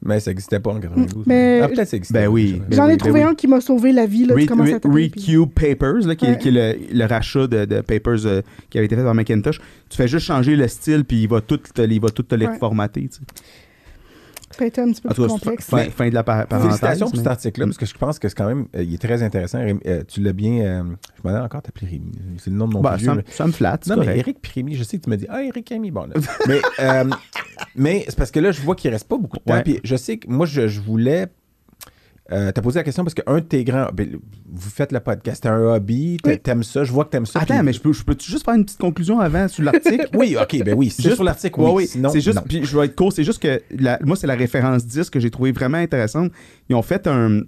S2: mais ça n'existait pas en 92.
S3: Mais-
S2: Ah, peut-être que ça existait.
S1: Ben oui.
S2: Je-
S1: Ben
S3: J'en ai
S1: oui,
S3: trouvé
S1: ben oui.
S3: un qui m'a sauvé la vie, là, tu
S1: Read,
S3: commences à
S1: Read-
S3: taper,
S1: Read
S3: puis-
S1: Cube Papers, là, qui, est-
S3: Ouais.
S1: qui est le, le rachat de, de Papers euh, qui avait été fait par Macintosh. Tu fais juste changer le style, puis il va tout te, il va tout te les
S3: Ouais.
S1: reformater. tu sais.
S3: Ça a été un petit peu
S1: En
S3: plus
S1: tout cas,
S3: complexe.
S1: fin, fin de la par- parenthèse.
S2: Félicitations pour
S1: mais-
S2: cet article-là, parce que je pense que c'est quand même, euh, il est très intéressant. Rémi- euh, tu l'as bien, euh, je m'en ai encore t'appeler Rémi. C'est le nom de mon
S1: Bah,
S2: plus vieux,
S1: ça, me-
S2: mais-
S1: ça me flatte, c'est
S2: Non, mais
S1: correct.
S2: Eric puis Rémi, je sais que tu me dis, ah, Eric Rémi, bon, là. mais, euh, mais c'est parce que là, je vois qu'il reste pas beaucoup de temps.
S1: Ouais.
S2: Puis je sais que moi, je, je voulais. Euh, t'as posé la question parce que un de tes grands. ben, vous faites le podcast, t'as un hobby, t'a-
S3: Oui.
S2: t'aimes ça, je vois que t'aimes ça.
S1: Attends,
S2: puis-
S1: mais je peux, je peux juste faire une petite conclusion avant sur
S2: *laughs*
S1: l'article?
S2: Oui, ok, ben oui, c'est
S1: Juste-
S2: sur l'article,
S1: Ouais,
S2: oui.
S1: oui,
S2: sinon,
S1: c'est juste,
S2: non.
S1: puis je vais être court, c'est juste que la- moi, c'est la référence 10 que j'ai trouvé vraiment intéressante. Ils ont fait un.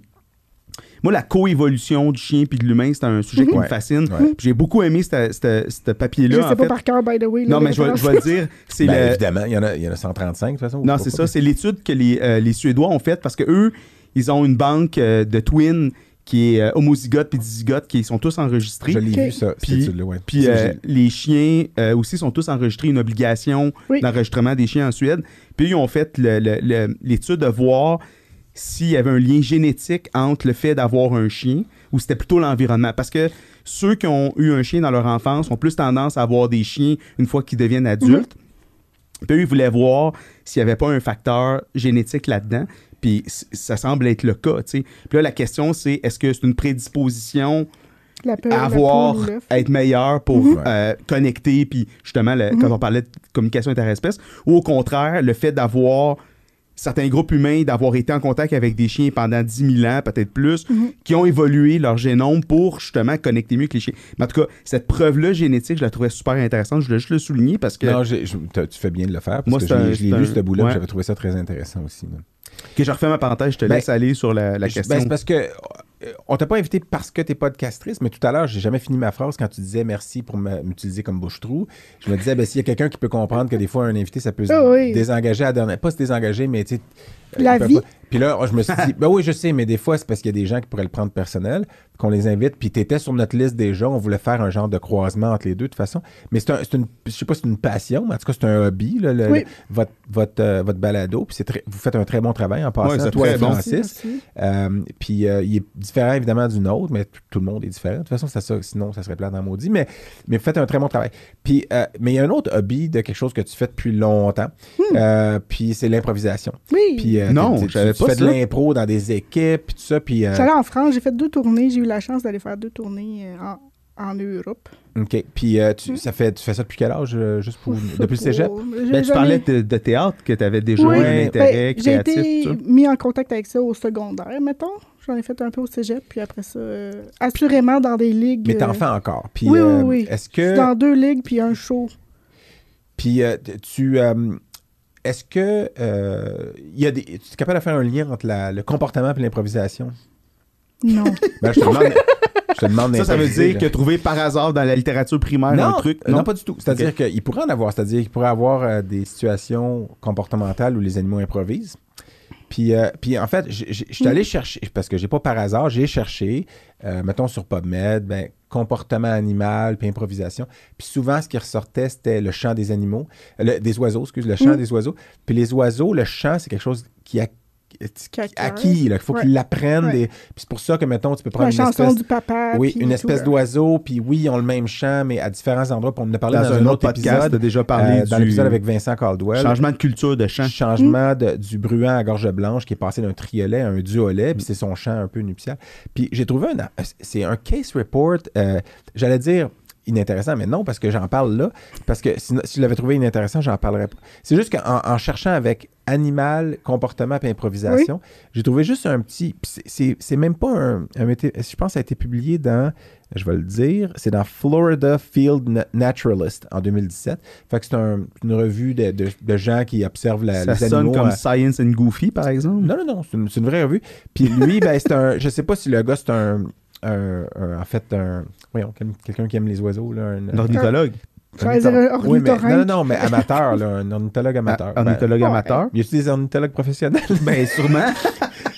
S1: Moi, la coévolution du chien puis de l'humain, c'est un sujet qui
S2: Mhm.
S1: me fascine.
S2: Ouais.
S1: Puis J'ai beaucoup aimé cette- cette- ce
S3: Je
S1: papier-là.
S3: sais
S1: en
S3: pas
S1: fait.
S3: par cœur, by the way. là,
S1: Non,
S3: les
S1: mais je vais, je vais le
S3: références.
S1: dire. C'est
S2: Ben,
S1: le,
S2: Évidemment, il y, en a, il y en a 135 de toute façon.
S1: Non,
S2: Pourquoi
S1: c'est
S2: pas?
S1: ça. C'est l'étude que les, euh, les Suédois ont faite parce que eux, ils ont une banque euh, de twins qui est euh, homozygote puis dizygote qui sont tous enregistrés.
S2: Je l'ai
S3: Ok.
S2: vu, ça, cette
S1: Puis,
S2: étude-là, ouais.
S1: puis
S2: Ça,
S1: euh,
S2: j'ai-
S1: les chiens euh, aussi sont tous enregistrés, une obligation
S3: Oui.
S1: d'enregistrement des chiens en Suède. Puis ils ont fait le- le- le- l'étude de voir s'il y avait un lien génétique entre le fait d'avoir un chien ou c'était plutôt l'environnement. Parce que ceux qui ont eu un chien dans leur enfance ont plus tendance à avoir des chiens une fois qu'ils deviennent adultes. Puis eux, ils voulaient voir s'il n'y avait pas un facteur génétique là-dedans. Puis c- ça semble être le cas. tu sais. Puis là, la question, c'est est-ce que c'est une prédisposition
S3: La peur, la
S1: avoir,
S3: poule ou l'œuf.
S1: être meilleur pour
S2: Mhm.
S1: euh, connecter, puis justement, le- quand on parlait de communication interespèce, ou au contraire, le fait d'avoir certains groupes humains, d'avoir été en contact avec des chiens pendant 10 000 ans, peut-être plus, qui ont évolué leur génome pour justement connecter mieux que les chiens. Mais en tout cas, cette preuve-là génétique, je la trouvais super intéressante. Je voulais juste le souligner parce que,
S2: Non, j'ai- je- t'as- tu fais bien de le faire. Parce
S1: euh, Moi,
S2: que
S1: c'est un-
S2: j'ai- je l'ai
S1: c'est
S2: lu,
S1: un-
S2: ce bout-là, puis
S1: ouais.
S2: j'avais trouvé ça très intéressant aussi. là.
S1: que je refais ma parenthèse, je te
S2: Ben,
S1: laisse aller sur la, la
S2: Je-
S1: question.
S2: ben, c'est parce que euh, on t'a pas invité parce que t'es podcastrice, mais tout à l'heure, j'ai jamais fini ma phrase quand tu disais merci pour me- m'utiliser comme bouche-trou. Je me disais, ben, s'il y a quelqu'un qui peut comprendre que des fois, un invité, ça peut se
S3: Ah oui.
S2: désengager à la dernière. Pas se désengager, mais tu sais. euh,
S3: La
S2: il peut
S3: vie.
S2: pas- Puis là, je me suis
S3: *laughs*
S2: dit, ben oui, je sais, mais des fois, c'est parce qu'il y a des gens qui pourraient le prendre personnel, qu'on les invite, puis t'étais sur notre liste déjà, on voulait faire un genre de croisement entre les deux, de toute façon. Mais c'est un, c'est une, je sais pas si c'est une passion, mais en tout cas, c'est un hobby, là, le-
S3: Oui.
S2: le- votre, votre, euh, votre balado, puis c'est très- vous faites un très bon travail en
S1: Ouais,
S2: passant,
S1: c'est
S2: toi et
S1: très bon.
S2: Francis.
S3: Merci, merci.
S2: Euh, puis euh, il est différent évidemment du nôtre, mais tout- tout le monde est différent. De toute façon, c'est ça, sinon ça serait plat dans maudit. Mais, mais vous faites un très bon travail. Puis, euh, mais il y a un autre hobby de quelque chose que tu fais depuis longtemps.
S3: Hmm.
S2: Euh, puis c'est l'improvisation.
S3: Oui.
S2: Puis euh,
S1: Non,
S2: tu- tu-
S1: je savais
S2: tu
S1: pas
S2: fais de
S1: ça.
S2: l'impro dans des équipes, puis tout ça. Puis euh,
S3: J'allais en France, j'ai fait deux tournées. J'ai eu la chance d'aller faire deux tournées euh, en, en Europe.
S2: ok. Puis euh, tu, ça fait, tu fais ça depuis quel âge euh, Juste pour
S3: Hmm. Ouf,
S2: depuis le
S3: oh,
S2: cégep.
S3: j'ai
S1: Ben, tu
S3: jamais-
S1: parlais de, de théâtre, que tu avais déjà
S3: Oui,
S1: un
S2: ben,
S1: intérêt
S3: ben, J'ai
S1: créatif.
S3: été
S1: tout ça.
S3: mis en contact avec ça au secondaire, mettons. J'en ai fait un peu au cégep, puis après ça, euh, assurément dans des ligues.
S2: Mais t'es
S3: euh,
S2: enfant encore. Puis
S3: oui, oui,
S2: euh,
S3: oui.
S2: est-ce
S3: je suis
S2: que
S3: dans deux ligues, puis un show.
S2: Puis euh, t- tu. euh, est-ce que euh, il y a des, tu es capable de faire un lien entre la- le comportement et l'improvisation?
S3: Non.
S2: Ben, je te demande. je te demande
S1: Ça, ça veut
S2: d'improviser,
S1: dire que
S2: là.
S1: trouver par hasard dans la littérature primaire
S2: Non,
S1: un truc.
S2: non, pas du tout. C'est-à-dire qu'il pourrait en avoir. C'est-à-dire qu'il pourrait avoir euh, des situations comportementales où les animaux improvisent. Puis, euh, puis en fait, j- j- je suis allé chercher, parce que j'ai pas par hasard, j'ai cherché, euh, mettons sur PubMed, ben, comportement animal, puis improvisation. Puis souvent, ce qui ressortait, c'était le chant des animaux, euh, le- des oiseaux, excuse, le chant
S3: Mm.
S2: des oiseaux. Puis les oiseaux, le chant, c'est quelque chose qui, a- acquis. Là. Il faut
S3: Ouais.
S2: qu'ils l'apprennent.
S3: Ouais.
S2: des- Puis c'est pour ça que, mettons, tu peux prendre
S3: La
S2: une
S3: chanson
S2: espèce...
S3: du papa.
S2: Oui,
S3: puis
S2: une
S3: tout,
S2: espèce
S3: là.
S2: d'oiseau, puis oui, ils ont le même chant, mais à différents endroits. Puis on en a parlé dans, un autre,
S1: podcast,
S2: épisode.
S1: t'as déjà parlé
S2: euh, dans
S1: du
S2: l'épisode avec Vincent Caldwell.
S1: changement de culture de chant.
S2: changement de- du bruant à gorge blanche qui est passé d'un triolet à un duolet, puis c'est son chant un peu nuptial. Puis j'ai trouvé un. C'est un case report, euh, j'allais dire inintéressant, mais non, parce que j'en parle là. Parce que sinon- si je l'avais trouvé inintéressant, j'en parlerais pas. C'est juste qu'en en cherchant avec animal, comportement puis improvisation, j'ai trouvé juste un petit. puis c'est- C'est c'est même pas un. un mété- je pense que ça a été publié dans. Je vais le dire. C'est dans Florida Field Na- Naturalist en 2017. Fait que c'est un- une revue de, de- de gens qui observent la,
S1: ça
S2: les
S1: sonne
S2: animaux.
S1: comme
S2: à-
S1: Science and Goofy, par exemple.
S2: Non, non, non. C'est une, c'est une vraie revue. Puis lui, ben, c'est un. Je sais pas si le gars, c'est un. un- un- en fait, un. Voyons, quel- quelqu'un qui aime les oiseaux. Là, un,
S1: L'ornithologue.
S3: J'allais dire un
S2: Oui, mais-
S3: ornithorynque.
S2: non, non, non, mais amateur, là, un ornithologue amateur. Ben,
S1: Ah, Ornithologue
S3: ouais.
S1: amateur.
S2: y a des
S1: *laughs*
S2: ornithologues professionnels?
S1: Ben, sûrement.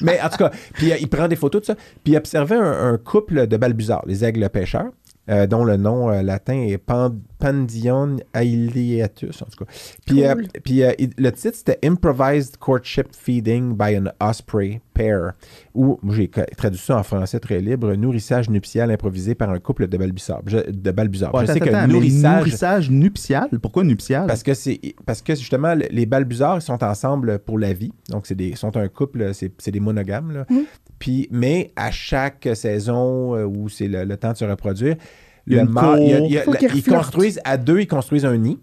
S2: mais en tout cas, puis euh, il prend des photos de ça, puis il observait un, un couple de balbuzards, les aigles pêcheurs, euh, dont le nom euh, latin est Pan- Pandion ailiatus, en tout cas. Puis, euh,
S3: Cool.
S2: puis euh, il- le titre, c'était Improvised Courtship Feeding by an Osprey Pair, ou j'ai ca- traduit ça en français très libre, nourrissage nuptial improvisé par un couple de balbuzards. Je, de balbuzards.
S1: Ouais,
S2: je sais
S1: attends,
S2: que
S1: attends, mais
S2: nourrissage
S1: nourrissage nuptial. Pourquoi nuptial?
S2: parce que c'est parce que justement le- les balbuzards ils sont ensemble pour la vie. Donc c'est des sont un couple, c'est c'est des monogames là.
S3: Mhm.
S2: Puis mais à chaque saison euh, où c'est le, le temps de se reproduire,
S1: Il y a
S2: le
S1: une
S2: mâle- il y a-
S1: cour.
S2: il y a-
S3: Faut
S2: la-
S3: qu'ils
S2: ils
S3: flirtent.
S2: construisent à deux, ils construisent un nid.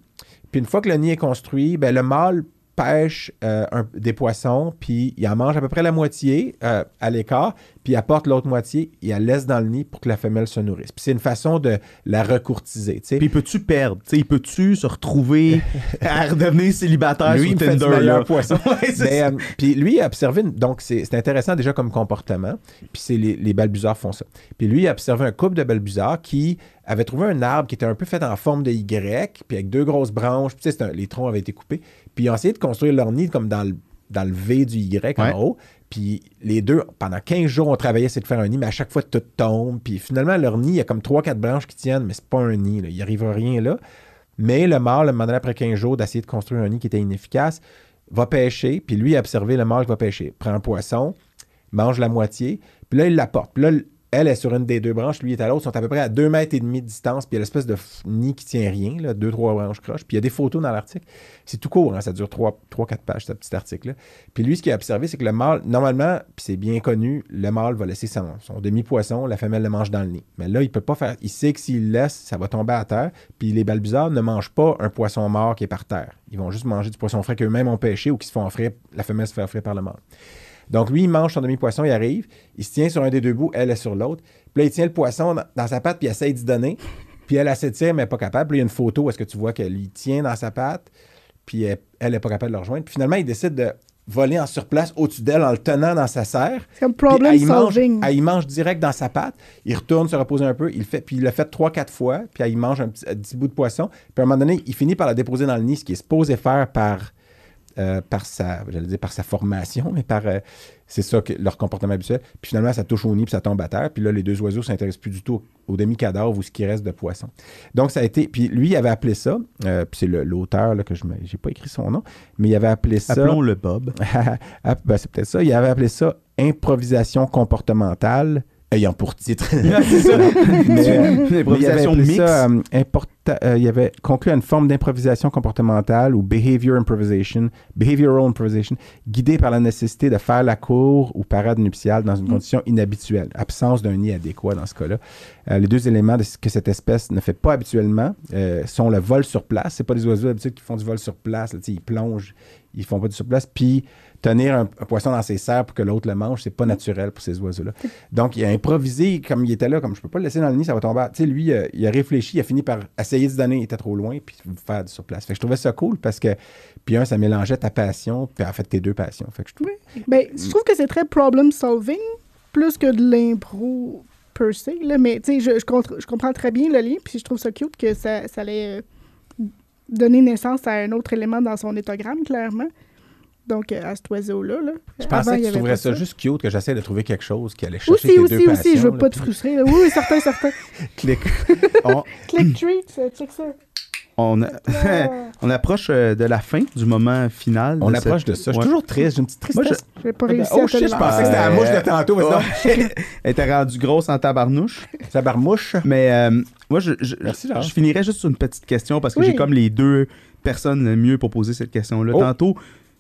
S2: Puis une fois que le nid est construit, ben, le mâle pêche euh, un- des poissons, puis il en mange à peu près la moitié euh, à l'écart, puis il apporte l'autre moitié, il la laisse dans le nid pour que la femelle se nourrisse. Puis c'est une façon de la recourtiser, tu sais.
S1: Puis peux-tu perdre? Tu sais, peux-tu se *laughs* retrouver à redevenir célibataire sur
S2: Lui, il me fait du
S1: Tinder?
S2: meilleur
S1: là?
S2: poisson.
S1: *laughs* Ouais, c'est
S2: Mais,
S1: ça.
S2: euh, puis lui, il a observé, une- donc c'est c'est intéressant déjà comme comportement, puis c'est les, les balbuzards font ça. Puis lui, il a observé un couple de balbuzards qui avait trouvé un arbre qui était un peu fait en forme de Y, puis avec deux grosses branches, puis tu sais, c'est un- les troncs avaient été coupés, puis ils ont essayé de construire leur nid comme dans le, dans le V du Y
S1: Ouais.
S2: en haut, puis les deux, pendant 15 jours, on travaillait, c'est de faire un nid, mais à chaque fois, tout tombe, puis finalement, leur nid, il y a comme 3-4 branches qui tiennent, mais c'est pas un nid, là. il n'y arrive rien là. Mais le mâle, le mandat après 15 jours d'essayer de construire un nid qui était inefficace, va pêcher, puis lui, observer le mâle qui va pêcher. Prend un poisson, mange la moitié, puis là, il l'apporte. Puis là, elle est sur une des deux branches, lui est à l'autre, ils sont à peu près à 2 mètres et demi de distance, puis il y a l'espèce de f- nid qui tient rien, là, deux, trois branches croches. Puis il y a des photos dans l'article. C'est tout court, hein, ça dure 3-4 pages, ce petit article-là. Puis lui, ce qu'il a observé, c'est que le mâle, normalement, puis c'est bien connu, le mâle va laisser son, son demi-poisson, la femelle le mange dans le nid. Mais là, il peut pas faire. Il sait que s'il laisse, ça va tomber à terre. Puis les balbuzards ne mangent pas un poisson mort qui est par terre. Ils vont juste manger du poisson frais qu'eux-mêmes ont pêché ou qui se font offrir, la femelle se fait offrir par le mâle. Donc lui, il mange son demi-poisson, il arrive, il se tient sur un des deux bouts, elle est sur l'autre. Puis là, il tient le poisson dans, dans sa patte, puis il essaye d'y donner. Puis elle, elle s'étire, mais elle est pas capable. Puis là, il y a une photo où est-ce que tu vois qu'elle lui tient dans sa patte, puis elle, elle est pas capable de le rejoindre. Puis finalement, il décide de voler en surplace au-dessus d'elle en le tenant dans sa serre.
S3: C'est comme
S2: Puis
S3: problem
S2: elle, il mange,
S3: solving.
S2: elle, il mange direct dans sa patte. Il retourne se reposer un peu. Il le fait, puis il le fait trois, quatre fois. Puis elle, il mange un petit, un petit bout de poisson. Puis à un moment donné, il finit par la déposer dans le nid, ce qui est supposé faire par, euh, par, sa, j'allais dire par sa formation, mais par. euh, c'est ça que leur comportement habituel. Puis finalement, ça touche au nid, puis ça tombe à terre. Puis là, les deux oiseaux s'intéressent plus du tout au demi-cadavre ou ce qui reste de poisson. Donc, ça a été. Puis lui, il avait appelé ça. euh, puis c'est le- l'auteur là, que je n'ai pas écrit son nom, mais il avait appelé ça.
S1: Appelons-le Bob.
S2: *laughs* Ah, ben, c'est peut-être ça. Il avait appelé ça improvisation comportementale, ayant pour
S1: *laughs*
S2: titre.
S1: c'est ça.
S2: Mais- Mais il avait
S1: L'improvisation
S2: appelé
S1: mixte.
S2: ça, euh, importa- euh, il avait conclu à une forme d'improvisation comportementale ou behavior improvisation, behavioral improvisation, guidée par la nécessité de faire la cour ou parade nuptiale dans une
S1: Mm.
S2: condition inhabituelle, absence d'un nid adéquat dans ce cas-là. Euh, les deux éléments de ce que cette espèce ne fait pas habituellement euh, sont le vol sur place. C'est pas des oiseaux d'habitude qui font du vol sur place. là, tu sais, ils plongent, ils font pas du sur place. Puis tenir un, un poisson dans ses serres pour que l'autre le mange, c'est pas naturel pour ces oiseaux-là. Donc, il a improvisé comme il était là, comme je peux pas le laisser dans le nid, ça va tomber. à- Tu sais, lui, euh, il a réfléchi, il a fini par essayer de se donner, il était trop loin, puis faire du surplace. Fait que je trouvais ça cool parce que, puis un, ça mélangeait ta passion, puis en fait tes deux passions. Fait que je trouvais.
S3: Ben, je trouve que c'est très problem solving plus que de l'impro per se. Là, mais tu sais, je, je, contre- je comprends très bien le lien, puis je trouve ça cute que ça, ça allait euh, donner naissance à un autre élément dans son étogramme, clairement. Donc, euh, à cet oiseau-là. Là.
S2: Je
S3: Avant,
S2: pensais
S3: il
S2: que
S3: y
S2: tu
S3: avait
S2: trouverais
S3: pas
S2: ça juste cute, que j'essaie de trouver quelque chose qui allait chercher
S3: Aussi,
S2: tes deux
S3: aussi,
S2: passions.
S3: aussi, je veux
S2: là,
S3: pas te
S2: puis *laughs*
S3: *laughs* frustrer. là. Oui, oui, certain, certain.
S2: clic. On-
S3: Click treat, ça, euh, check ça.
S1: on, a- *laughs* on approche euh, de la fin, du moment final.
S2: On
S1: de
S2: approche
S1: cette-
S2: de ça. Je
S1: Ouais.
S2: suis toujours triste. J'ai une petite
S1: Moi, je-
S2: tristesse.
S3: J'ai pas réussi
S2: oh
S3: à te
S2: shit, je
S3: le-
S2: pensais que c'était la
S1: Euh,
S2: mouche de tantôt. mais non.
S1: Ouais. *laughs* Elle était rendue grosse en tabarnouche.
S2: Ça barmouche.
S1: Mais euh, moi, je, je,
S2: Merci,
S1: je,
S2: Laurent.
S1: je finirais juste sur une petite question parce que
S3: Oui.
S1: j'ai comme les deux personnes le mieux pour poser cette question-là.
S2: Oh.
S1: Tantôt,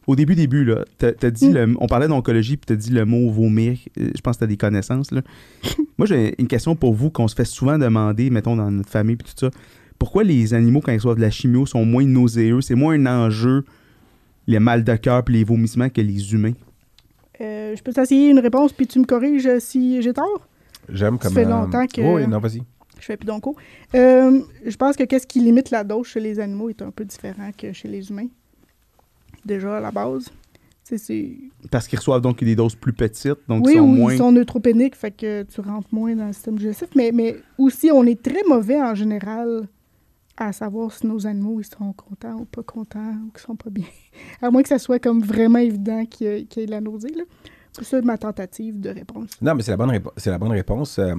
S1: au début, début, là, t'as t'as dit
S3: Mm.
S1: le- on parlait d'oncologie, puis t'as dit le mot vomir. Euh, Je pense que t'as des connaissances.
S3: *laughs*
S1: Là. moi, j'ai une question pour vous qu'on se fait souvent demander, mettons, dans notre famille, puis tout ça. Pourquoi les animaux, quand ils reçoivent de la chimio, sont moins nauséeux? C'est moins un enjeu, les mal de cœur puis les vomissements, que les humains.
S3: Euh, je peux t'essayer une réponse, puis tu me corriges euh, si j'ai tort.
S2: J'aime comme. euh,
S3: fait longtemps que-
S2: Oui, non, vas-y.
S3: Je fais plus d'onco. Euh, je pense que qu'est-ce qui limite la dose chez les animaux est un peu différent que chez les humains. Déjà, à la base. Tu sais, c'est...
S1: Parce qu'ils reçoivent donc des doses plus petites, donc
S3: oui,
S1: ils sont
S3: ou
S1: moins...
S3: ils sont neutropéniques, fait que tu rentres moins dans le système digestif. Mais, mais aussi, on est très mauvais en général à savoir si nos animaux ils sont contents ou pas contents ou qu'ils sont pas bien. *laughs* À moins que ça soit comme vraiment évident qu'il y a- qu'il y ait de la nausée. là. C'est ça ma tentative de réponse.
S2: Non, mais c'est la bonne, répo- c'est la bonne réponse euh,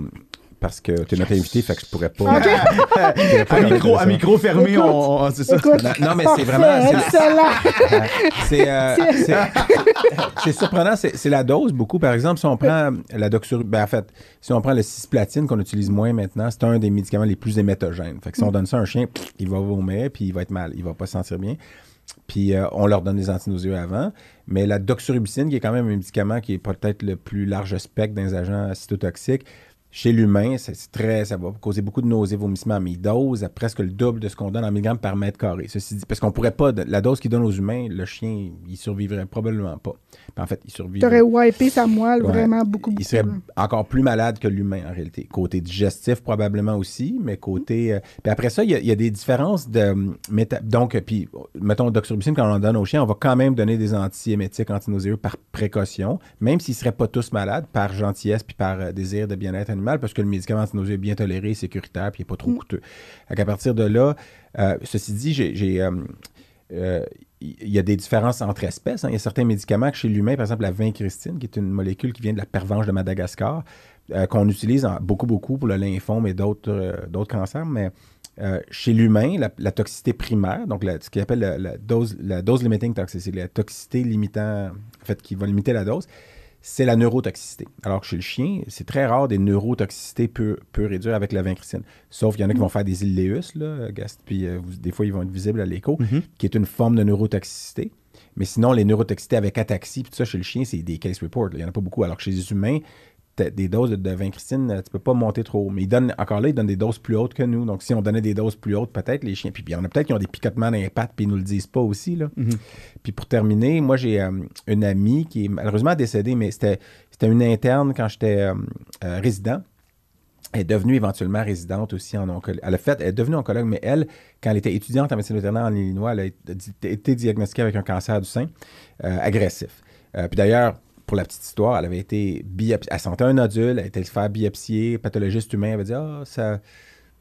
S2: parce que tu es notre invité, fait que je pourrais pas. euh,
S3: OK.
S2: je pourrais pas
S1: À micro,
S2: répondre
S1: à
S2: ça.
S1: micro fermé,
S3: Écoute,
S1: on, on- c'est ça.
S3: Écoute,
S2: Non, non, mais
S3: parfait,
S2: c'est vraiment. c'est la-
S3: *laughs* excellent.
S2: *laughs* C'est euh, c'est- c'est surprenant, c'est c'est la dose beaucoup. Par exemple, si on prend la doxur... ben, en fait, si on prend le cisplatine qu'on utilise moins maintenant, c'est un des médicaments les plus hématogènes. Fait que si on donne ça à un chien, pff, il va vomir, puis il va être mal, il va pas se sentir bien. Puis euh, on leur donne des antinauséeux avant. Mais la doxorubicine, qui est quand même un médicament qui est peut-être le plus large spectre des agents cytotoxiques, chez l'humain, c'est c'est très, ça va causer beaucoup de nausées, vomissements, mais il dose à presque le double de ce qu'on donne en milligrammes par mètre carré. Ceci dit, parce qu'on pourrait pas, don- la dose qu'il donne aux humains, le chien, il survivrait probablement pas. Puis en fait, il
S3: Tu aurais
S2: survivrait.
S3: wipé sa moelle
S2: Ouais.
S3: vraiment beaucoup,
S2: Il
S3: beaucoup.
S2: serait
S3: là.
S2: encore plus malade que l'humain en réalité. Côté digestif, probablement aussi, mais côté. euh, puis après ça, il y, a- il y a des différences de. hum, méta- Donc, euh, puis, euh, mettons, doxorubicine, quand on en donne aux chiens, on va quand même donner des antiémétiques, antinauséeux par précaution, même s'ils ne seraient pas tous malades, par gentillesse puis par euh, désir de bien-être animal, parce que le médicament antinauséeux est bien toléré, sécuritaire, puis il n'est pas trop
S3: Mm.
S2: coûteux. à partir de là, euh, ceci dit, j'ai. j'ai, euh, euh, il y a des différences entre espèces. hein. Il y a certains médicaments que chez l'humain, par exemple la vincristine, qui est une molécule qui vient de la pervenche de Madagascar, euh, qu'on utilise en- beaucoup, beaucoup pour le lymphome et d'autres euh, d'autres cancers, mais euh, chez l'humain, la, la toxicité primaire, donc la- ce qu'on appelle la, la dose, la dose limiting toxicity, la toxicité limitant, en fait, qui va limiter la dose, c'est la neurotoxicité. Alors que chez le chien, c'est très rare des neurotoxicités peu pures et dures avec la vincristine. Sauf qu'il y en a qui vont faire des iléus, là, gast- puis euh, vous- des fois, ils vont être visibles à l'écho, qui est une forme de neurotoxicité. Mais sinon, les neurotoxicités avec ataxie, puis tout ça, chez le chien, c'est des case reports. là. Il n'y en a pas beaucoup. Alors que chez les humains, t'as des doses de, de vincristine, euh, tu peux pas monter trop haut. Mais ils donnent, encore là, ils donnent des doses plus hautes que nous. Donc, si on donnait des doses plus hautes, peut-être les chiens. Puis il y en a peut-être qui ont des picotements d'impact, puis ils nous le disent pas aussi. Là. Puis pour terminer, moi, j'ai euh, une amie qui est malheureusement décédée, mais c'était c'était une interne quand j'étais euh, euh, résident. Elle est devenue éventuellement résidente aussi en oncologie. Elle, a fait, elle est devenue oncologue, mais elle, quand elle était étudiante en médecine vétérinaire en Illinois, elle a été- été diagnostiquée avec un cancer du sein euh, agressif. Euh, puis d'ailleurs, pour la petite histoire, elle avait été biopsiée. Elle sentait un nodule, elle a été le faire biopsier. Pathologiste humain avait dit Ah, ça.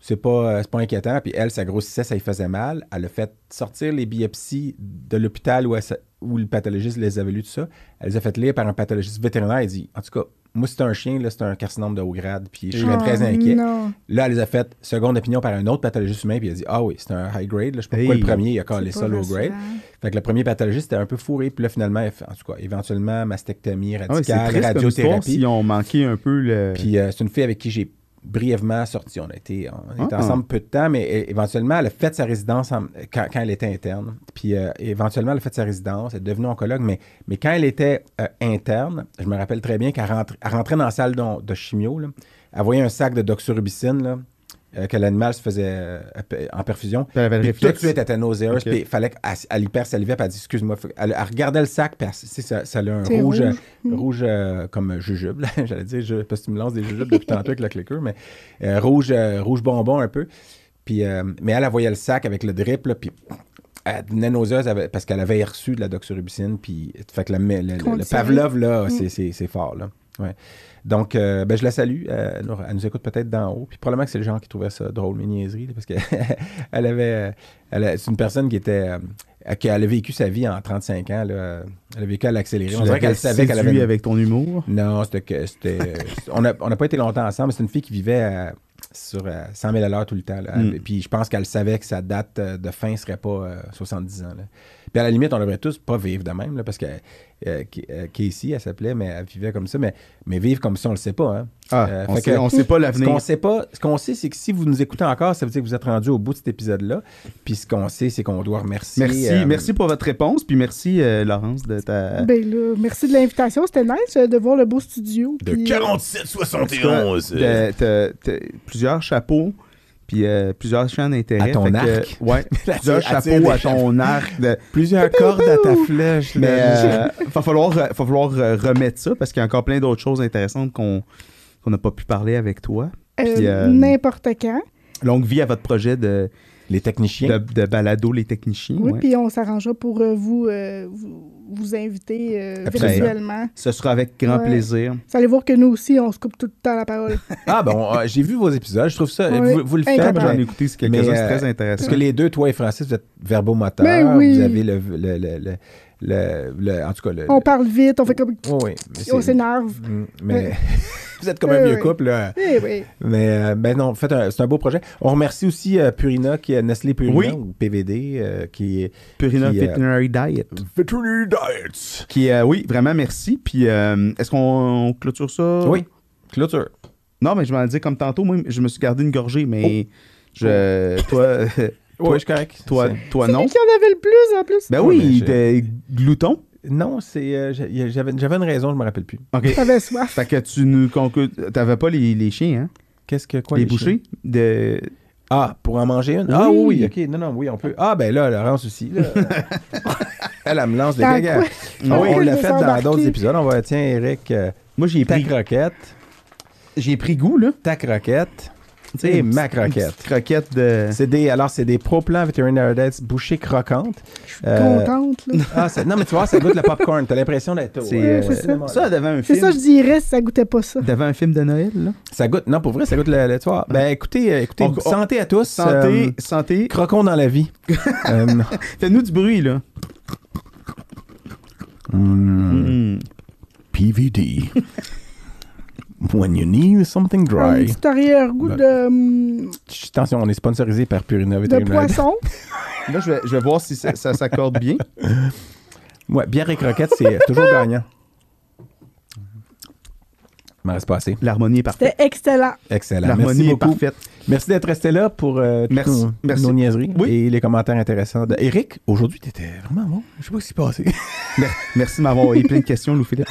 S2: C'est pas, euh, c'est pas inquiétant. Puis elle, ça grossissait, ça lui faisait mal. Elle a fait sortir les biopsies de l'hôpital où, elle sa- où le pathologiste les avait lues, tout ça. Elle les a fait lire par un pathologiste vétérinaire. Il dit En tout cas, moi, c'est un chien, là, c'est un carcinome de haut grade. Puis je serais très
S3: Oh,
S2: inquiet.
S3: non.
S2: Là, elle les a faites seconde opinion par un autre pathologiste humain, puis elle a dit Ah oui, c'est un high grade. Là, je sais pas pourquoi
S1: Hey.
S2: le premier, il a collé
S3: C'est
S2: ça
S3: pas
S2: low grade.
S3: rassurant.
S2: Fait que le premier pathologiste était un peu fourré, puis là, finalement, elle fait- en tout cas, éventuellement, mastectomie
S1: Ah ouais, c'est triste
S2: radicale,
S1: comme histoire
S2: radiothérapie.
S1: s'ils ont manqué un peu le...
S2: Puis euh, c'est une fille avec qui j'ai brièvement sorti. On a été on était
S1: Ah.
S2: ensemble peu de temps, mais euh, éventuellement, elle a fait sa résidence en- quand, quand elle était interne. Puis euh, éventuellement, elle a fait sa résidence, elle est devenue oncologue, mais, mais quand elle était euh, interne, je me rappelle très bien qu'elle rentr- elle rentrait dans la salle de, de chimio, là. elle voyait un sac de doxorubicine, là, euh, que l'animal se faisait euh, en perfusion.
S1: Puis elle avait le
S2: Puis tout de
S1: réflexe.
S2: suite, elle était nauséeuse.
S1: Ok.
S2: Puis il fallait qu'elle elle hypersalivait. Puis elle dit Excuse-moi. Fait- Elle, elle regardait le sac. Puis elle- tu sais, ça, ça a un
S3: C'est
S2: rouge, euh,
S3: rouge.
S2: rouge, euh, comme un jujube. *laughs* là. J'allais dire je- Parce que tu me lances des jujubes depuis tantôt avec le clicker. Mais euh, rouge, euh, rouge bonbon un peu. Puis, euh, mais elle, elle voyait le sac avec le drip. là, puis elle devenait nauséeuse elle avait- parce qu'elle avait reçu de la doxorubicine. Puis fait que le, le- le- le
S3: Conditionné.
S2: Pavlov, là, c'est- c'est c'est fort. Là. Ouais. Donc, euh, ben, je la salue. Euh, elle, nous, elle nous écoute peut-être d'en haut. Puis probablement que c'est le genre qui trouvait ça drôle, mes niaiseries, là, parce que *laughs* elle avait. euh, elle a- c'est une personne qui était. euh, qui- elle a vécu sa vie en 35 ans. là, euh, Elle a vécu à l'accéléré. On dirait qu'elle savait qu'elle avait.
S1: avec ton humour.
S2: Non, c'était que. C'était, on n'a on a pas été longtemps ensemble. mais C'est une fille qui vivait à, sur euh, 100 000 à l'heure tout le temps. là.
S1: Mm.
S2: Et Puis je pense qu'elle savait que sa date euh, de fin serait pas euh, 70 ans. là. Puis à la limite, on devrait tous pas vivre de même, là, parce que euh, K- euh, Casey, elle s'appelait, mais elle vivait comme ça. Mais, mais vivre comme ça, on le sait pas. Hein.
S1: Ah,
S2: Euh,
S1: on,
S2: fait
S1: sait,
S2: que-
S1: on sait pas
S2: *laughs* Ce qu'on
S1: l'avenir.
S2: sait pas, ce qu'on sait, c'est que si vous nous écoutez encore, ça veut dire que vous êtes rendu au bout de cet épisode-là. Puis ce qu'on sait, c'est qu'on doit remercier.
S1: Merci,
S2: euh, *laughs*
S1: merci pour votre réponse, puis merci, euh, Laurence, de ta...
S3: Ben là, merci de l'invitation. C'était nice euh, de voir le beau studio.
S4: De
S3: puis, euh,
S4: 47-71. euh,
S1: T'as- t'as- t'as plusieurs chapeaux, puis euh, plusieurs champs d'intérêt.
S2: À ton
S1: Fait que,
S2: arc.
S1: euh, ouais,
S2: *laughs*
S1: plusieurs
S2: attire des
S1: chapeaux à ton arc.
S2: *laughs*
S1: de-
S2: Plusieurs cordes à ta flèche. là.
S1: mais euh, va falloir, euh, va falloir euh, remettre ça, parce qu'il y a encore plein d'autres choses intéressantes qu'on qu'on n'a pas pu parler avec toi.
S3: euh,
S1: puis, euh,
S3: N'importe quand.
S1: Longue vie à votre projet de,
S2: Les techniciens.
S1: de, de balado Les Techniciens.
S3: Oui,
S1: ouais.
S3: puis on s'arrangera pour euh, vous, euh, vous, vous inviter euh,
S1: Absolument.
S3: virtuellement.
S1: Ce sera avec grand
S3: Ouais.
S1: plaisir.
S3: Vous allez voir que nous aussi, on se coupe tout le temps la parole.
S1: *laughs*
S2: Ah, bon, euh, j'ai vu vos épisodes. Je trouve ça.
S3: Oui.
S2: Vous, vous le faites.
S1: Moi,
S3: Incroyable.
S1: J'en ai
S2: mais-
S1: écouté c'est quelques-uns,
S2: Mais,
S1: c'est
S2: euh,
S1: très intéressant.
S2: Parce que les deux, toi et Francis, vous êtes verbomoteur.
S3: Mais Ben oui.
S2: Vous avez le, le, le, le, le- le- En tout cas, le.
S3: on
S2: le-
S3: parle vite, on fait comme.
S2: Oh, oui, mais
S3: on
S2: c'est-
S3: s'énerve.
S2: Mm, Mais
S3: Ouais.
S2: *laughs* vous êtes comme un
S3: Oui,
S2: vieux
S3: oui.
S2: couple, là.
S3: Eh oui.
S2: Mais euh, ben non, en fait, un- c'est un beau projet. On remercie aussi euh, Purina, qui est Nestlé Purina,
S1: Oui.
S2: ou PVD, euh, qui est.
S1: Purina
S2: qui, euh,
S1: Veterinary Diet.
S4: Veterinary Diets.
S1: Qui, euh, oui, vraiment merci. Puis euh, est-ce qu'on on clôture ça?
S2: Oui, clôture.
S1: Non, mais je m'en disais comme tantôt, moi, je me suis gardé une gorgée, mais je. *laughs* Toi,
S2: Oui, je suis correct.
S1: toi, toi non.
S3: Qui en avait le plus en plus?
S1: Ben
S2: Ouais, mais
S1: oui,
S2: j'ai-
S1: t'es glouton.
S2: C'est- Non, c'est. euh, j'a- y a- J'avais j'avais une raison, je me rappelle plus.
S1: OK.
S3: T'avais soif.
S1: fait que tu nous conclures. T'avais pas les, les chiens, hein?
S2: Qu'est-ce que quoi
S1: les,
S2: chiens?
S1: bouchées? De...
S2: Ah, pour en manger une? Ah oui, oui, ok. Non, non, oui, on peut. Ah, ben là, Laurence aussi.
S3: *laughs*
S2: là. Elle, elle me lance des
S3: Dans
S2: gagas.
S3: quoi?
S2: On,
S3: Oui.
S2: on
S3: Je
S2: l'a
S3: me
S2: fait
S3: sens
S2: dans
S3: embarqué.
S2: d'autres épisodes. On va, tiens, Eric, euh,
S1: Moi, j'ai
S2: ta
S1: pris,
S2: croquette,
S1: j'ai pris goût, là.
S2: ta croquette.
S1: Tu
S2: Et
S1: une
S2: ma
S1: petite- une
S2: croquette.
S1: petite croquette de.
S2: C'est des, alors, c'est des pro-plans Veterinary Diets bouchées croquantes.
S3: Je suis
S2: Euh,
S3: contente. là.
S2: Ah, c'est- non, mais tu vois, ça goûte le popcorn. T'as l'impression d'être au-
S1: C'est,
S2: au
S1: euh,
S3: c'est ça.
S2: cinéma, là.
S1: Ça, devant un
S3: C'est
S1: film.
S3: ça, je dirais si ça goûtait pas ça.
S1: Devant un film de Noël, là.
S2: Ça goûte, non, pour vrai, ça goûte le, le- tu vois. Ben, écoutez, euh, écoutez,
S1: On- on-
S2: santé à tous.
S1: Santé,
S2: euh,
S1: santé.
S2: croquons dans
S1: *laughs*
S2: la vie. Euh, non.
S1: Fais-nous du bruit, là. Mm.
S4: PVD. when you need something
S3: Un
S4: dry.
S1: Hum.
S3: petit arrière-goût
S2: Ben.
S3: de, hum,
S2: Chut, Attention, on est sponsorisé par Purina
S3: de
S2: Veterinary Diets.
S3: poisson.
S1: Là, je vais, je vais voir si ça, ça s'accorde bien.
S2: Ouais, bière et croquettes,
S1: *laughs*
S2: c'est toujours gagnant. Il m'en reste pas assez.
S1: L'harmonie est parfaite.
S3: *laughs* C'était excellent.
S2: Excellent. Merci
S1: L'harmonie est
S2: beaucoup.
S1: parfaite.
S2: Merci d'être resté là pour euh, toutes
S1: Merci.
S2: Nos,
S1: Merci.
S2: nos niaiseries
S1: Oui.
S2: et les commentaires intéressants. De... Eric, aujourd'hui, t'étais vraiment bon. Je sais pas ce qui
S1: *laughs*
S2: s'est passé.
S1: Ben, Mer- Merci de m'avoir eu plein de questions, Lou Philippe.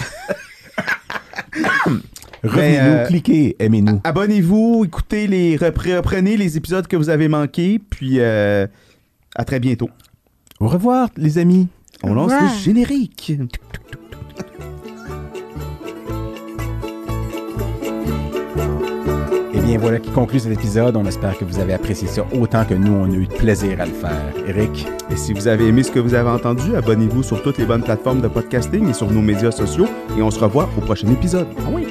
S2: Revenez-nous,
S1: euh,
S2: cliquez, aimez-nous.
S1: Abonnez-vous, écoutez les repre- reprenez les épisodes que vous avez manqués, puis euh, à très bientôt.
S2: Au revoir, les amis.
S1: On lance
S3: Ouais.
S1: le générique.
S2: Et Eh bien voilà qui conclut cet épisode. On espère que vous avez apprécié ça autant que nous, on a eu de plaisir à le faire. Eric,
S1: Et si vous avez aimé ce que vous avez entendu, abonnez-vous sur toutes les bonnes plateformes de podcasting et sur nos médias sociaux, et on se revoit au prochain épisode.
S2: ah oui,